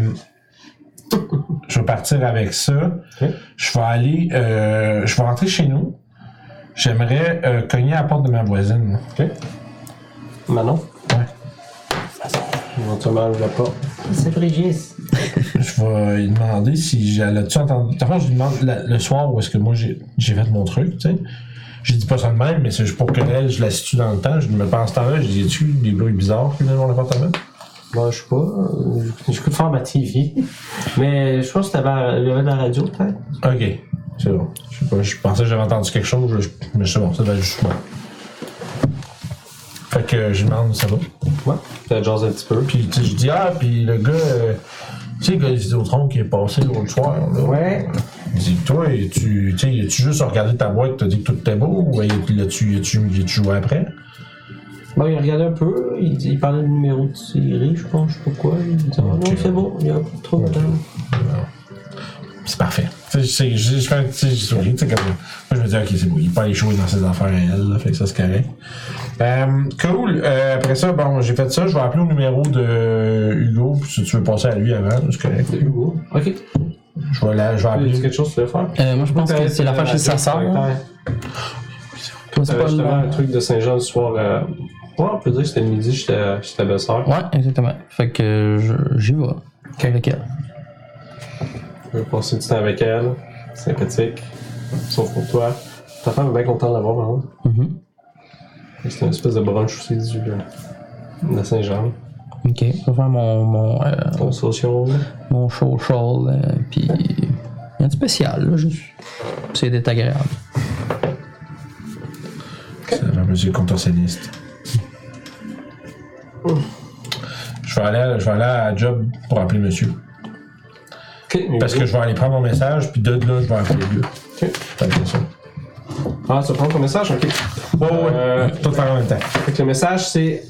[SPEAKER 1] je vais partir avec ça.
[SPEAKER 2] Ok.
[SPEAKER 1] Je vais aller. euh, je vais rentrer chez nous. J'aimerais euh, cogner à la porte de ma voisine.
[SPEAKER 2] Ok. Manon?
[SPEAKER 1] Ouais.
[SPEAKER 2] Éventuellement, je la porte.
[SPEAKER 6] C'est Brigitte.
[SPEAKER 1] Je vais lui demander si j'ai- elle a-tu entendu. D'abord, je lui demande la- le soir où est-ce que moi j'ai j'ai fait mon truc, tu sais. J'ai dit pas ça de même, mais c'est juste pour que elle, je la situe dans le temps. Je me pense ce temps-là, j'ai dit, tu des bruits bizarres qui viennent de mon appartement?
[SPEAKER 2] Moi, Bah, je sais pas. euh, J'écoute fort ma TV. Mais je pense que t'avais il y avait de la radio, peut-être.
[SPEAKER 1] Ok, c'est bon. Je sais pas, je pensais que j'avais entendu quelque chose, je- mais c'est bon, ça va être juste moi. Fait que je lui demande, ça va?
[SPEAKER 2] Ouais. Peut-être jase un petit peu.
[SPEAKER 1] Puis, tu sais, je dis, ah, puis le gars, euh, tu sais, le gars du Vidéotron qui est passé l'autre soir, là.
[SPEAKER 2] Ouais.
[SPEAKER 1] Il dit, toi, et tu tu sais, as-tu juste regardé ta boîte, t'as dit que tout était beau, ou y a- l'as-tu tu joué après?
[SPEAKER 2] Bon, il regardait un peu. Il, dit- il parlait du numéro de série, je pense. Je sais pas quoi. Il dit, Ah,
[SPEAKER 1] Ok.
[SPEAKER 2] non, c'est bon. Il y a pas trop de temps.
[SPEAKER 1] C'est parfait. Tu sais, je sais, je- je fais un petit je souris, tu sais, comme. Moi, je me dis, ok, c'est beau, il est pas allé jouer dans ses affaires à elle, là, fait que ça, c'est correct. Euh, cool. Euh, après ça, bon, j'ai fait ça, je vais appeler au numéro de Hugo, puis si tu veux passer à lui avant, c'est correct.
[SPEAKER 2] C'est Hugo. Ok.
[SPEAKER 1] Je vais, la, je vais
[SPEAKER 2] Ah, il y a
[SPEAKER 1] appeler.
[SPEAKER 2] quelque chose que tu veux faire?
[SPEAKER 4] Euh, moi, je pense que c'est l'affaire chez sa sœur. hein. Moi, c'est
[SPEAKER 2] T'avais Euh,
[SPEAKER 4] pas
[SPEAKER 2] Ah justement un
[SPEAKER 4] le-
[SPEAKER 2] truc de Saint-Jean le soir. euh, Ouais, on peut dire que c'était le midi chez ta chez ta belle-sœur.
[SPEAKER 4] Ouais, exactement. Fait que euh, je- j'y vais. Avec elle.
[SPEAKER 2] Je veux passer du temps avec elle. Sympathique. Sauf pour toi. Ta femme est bien contente de l'avoir, par contre.
[SPEAKER 4] Mhm.
[SPEAKER 2] C'est une espèce de brunch aussi du, euh, de Saint-Jean.
[SPEAKER 4] Ok, je vais faire mon, mon, euh,
[SPEAKER 2] Consortium.
[SPEAKER 4] mon show shawl, euh, puis rien de spécial, là, juste. C'est désagréable.
[SPEAKER 1] C'est la mesure contorsionniste. Je vais, aller, à- je vais aller à la job pour appeler monsieur.
[SPEAKER 2] Ok,
[SPEAKER 1] Parce que je vais aller prendre mon message, puis de là, je vais appeler le gars.
[SPEAKER 2] Ok.
[SPEAKER 1] Fait que c'est ça.
[SPEAKER 2] Ah, tu vas prendre ton message? Ok.
[SPEAKER 1] Ouais, ouais,
[SPEAKER 2] Euh,
[SPEAKER 1] tout faire en même temps.
[SPEAKER 2] Fait que le message, c'est.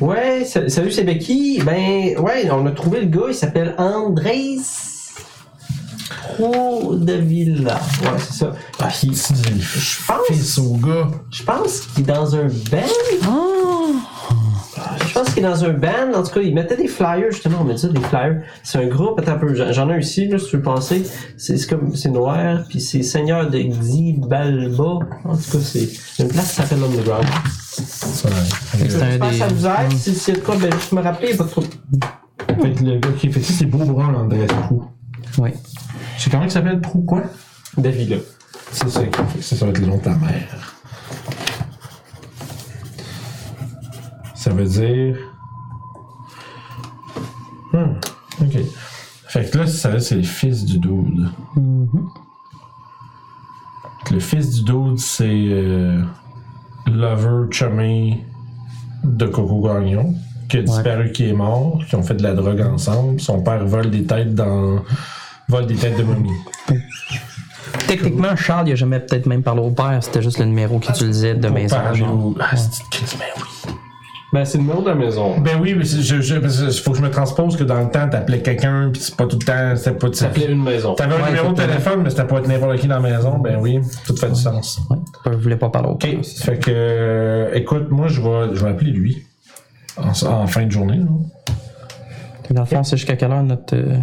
[SPEAKER 6] Ouais, sa- salut, c'est Becky. Ben, ouais, on a trouvé le gars, il s'appelle Andrés Pro de Villa. Ouais, c'est ça. Ah, il-
[SPEAKER 1] Si il
[SPEAKER 6] je pense,
[SPEAKER 1] fils au gars.
[SPEAKER 6] je pense qu'il est dans un band.
[SPEAKER 4] Ah!
[SPEAKER 6] Je pense qu'il est dans un band. En tout cas, il mettait des flyers, justement. On met ça, des flyers. C'est un groupe. Attends un peu. j'en- J'en ai un ici, là, si tu veux penser. C'est c'est comme, c'est noir. Puis c'est Seigneur de Xibalba. En tout cas, c'est une place qui s'appelle Underground.
[SPEAKER 4] C'est un
[SPEAKER 6] J'espère que
[SPEAKER 4] des.
[SPEAKER 6] Ah, ça vous aide. Si c'est le cas, ben, juste me rappeler. Pas trop.
[SPEAKER 2] Fait que le gars qui fait ça, c'est Beau Brun, André Prou.
[SPEAKER 4] Oui.
[SPEAKER 1] C'est comment il s'appelle Prou quoi?
[SPEAKER 2] David, là.
[SPEAKER 1] Ça, c'est, ça, ça va être le nom de ta mère. Ça veut dire. Hmm, ok. Fait que là, ça, c'est le fils du dude. Le fils du dude, c'est. euh, Lover Chummy de Coco Gagnon, qui a disparu, qui est mort, qui ont fait de la drogue ensemble. Son père vole des têtes dans. vole des têtes de momie.
[SPEAKER 4] Techniquement, Charles, il a jamais peut-être même parlé au père, c'était juste le numéro qu'il utilisait de maison.
[SPEAKER 1] Parler
[SPEAKER 4] genre.
[SPEAKER 1] au- Ah, c'est une crise, ben oui.
[SPEAKER 2] Ben, c'est le numéro de la maison.
[SPEAKER 1] Ben oui, mais c'est- je, je, parce que faut que je me transpose que dans le temps, t'appelais quelqu'un, pis c'est pas tout le temps, c'était pas...
[SPEAKER 2] T'appelais une maison.
[SPEAKER 1] T'avais un
[SPEAKER 4] Ouais,
[SPEAKER 1] numéro de
[SPEAKER 4] exactement.
[SPEAKER 1] téléphone, mais c'était pas n'importe qui dans la maison, ben oui, tout fait du sens.
[SPEAKER 4] Ouais. Je voulais pas parler au père.
[SPEAKER 1] Ok, fait que, euh, écoute, moi, je vais, je vais appeler lui. En, en fin de journée, là.
[SPEAKER 4] Dans le fond, c'est jusqu'à quelle heure notre, euh,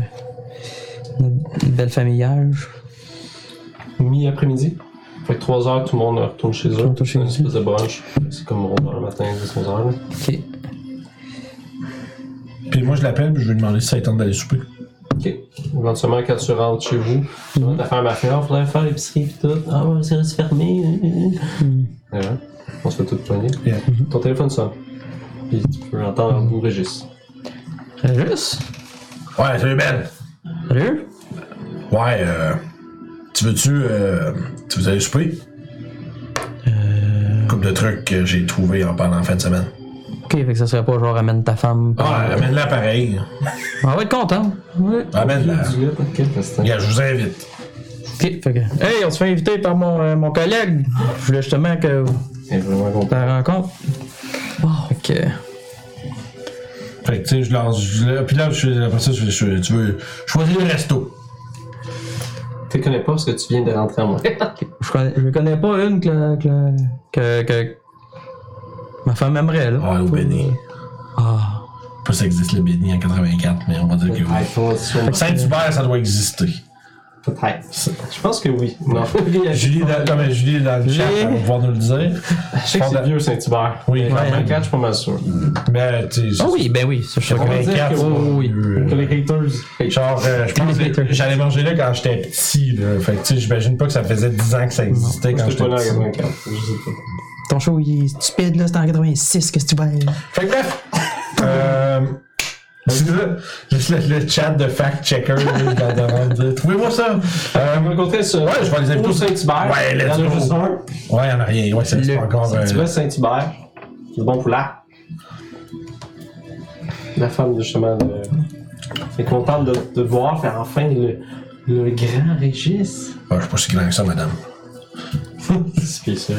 [SPEAKER 4] notre belle familiage?
[SPEAKER 2] Mi-après-midi. Fait que 3 heures, tout le monde retourne chez eux.
[SPEAKER 4] retourne chez
[SPEAKER 2] une
[SPEAKER 4] eux.
[SPEAKER 2] espèce de brunch. C'est comme on le matin, 10-11 heures. là.
[SPEAKER 4] Ok.
[SPEAKER 1] Puis moi, je l'appelle, puis je vais lui demander si ça lui tente d'aller souper.
[SPEAKER 2] Ok. Éventuellement, quand tu rentres chez vous, tu vas faire ma fille, il faudrait faire l'épicerie pis tout. Ah ouais, c'est resté fermé. Ouais, ouais. On se fait tout poigner.
[SPEAKER 1] Yeah.
[SPEAKER 2] Ton téléphone sonne. Puis tu peux entendre un bout Régis.
[SPEAKER 4] Régis?
[SPEAKER 1] Ouais, salut Ben!
[SPEAKER 4] Salut?
[SPEAKER 1] Ouais, euh, tu veux-tu, euh, tu veux aller souper? Euh... Coupe de trucs que j'ai trouvé en pendant la fin de semaine.
[SPEAKER 4] Ok, fait que ça serait pas genre amène ta femme. Ah,
[SPEAKER 1] Ouais, amène-la pareil.
[SPEAKER 4] On va être content. Ouais.
[SPEAKER 1] Amène-la.
[SPEAKER 2] Du gars, t'inquiète, parce que
[SPEAKER 1] Regarde, je vous invite.
[SPEAKER 4] Ok, fait que. Hey, on se fait inviter par mon, euh, mon collègue. Je voulais justement que vous
[SPEAKER 2] t'es vraiment content.
[SPEAKER 4] la rencontre. Oh, ok.
[SPEAKER 1] Fait que, tu sais, je lance. je- là, puis là, je, suis- après ça, je, je- tu veux choisir le resto.
[SPEAKER 2] Tu connais pas parce que tu viens de rentrer à moi.
[SPEAKER 4] Je connais, je connais pas une que, la- que, la- que, que ma femme aimerait, là.
[SPEAKER 1] Ouais, au Béni.
[SPEAKER 4] Ah.
[SPEAKER 1] Pas ça existe le Béni en 84, mais on va dire que oui.
[SPEAKER 2] Peut-être.
[SPEAKER 1] Saint-Hubert, ça doit exister.
[SPEAKER 2] Je pense que oui. Non. Je
[SPEAKER 1] Julie, est dans, non, mais Julie est dans le chat,
[SPEAKER 4] Julie.
[SPEAKER 1] elle va pouvoir nous le dire.
[SPEAKER 2] sais que c'est vieux Saint-Hubert.
[SPEAKER 1] Oui,
[SPEAKER 2] Mais
[SPEAKER 1] quand
[SPEAKER 2] en
[SPEAKER 1] même.
[SPEAKER 2] 24, je suis pas mal sûr.
[SPEAKER 1] Mais, tu sais,
[SPEAKER 4] Ah oui, ben oui, ça, je suis
[SPEAKER 1] On va
[SPEAKER 4] d'accord.
[SPEAKER 1] dire que oui, oui,
[SPEAKER 2] Que les haters.
[SPEAKER 1] c'est- Genre, euh, je pense que j'allais manger là quand j'étais petit, là. Fait que, tu sais, j'imagine pas que ça faisait 10 ans que ça existait quand
[SPEAKER 2] J'étais
[SPEAKER 1] j'étais
[SPEAKER 2] pas là en
[SPEAKER 1] petit.
[SPEAKER 2] 84. Je sais pas.
[SPEAKER 4] Ton show, il est stupide, là, c'est en 86, qu'est-ce que tu vas.
[SPEAKER 1] Fait que bref. euh, c'est ça. Juste le, le chat de fact-checker, là, dans- dans- dans- trouvez-moi ça. Euh,
[SPEAKER 2] On va rencontrer ça.
[SPEAKER 1] Ouais, je vais les inviter
[SPEAKER 2] Au
[SPEAKER 1] au-
[SPEAKER 2] Saint-Hubert.
[SPEAKER 1] Ouais, let's
[SPEAKER 2] Il y en a
[SPEAKER 1] go.
[SPEAKER 2] juste un.
[SPEAKER 1] Ouais, y'en a rien. Ouais, c'est c'est
[SPEAKER 4] Le-
[SPEAKER 1] pas encore. euh,
[SPEAKER 2] Tu vas à Saint-Hubert. C'est bon pour là. La femme, justement, de... est contente de, de voir faire enfin le, le grand Régis.
[SPEAKER 1] ah, je suis pas si grand que ça, madame.
[SPEAKER 2] Puis ça,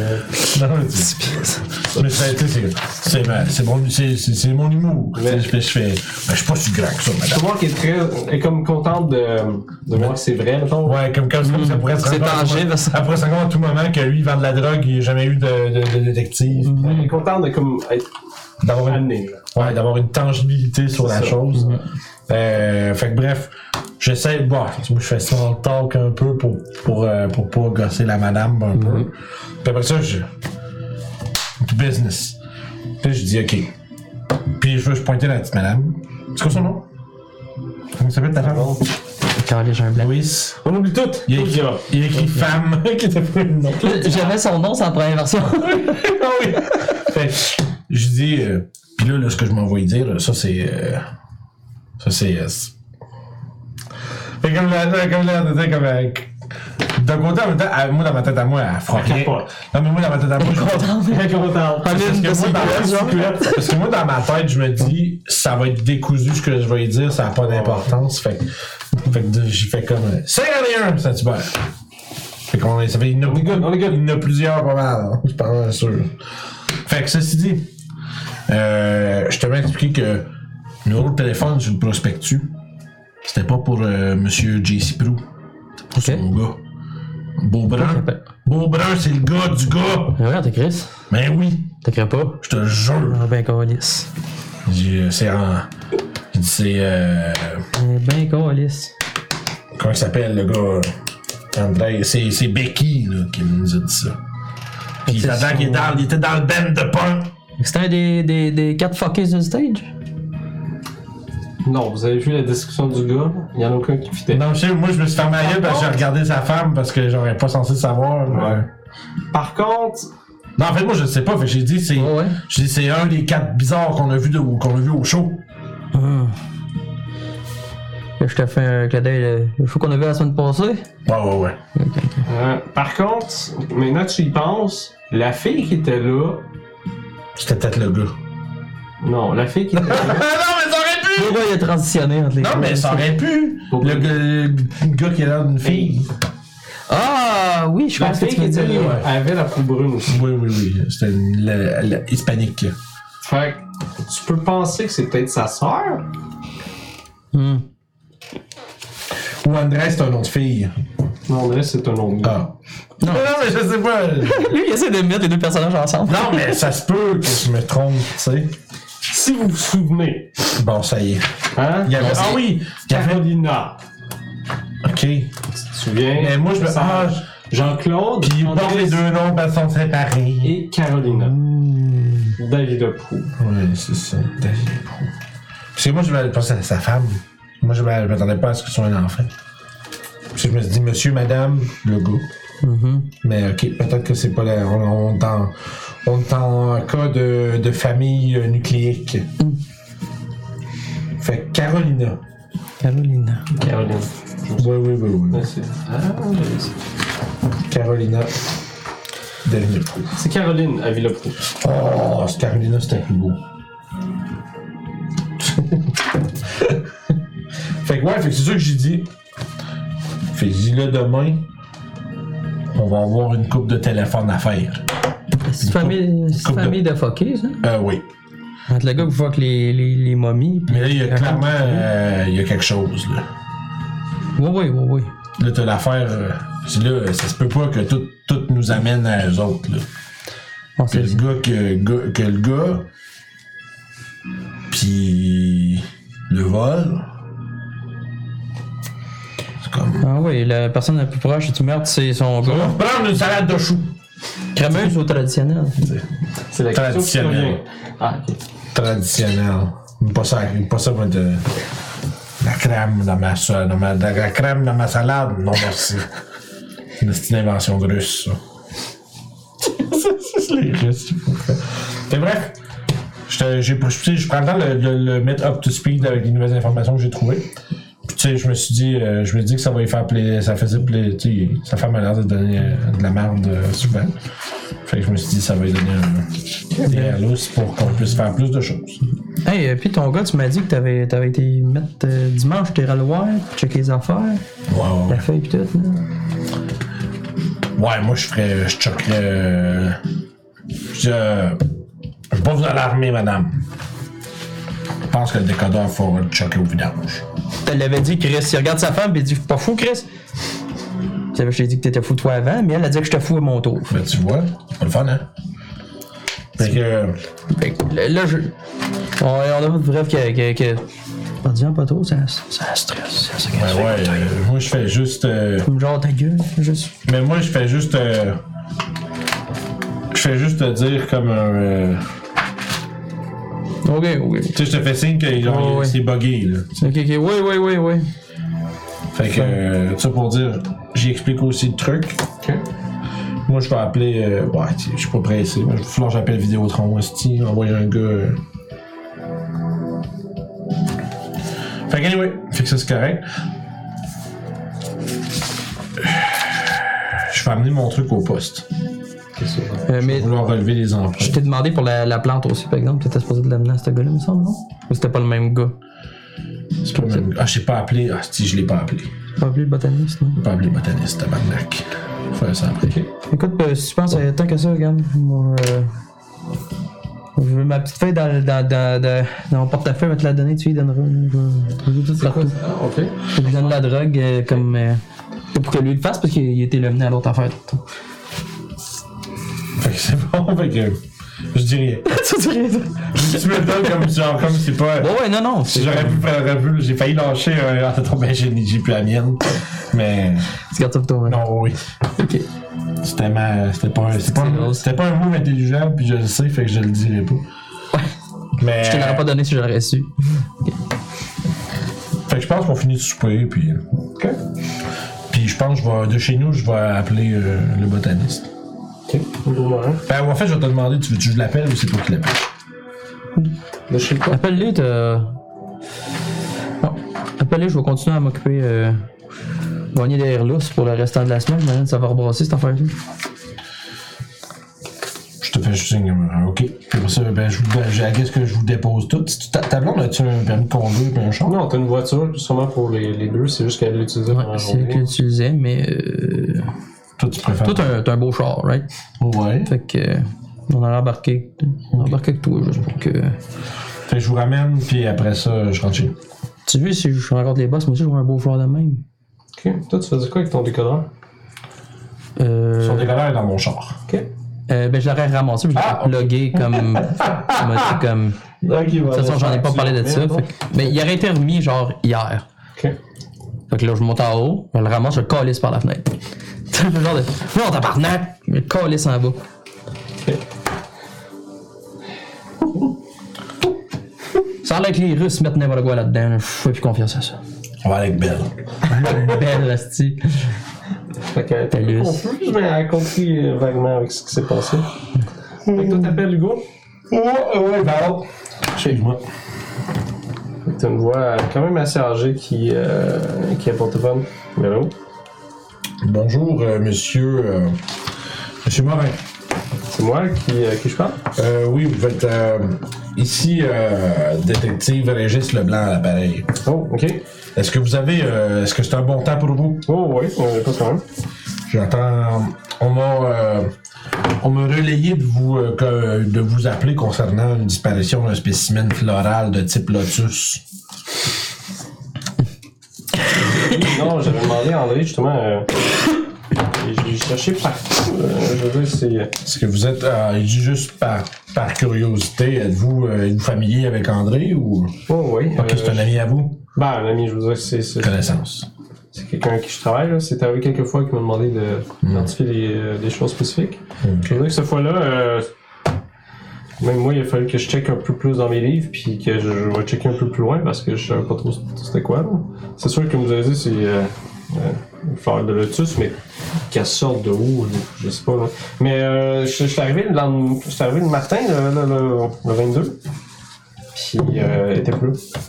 [SPEAKER 1] Non, mais tu- mais c'est- tu sais, c'est- c'est ma- c'est mon, c'est- c'est- c'est mon humour. Tu sais, Je fais, je fais, ben, je suis pas si grand que ça,
[SPEAKER 2] Je
[SPEAKER 1] madame.
[SPEAKER 2] peux voir qu'elle est, très, est comme contente de, de voir que c'est vrai, mettons.
[SPEAKER 1] Ouais, comme comme ça, ça pourrait se
[SPEAKER 4] Hmm. C'est
[SPEAKER 1] rendre compte à tout
[SPEAKER 4] tangible,
[SPEAKER 1] moment-
[SPEAKER 4] ça.
[SPEAKER 1] ça pourrait se rendre compte à tout moment que lui, il vend de la drogue, il n'a jamais eu de, de- de détective.
[SPEAKER 4] Hmm.
[SPEAKER 2] Elle est contente de comme, être
[SPEAKER 1] D'avoir une,
[SPEAKER 2] amenée. là.
[SPEAKER 1] ouais, d'avoir une tangibilité sur la
[SPEAKER 2] ça.
[SPEAKER 1] chose. Euh, fait que bref, j'essaie, bon, tu vois, je fais ça en talk un peu pour, pour, euh, pour pas gosser la madame un peu. Puis après ça, je. du business. Puis je dis, OK. Puis je veux je pointer la petite madame. C'est quoi son nom? Comment ça s'appelle ta femme?
[SPEAKER 4] Carré, j'ai un blanc.
[SPEAKER 1] Louise.
[SPEAKER 2] On oublie tout.
[SPEAKER 1] Il y a écrit, il y a écrit femme qui était pas le nom.
[SPEAKER 4] J'avais son nom, sa première version.
[SPEAKER 1] Ah oui. Fait que je dis, euh, puis là, là, ce que je m'envoie dire, là, ça c'est. euh, ça c'est. euh, c'est- fait comme la. Comme la. Comme la. Comme la d'un côté, en même temps, à- moi dans ma tête à moi, elle froquait.
[SPEAKER 2] capote.
[SPEAKER 1] Non, mais moi dans ma tête à moi, je
[SPEAKER 2] Elle est contente.
[SPEAKER 1] parce que,
[SPEAKER 4] de
[SPEAKER 1] moi,
[SPEAKER 4] ses
[SPEAKER 1] dans ma
[SPEAKER 4] culottes, genre.
[SPEAKER 1] tête, parce que moi, dans ma tête, je me dis, ça va être décousu ce que je vais dire, ça n'a pas d'importance. Fait que, fait que j'y fais comme euh, 51 Saint-Hubert. Fait qu'on est- ça fait, il y en a beaucoup, il y en a plusieurs pas mal, hein, je suis pas mal sûr. Fait que ceci dit, euh, je te mets expliqué que le numéro de téléphone sur le prospectus, c'était pas pour euh, Monsieur JC Prou.
[SPEAKER 4] Ok.
[SPEAKER 1] Mon gars. Beaubrun. Beaubrun, c'est le gars du gars.
[SPEAKER 4] Regarde, t'es Chris.
[SPEAKER 1] Mais oui,
[SPEAKER 4] T'écris pas.
[SPEAKER 1] je te jure.
[SPEAKER 4] Ah ben, câlisse.
[SPEAKER 1] Il dit, euh, c'est en. Il dit, c'est. euh,
[SPEAKER 4] Eh ben, calice.
[SPEAKER 1] comment il s'appelle le gars André, c'est, c'est Becky là, qui nous a dit ça. Puis
[SPEAKER 4] C'est
[SPEAKER 1] pendant
[SPEAKER 4] son-
[SPEAKER 1] qu'il est dans- il était dans le band de punk.
[SPEAKER 4] C'était un des, des, des quatre fuckers du stage?
[SPEAKER 2] Non, vous avez vu la description du gars? Il n'y en a aucun qui fitait.
[SPEAKER 1] Non, je sais, moi je me suis fermé à gueule parce que j'ai regardé sa femme parce que j'aurais pas censé savoir. mais-
[SPEAKER 2] Ouais. Par contre,
[SPEAKER 1] Non, en fait, moi je sais pas. Fait que j'ai dit c'est,
[SPEAKER 4] ouais.
[SPEAKER 1] j'ai dit, c'est un des quatre bizarres qu'on a vu de, qu'on a vu au show.
[SPEAKER 4] Hum. Là, Je te fais un cadet, le, le show qu'on avait la semaine passée.
[SPEAKER 1] Ouais, ouais, ouais.
[SPEAKER 2] euh, par contre, maintenant que tu y penses, la fille qui était là.
[SPEAKER 1] C'était peut-être le gars.
[SPEAKER 2] Non, la fille qui était
[SPEAKER 1] Ah
[SPEAKER 2] là.
[SPEAKER 1] non, mais ça aurait pu!
[SPEAKER 4] Pourquoi il a transitionné entre les
[SPEAKER 1] Non,
[SPEAKER 4] deux?
[SPEAKER 1] mais ça aurait pu!
[SPEAKER 2] Pourquoi?
[SPEAKER 1] Le gars, le gars qui est là d'une fille.
[SPEAKER 4] Ah oui, je
[SPEAKER 2] La
[SPEAKER 4] pense que
[SPEAKER 2] fille
[SPEAKER 4] tu
[SPEAKER 2] qui
[SPEAKER 4] me
[SPEAKER 2] était
[SPEAKER 4] dis.
[SPEAKER 2] là
[SPEAKER 1] ouais.
[SPEAKER 2] avait la peau brune aussi.
[SPEAKER 1] Oui, oui, oui. C'était une- la- la hispanique.
[SPEAKER 2] Fait que tu peux penser que c'est peut-être sa sœur.
[SPEAKER 4] Hum.
[SPEAKER 1] Ou André, c'est un nom de fille.
[SPEAKER 2] Non, on dirait que c'est un autre gars.
[SPEAKER 1] Ah. Non, non, mais je sais pas.
[SPEAKER 4] Lui, il essaie de mettre les deux personnages ensemble.
[SPEAKER 1] Non, mais ça se peut que je me trompe, tu sais.
[SPEAKER 2] Si vous vous souvenez,
[SPEAKER 1] Bon, ça y est.
[SPEAKER 2] hein?
[SPEAKER 1] Il y avait... Ah oui! Il y avait...
[SPEAKER 2] Carolina.
[SPEAKER 1] Ok.
[SPEAKER 2] Tu te souviens?
[SPEAKER 1] Mais moi, je me... Ah, je-
[SPEAKER 2] Jean-Claude.
[SPEAKER 1] Puis
[SPEAKER 2] on
[SPEAKER 1] bon,
[SPEAKER 2] dirait-
[SPEAKER 1] les deux noms ben, sont séparés.
[SPEAKER 2] Et Carolina.
[SPEAKER 1] Hmm.
[SPEAKER 2] David Prou.
[SPEAKER 1] Ouais, c'est ça. David Prou. Parce que moi, je m'attendais pas à sa femme. Moi, je m'attendais pas à ce que ce soit un enfant. Parce que je me suis dit, monsieur, madame, le gars. Mais ok, peut-être que c'est pas la. On, on est en- on est en cas de, de famille euh, nucléique. Fait que Carolina.
[SPEAKER 4] Carolina.
[SPEAKER 2] Carolina.
[SPEAKER 1] Oui, oui, oui, oui.
[SPEAKER 2] Ouais, c'est- Ah, c'est-
[SPEAKER 1] Carolina. David Prou.
[SPEAKER 2] C'est Caroline à Villeprou.
[SPEAKER 1] Oh, c'est Carolina, c'était plus beau. fait que ouais, fait que c'est ça que j'ai dit. Fait que j'ai dit là demain, on va avoir une coupe de téléphone à faire.
[SPEAKER 4] C'est une famille, c'est une
[SPEAKER 1] couple de-
[SPEAKER 4] famille de fuckers, ça.
[SPEAKER 1] Euh oui.
[SPEAKER 4] Entre le gars qui fuck les, les, les momies. Pis...
[SPEAKER 1] Mais là, il y a clairement euh, il y a quelque chose là.
[SPEAKER 4] Oui, oui, oui, oui.
[SPEAKER 1] Là, t'as l'affaire. euh, c'est là, ça se peut pas que tout, tout nous amène à eux autres. Là.
[SPEAKER 4] On
[SPEAKER 1] Que
[SPEAKER 4] sait
[SPEAKER 1] le gars que, gars- que le gars. Puis le vol. C'est comme.
[SPEAKER 4] Ah oui, la personne la plus proche du meurtre, c'est son
[SPEAKER 1] On va
[SPEAKER 4] gars.
[SPEAKER 1] prendre une salade de choux.
[SPEAKER 4] Crémeuse ou traditionnelle?
[SPEAKER 2] C'est la question qui
[SPEAKER 1] Traditionnel.
[SPEAKER 2] revient. Ah, ok.
[SPEAKER 1] Traditionnelle. Pas ça, pas ça, moi, de. La crème dans ma, sa- dans ma- de la crème dans ma salade. Non, merci. C'est une invention de russe, ça. c'est les Russes qui font ça. Mais bref, je, te- j'ai- je- tu sais, je prends le temps de de le mettre up to speed avec les nouvelles informations que j'ai trouvées. Puis, tu sais, je me suis dit, euh, je me dis que ça va lui faire plaisir. Ça faisait plaisir. Tu sais, sa femme a l'air de donner euh, de la merde euh, souvent. Fait que je me suis dit, ça va lui donner un. Des halos pour qu'on puisse faire plus de choses.
[SPEAKER 4] Hey, euh, puis ton gars, tu m'as dit que t'avais, t'avais été mettre euh, dimanche, t'es allé le voir, pour checker les affaires,
[SPEAKER 1] Ouais, ouais, ouais.
[SPEAKER 4] la feuille pis tout, là.
[SPEAKER 1] Ouais, moi, je ferais. Je choquerais. euh, je. Je vais pas vous alarmer, madame. Je pense que le décodeur faut le choquer au vidange.
[SPEAKER 4] Elle l'avait dit, Chris. Il regarde sa femme et il dit Je suis pas fou, Chris. Tu savais, je t'ai dit que t'étais fou toi avant, mais elle a dit que j'étais fou à mon tour.
[SPEAKER 1] Ben, tu vois, c'est pas le fun, hein? Fait que.
[SPEAKER 4] Fait que là, là, je. On, on a votre bref que. que, que... Pas de gens, pas trop, ça, ça stresse. Ça, ça
[SPEAKER 1] Ben
[SPEAKER 4] casse.
[SPEAKER 1] ouais, euh, moi, je fais juste. euh,
[SPEAKER 4] Comme genre ta gueule, juste.
[SPEAKER 1] Mais moi, je fais juste. euh, Je fais juste te dire comme un. euh,
[SPEAKER 4] Ok, ok.
[SPEAKER 1] Tu sais, je te fais signe que genre,
[SPEAKER 4] Ouais, ouais.
[SPEAKER 1] c'est bugué, là.
[SPEAKER 4] Ok, ok, oui, oui, oui, oui.
[SPEAKER 1] Fait que, euh, ça pour dire, j'y explique aussi le truc.
[SPEAKER 2] Ok.
[SPEAKER 1] Moi, je vais appeler. Euh, ouais, tu sais, je suis pas pressé. mais Il va falloir que j'appelle Vidéotron aussi. Envoyer un gars. euh. Fait que, anyway, fait que ça, c'est correct. Je vais amener mon truc au poste.
[SPEAKER 4] Euh, mais
[SPEAKER 1] Je vais vouloir relever les empreintes.
[SPEAKER 4] je t'ai demandé pour la, la plante aussi, par exemple. T'étais supposé de l'amener à ce gars-là, me semble, non Ou c'était pas le même gars
[SPEAKER 1] C'est pas même- Ah, je l'ai pas appelé. Ah, si, je l'ai pas appelé.
[SPEAKER 4] Pas plus le botaniste, non
[SPEAKER 1] J'ai pas appelé le botaniste, tabarnak. Faire ça après.
[SPEAKER 4] Écoute, euh, si tu penses, euh, tant que ça, regarde, moi, euh, je veux ma petite feuille dans, dans, dans, dans, dans mon portefeuille, je vais te la donner, tu lui donneras. là. Je vais- je vais tout partout.
[SPEAKER 2] Ah, ok.
[SPEAKER 4] Je lui donne la drogue euh, comme. euh, pour que lui le fasse, parce qu'il il était le mené à l'autre affaire. tout le temps.
[SPEAKER 1] Fait que c'est bon. Fait que. Je dis rien.
[SPEAKER 4] tu dis rien. toi.
[SPEAKER 1] tu me le donnes comme genre comme c'est pas.
[SPEAKER 4] Ouais, ouais, non, non.
[SPEAKER 1] Si
[SPEAKER 4] C'est
[SPEAKER 1] j'aurais pu faire vu, j'ai failli lâcher un en trop ben j'ai j'ai plus la mienne. Mais
[SPEAKER 4] c'est garde ça pour toi, hein.
[SPEAKER 1] non, oui.
[SPEAKER 4] Ok.
[SPEAKER 1] C'était ma. C'était pas un. C'était pas, un-
[SPEAKER 4] drôle.
[SPEAKER 1] c'était pas un move intelligent, puis je le sais, fait que je le dirai pas. Mais.
[SPEAKER 4] Je te l'aurais pas donné si je l'aurais su.
[SPEAKER 1] Fait que je pense qu'on finit de souper, puis.
[SPEAKER 2] Ok.
[SPEAKER 1] Puis je pense que je vais, de chez nous, je vais appeler euh, le botaniste.
[SPEAKER 2] Ok, un gros moment.
[SPEAKER 1] Ben, en fait, je vais te demander, tu veux que je l'appelle ou c'est toi qui l'appelle?
[SPEAKER 2] De chez quoi
[SPEAKER 4] Appelle-le, t'as. Bon. Appelle-le, je vais continuer à m'occuper. Euh... Gagner derrière l'ours pour le restant de la semaine. J'imagine que ça va rebrasser cette affaire-là.
[SPEAKER 1] Je te fais juste signe comme un OK. Puis pour ça, ben, je vous, ben, je- I guess que je vous dépose tout. Si tu- Ta, ta blonde, as-tu un permis de conduire puis un char?
[SPEAKER 2] Non, t'as une voiture, sûrement pour les, les deux, c'est juste qu'elle l'utilisait pendant la
[SPEAKER 4] Ouais, c'est elle qui
[SPEAKER 2] journée.
[SPEAKER 4] l'utilisait, mais. Euh...
[SPEAKER 1] Toi, tu préfères.
[SPEAKER 4] Toi, t'as un, t'as un beau char, right?
[SPEAKER 1] Ouais.
[SPEAKER 4] Fait que. euh, On a embarqué. On a embarqué avec toi, juste pour que.
[SPEAKER 1] Fait que je vous ramène, puis après ça, je rentre chez nous.
[SPEAKER 4] Tu veux, si je rencontre les boss, moi aussi, je vois un beau char de même.
[SPEAKER 2] Ok, toi tu faisais quoi avec ton décodeur
[SPEAKER 4] Euh,
[SPEAKER 1] Son décolleur est dans mon char.
[SPEAKER 2] Ok.
[SPEAKER 4] euh, ben, je l'aurais ramassé, puis je l'aurais
[SPEAKER 1] Ah, ok.
[SPEAKER 4] plugué comme. comme, comme...
[SPEAKER 2] Ok,
[SPEAKER 4] De toute façon, j'en ai pas parlé de ça. fait que- Mais il aurait été remis, genre, hier.
[SPEAKER 2] Ok.
[SPEAKER 4] Fait que là, je monte en haut, je le ramasse, je le calisse par la fenêtre. C'est le genre de. Non, tabarnak! Je le calisse en bas. Ça a l'air que les Russes mettent n'importe quoi là-dedans. là. Je fais plus confiance à ça.
[SPEAKER 1] On va aller avec Belle.
[SPEAKER 4] Belle, asti.
[SPEAKER 2] Fait qu'elle était un peu
[SPEAKER 4] Talus.
[SPEAKER 2] confuse, mais elle a compris euh, vaguement avec ce qui s'est passé. Fait que toi t'appelles Hugo.
[SPEAKER 1] Ouais, ouais, pardon. Excuse-moi.
[SPEAKER 2] Fait que t'as une voix euh, quand même assez âgée qui, euh, qui est pour téléphone. Hello.
[SPEAKER 1] Bonjour, euh, monsieur. euh, monsieur Morin.
[SPEAKER 2] C'est moi qui, euh, qui je parle.
[SPEAKER 1] Euh, oui, vous êtes euh, ici, euh, détective Régis Leblanc à l'appareil.
[SPEAKER 2] Oh, ok.
[SPEAKER 1] Est-ce que vous avez. euh, Est-ce que c'est un bon temps pour vous?
[SPEAKER 2] Oh, oui, on est pas quand même.
[SPEAKER 1] J'entends. On m'a. euh, on m'a relayé de vous, euh, que- de vous appeler concernant une disparition d'un spécimen floral de type lotus.
[SPEAKER 2] Non, j'avais demandé à André justement. Euh, et j'ai cherché partout. euh, je veux dire, c'est.
[SPEAKER 1] Est-ce que vous êtes. euh, juste par, par curiosité, êtes-vous euh, êtes-vous familier avec André ou.
[SPEAKER 2] Oh, oui.
[SPEAKER 1] Ok,
[SPEAKER 2] euh,
[SPEAKER 1] c'est un ami à vous?
[SPEAKER 2] Ben, un ami, je veux dire, c'est. c'est-
[SPEAKER 1] Connaissance.
[SPEAKER 2] C'est quelqu'un avec qui je travaille. là. C'est arrivé quelques fois qu'il m'a demandé de- d'identifier des, euh, des choses spécifiques. Je veux dire que cette fois-là, euh, même moi, il a fallu que je check un peu plus dans mes livres, puis que je, je vais checker un peu plus loin parce que je savais pas trop c'était quoi. là. C'est sûr que comme vous avez dit, c'est euh, euh, une fleur de lotus, mais qu'elle sorte de où, je- je sais pas. là. Mais euh, je, je suis arrivé le lendem- je suis arrivé le matin, le, le- le- le 22, puis euh, elle était plus là.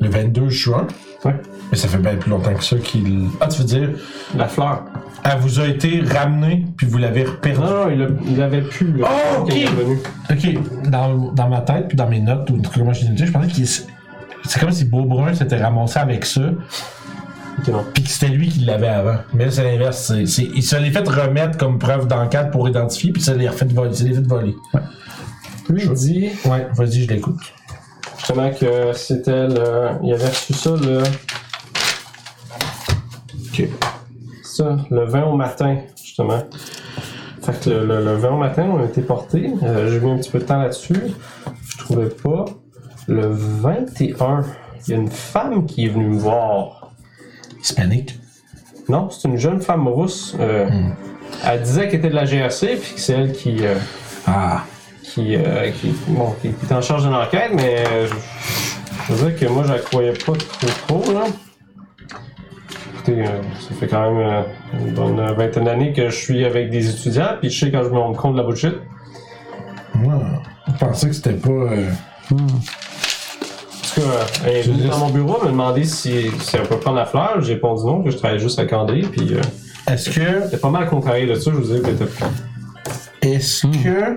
[SPEAKER 1] Le 22 juin?
[SPEAKER 2] Ouais.
[SPEAKER 1] Mais ça fait bien plus longtemps que ça qu'il. Ah, tu veux dire,
[SPEAKER 2] La fleur.
[SPEAKER 1] elle vous a été ramenée, puis vous l'avez
[SPEAKER 2] Non,
[SPEAKER 1] reperdue?
[SPEAKER 2] non, il, a- il avait pu. là,
[SPEAKER 1] Oh,
[SPEAKER 2] quand il est
[SPEAKER 1] ok.
[SPEAKER 2] revenu.
[SPEAKER 1] Ok, dans, dans ma tête, puis dans mes notes, ou en tout cas, comment je l'ai noté, je pensais qu'il. C'est comme si Beaubrun s'était ramassé avec ça,
[SPEAKER 2] Ok, non.
[SPEAKER 1] puis que c'était lui qui l'avait avant. Mais là, c'est l'inverse. c'est- c'est- Il se l'est fait remettre comme preuve d'enquête pour identifier, puis ça l'est refait voler. il se l'est fait voler.
[SPEAKER 2] Lui, il dit
[SPEAKER 1] Ouais, vas-y, je l'écoute.
[SPEAKER 2] justement que c'était le. Il avait reçu ça le.
[SPEAKER 1] Ok.
[SPEAKER 2] Ça, le 20 au matin, justement. Fait que le, le- le 20 au matin, on a été porté. Euh, J'ai mis un petit peu de temps là-dessus. Je trouvais pas. Le 21, il y a une femme qui est venue me voir.
[SPEAKER 1] Hispanique.
[SPEAKER 2] Non, c'est une jeune femme rousse. euh, Elle disait qu'elle était de la GRC, puis que c'est elle qui. euh,
[SPEAKER 1] Ah.
[SPEAKER 2] qui, euh, qui, bon, qui, qui est en charge de l'enquête, mais euh, je, je veux dire que moi, je la croyais pas trop trop, là. Écoutez, euh, ça fait quand même euh, une bonne vingtaine d'années que je suis avec des étudiants, puis je sais quand je me rends compte de la bullshit.
[SPEAKER 1] Moi, je pensais que c'était pas. euh,
[SPEAKER 2] En tout cas, elle est venue dans mon bureau me demander si, si on peut prendre la fleur. J'ai répondu non, que je travaillais juste à Candé, puis euh,
[SPEAKER 1] Est-ce que.
[SPEAKER 2] j'étais pas mal contrarié là-dessus. Je vous disais que t'étais-
[SPEAKER 1] Est-ce que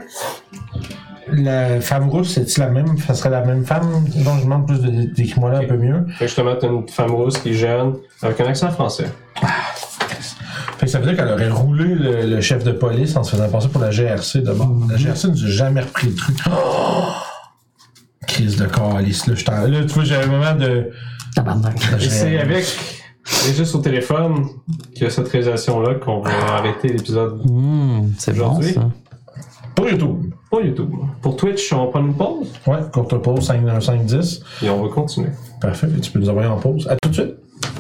[SPEAKER 1] la femme rousse, c'est-tu la même? Ça serait la même femme? Non, je demande plus de de- décris-moi là un peu mieux.
[SPEAKER 2] Fait que justement, t'as une femme rousse qui est jeune, avec un accent français.
[SPEAKER 1] Fait que ça veut dire qu'elle aurait roulé le, le chef de police en se faisant passer pour la GRC de bord. La GRC nous a jamais repris le truc. Mhm. Oh! Crise de calice, là, je t'en- Là, tu vois, j'ai un moment de.
[SPEAKER 4] Tabarnak.
[SPEAKER 2] Et
[SPEAKER 1] Euh,
[SPEAKER 2] c'est avec Régis au téléphone qu'il y a cette réalisation-là qu'on va arrêter l'épisode.
[SPEAKER 4] Hum, c'est bon,
[SPEAKER 2] Aujourd'hui?
[SPEAKER 4] ça.
[SPEAKER 1] Pour YouTube.
[SPEAKER 2] Pour YouTube. Pour Twitch, on prend une pause
[SPEAKER 1] Ouais, courte pause, 5, 5 10.
[SPEAKER 2] et on va continuer.
[SPEAKER 1] Parfait, tu peux nous envoyer en pause. À tout de suite.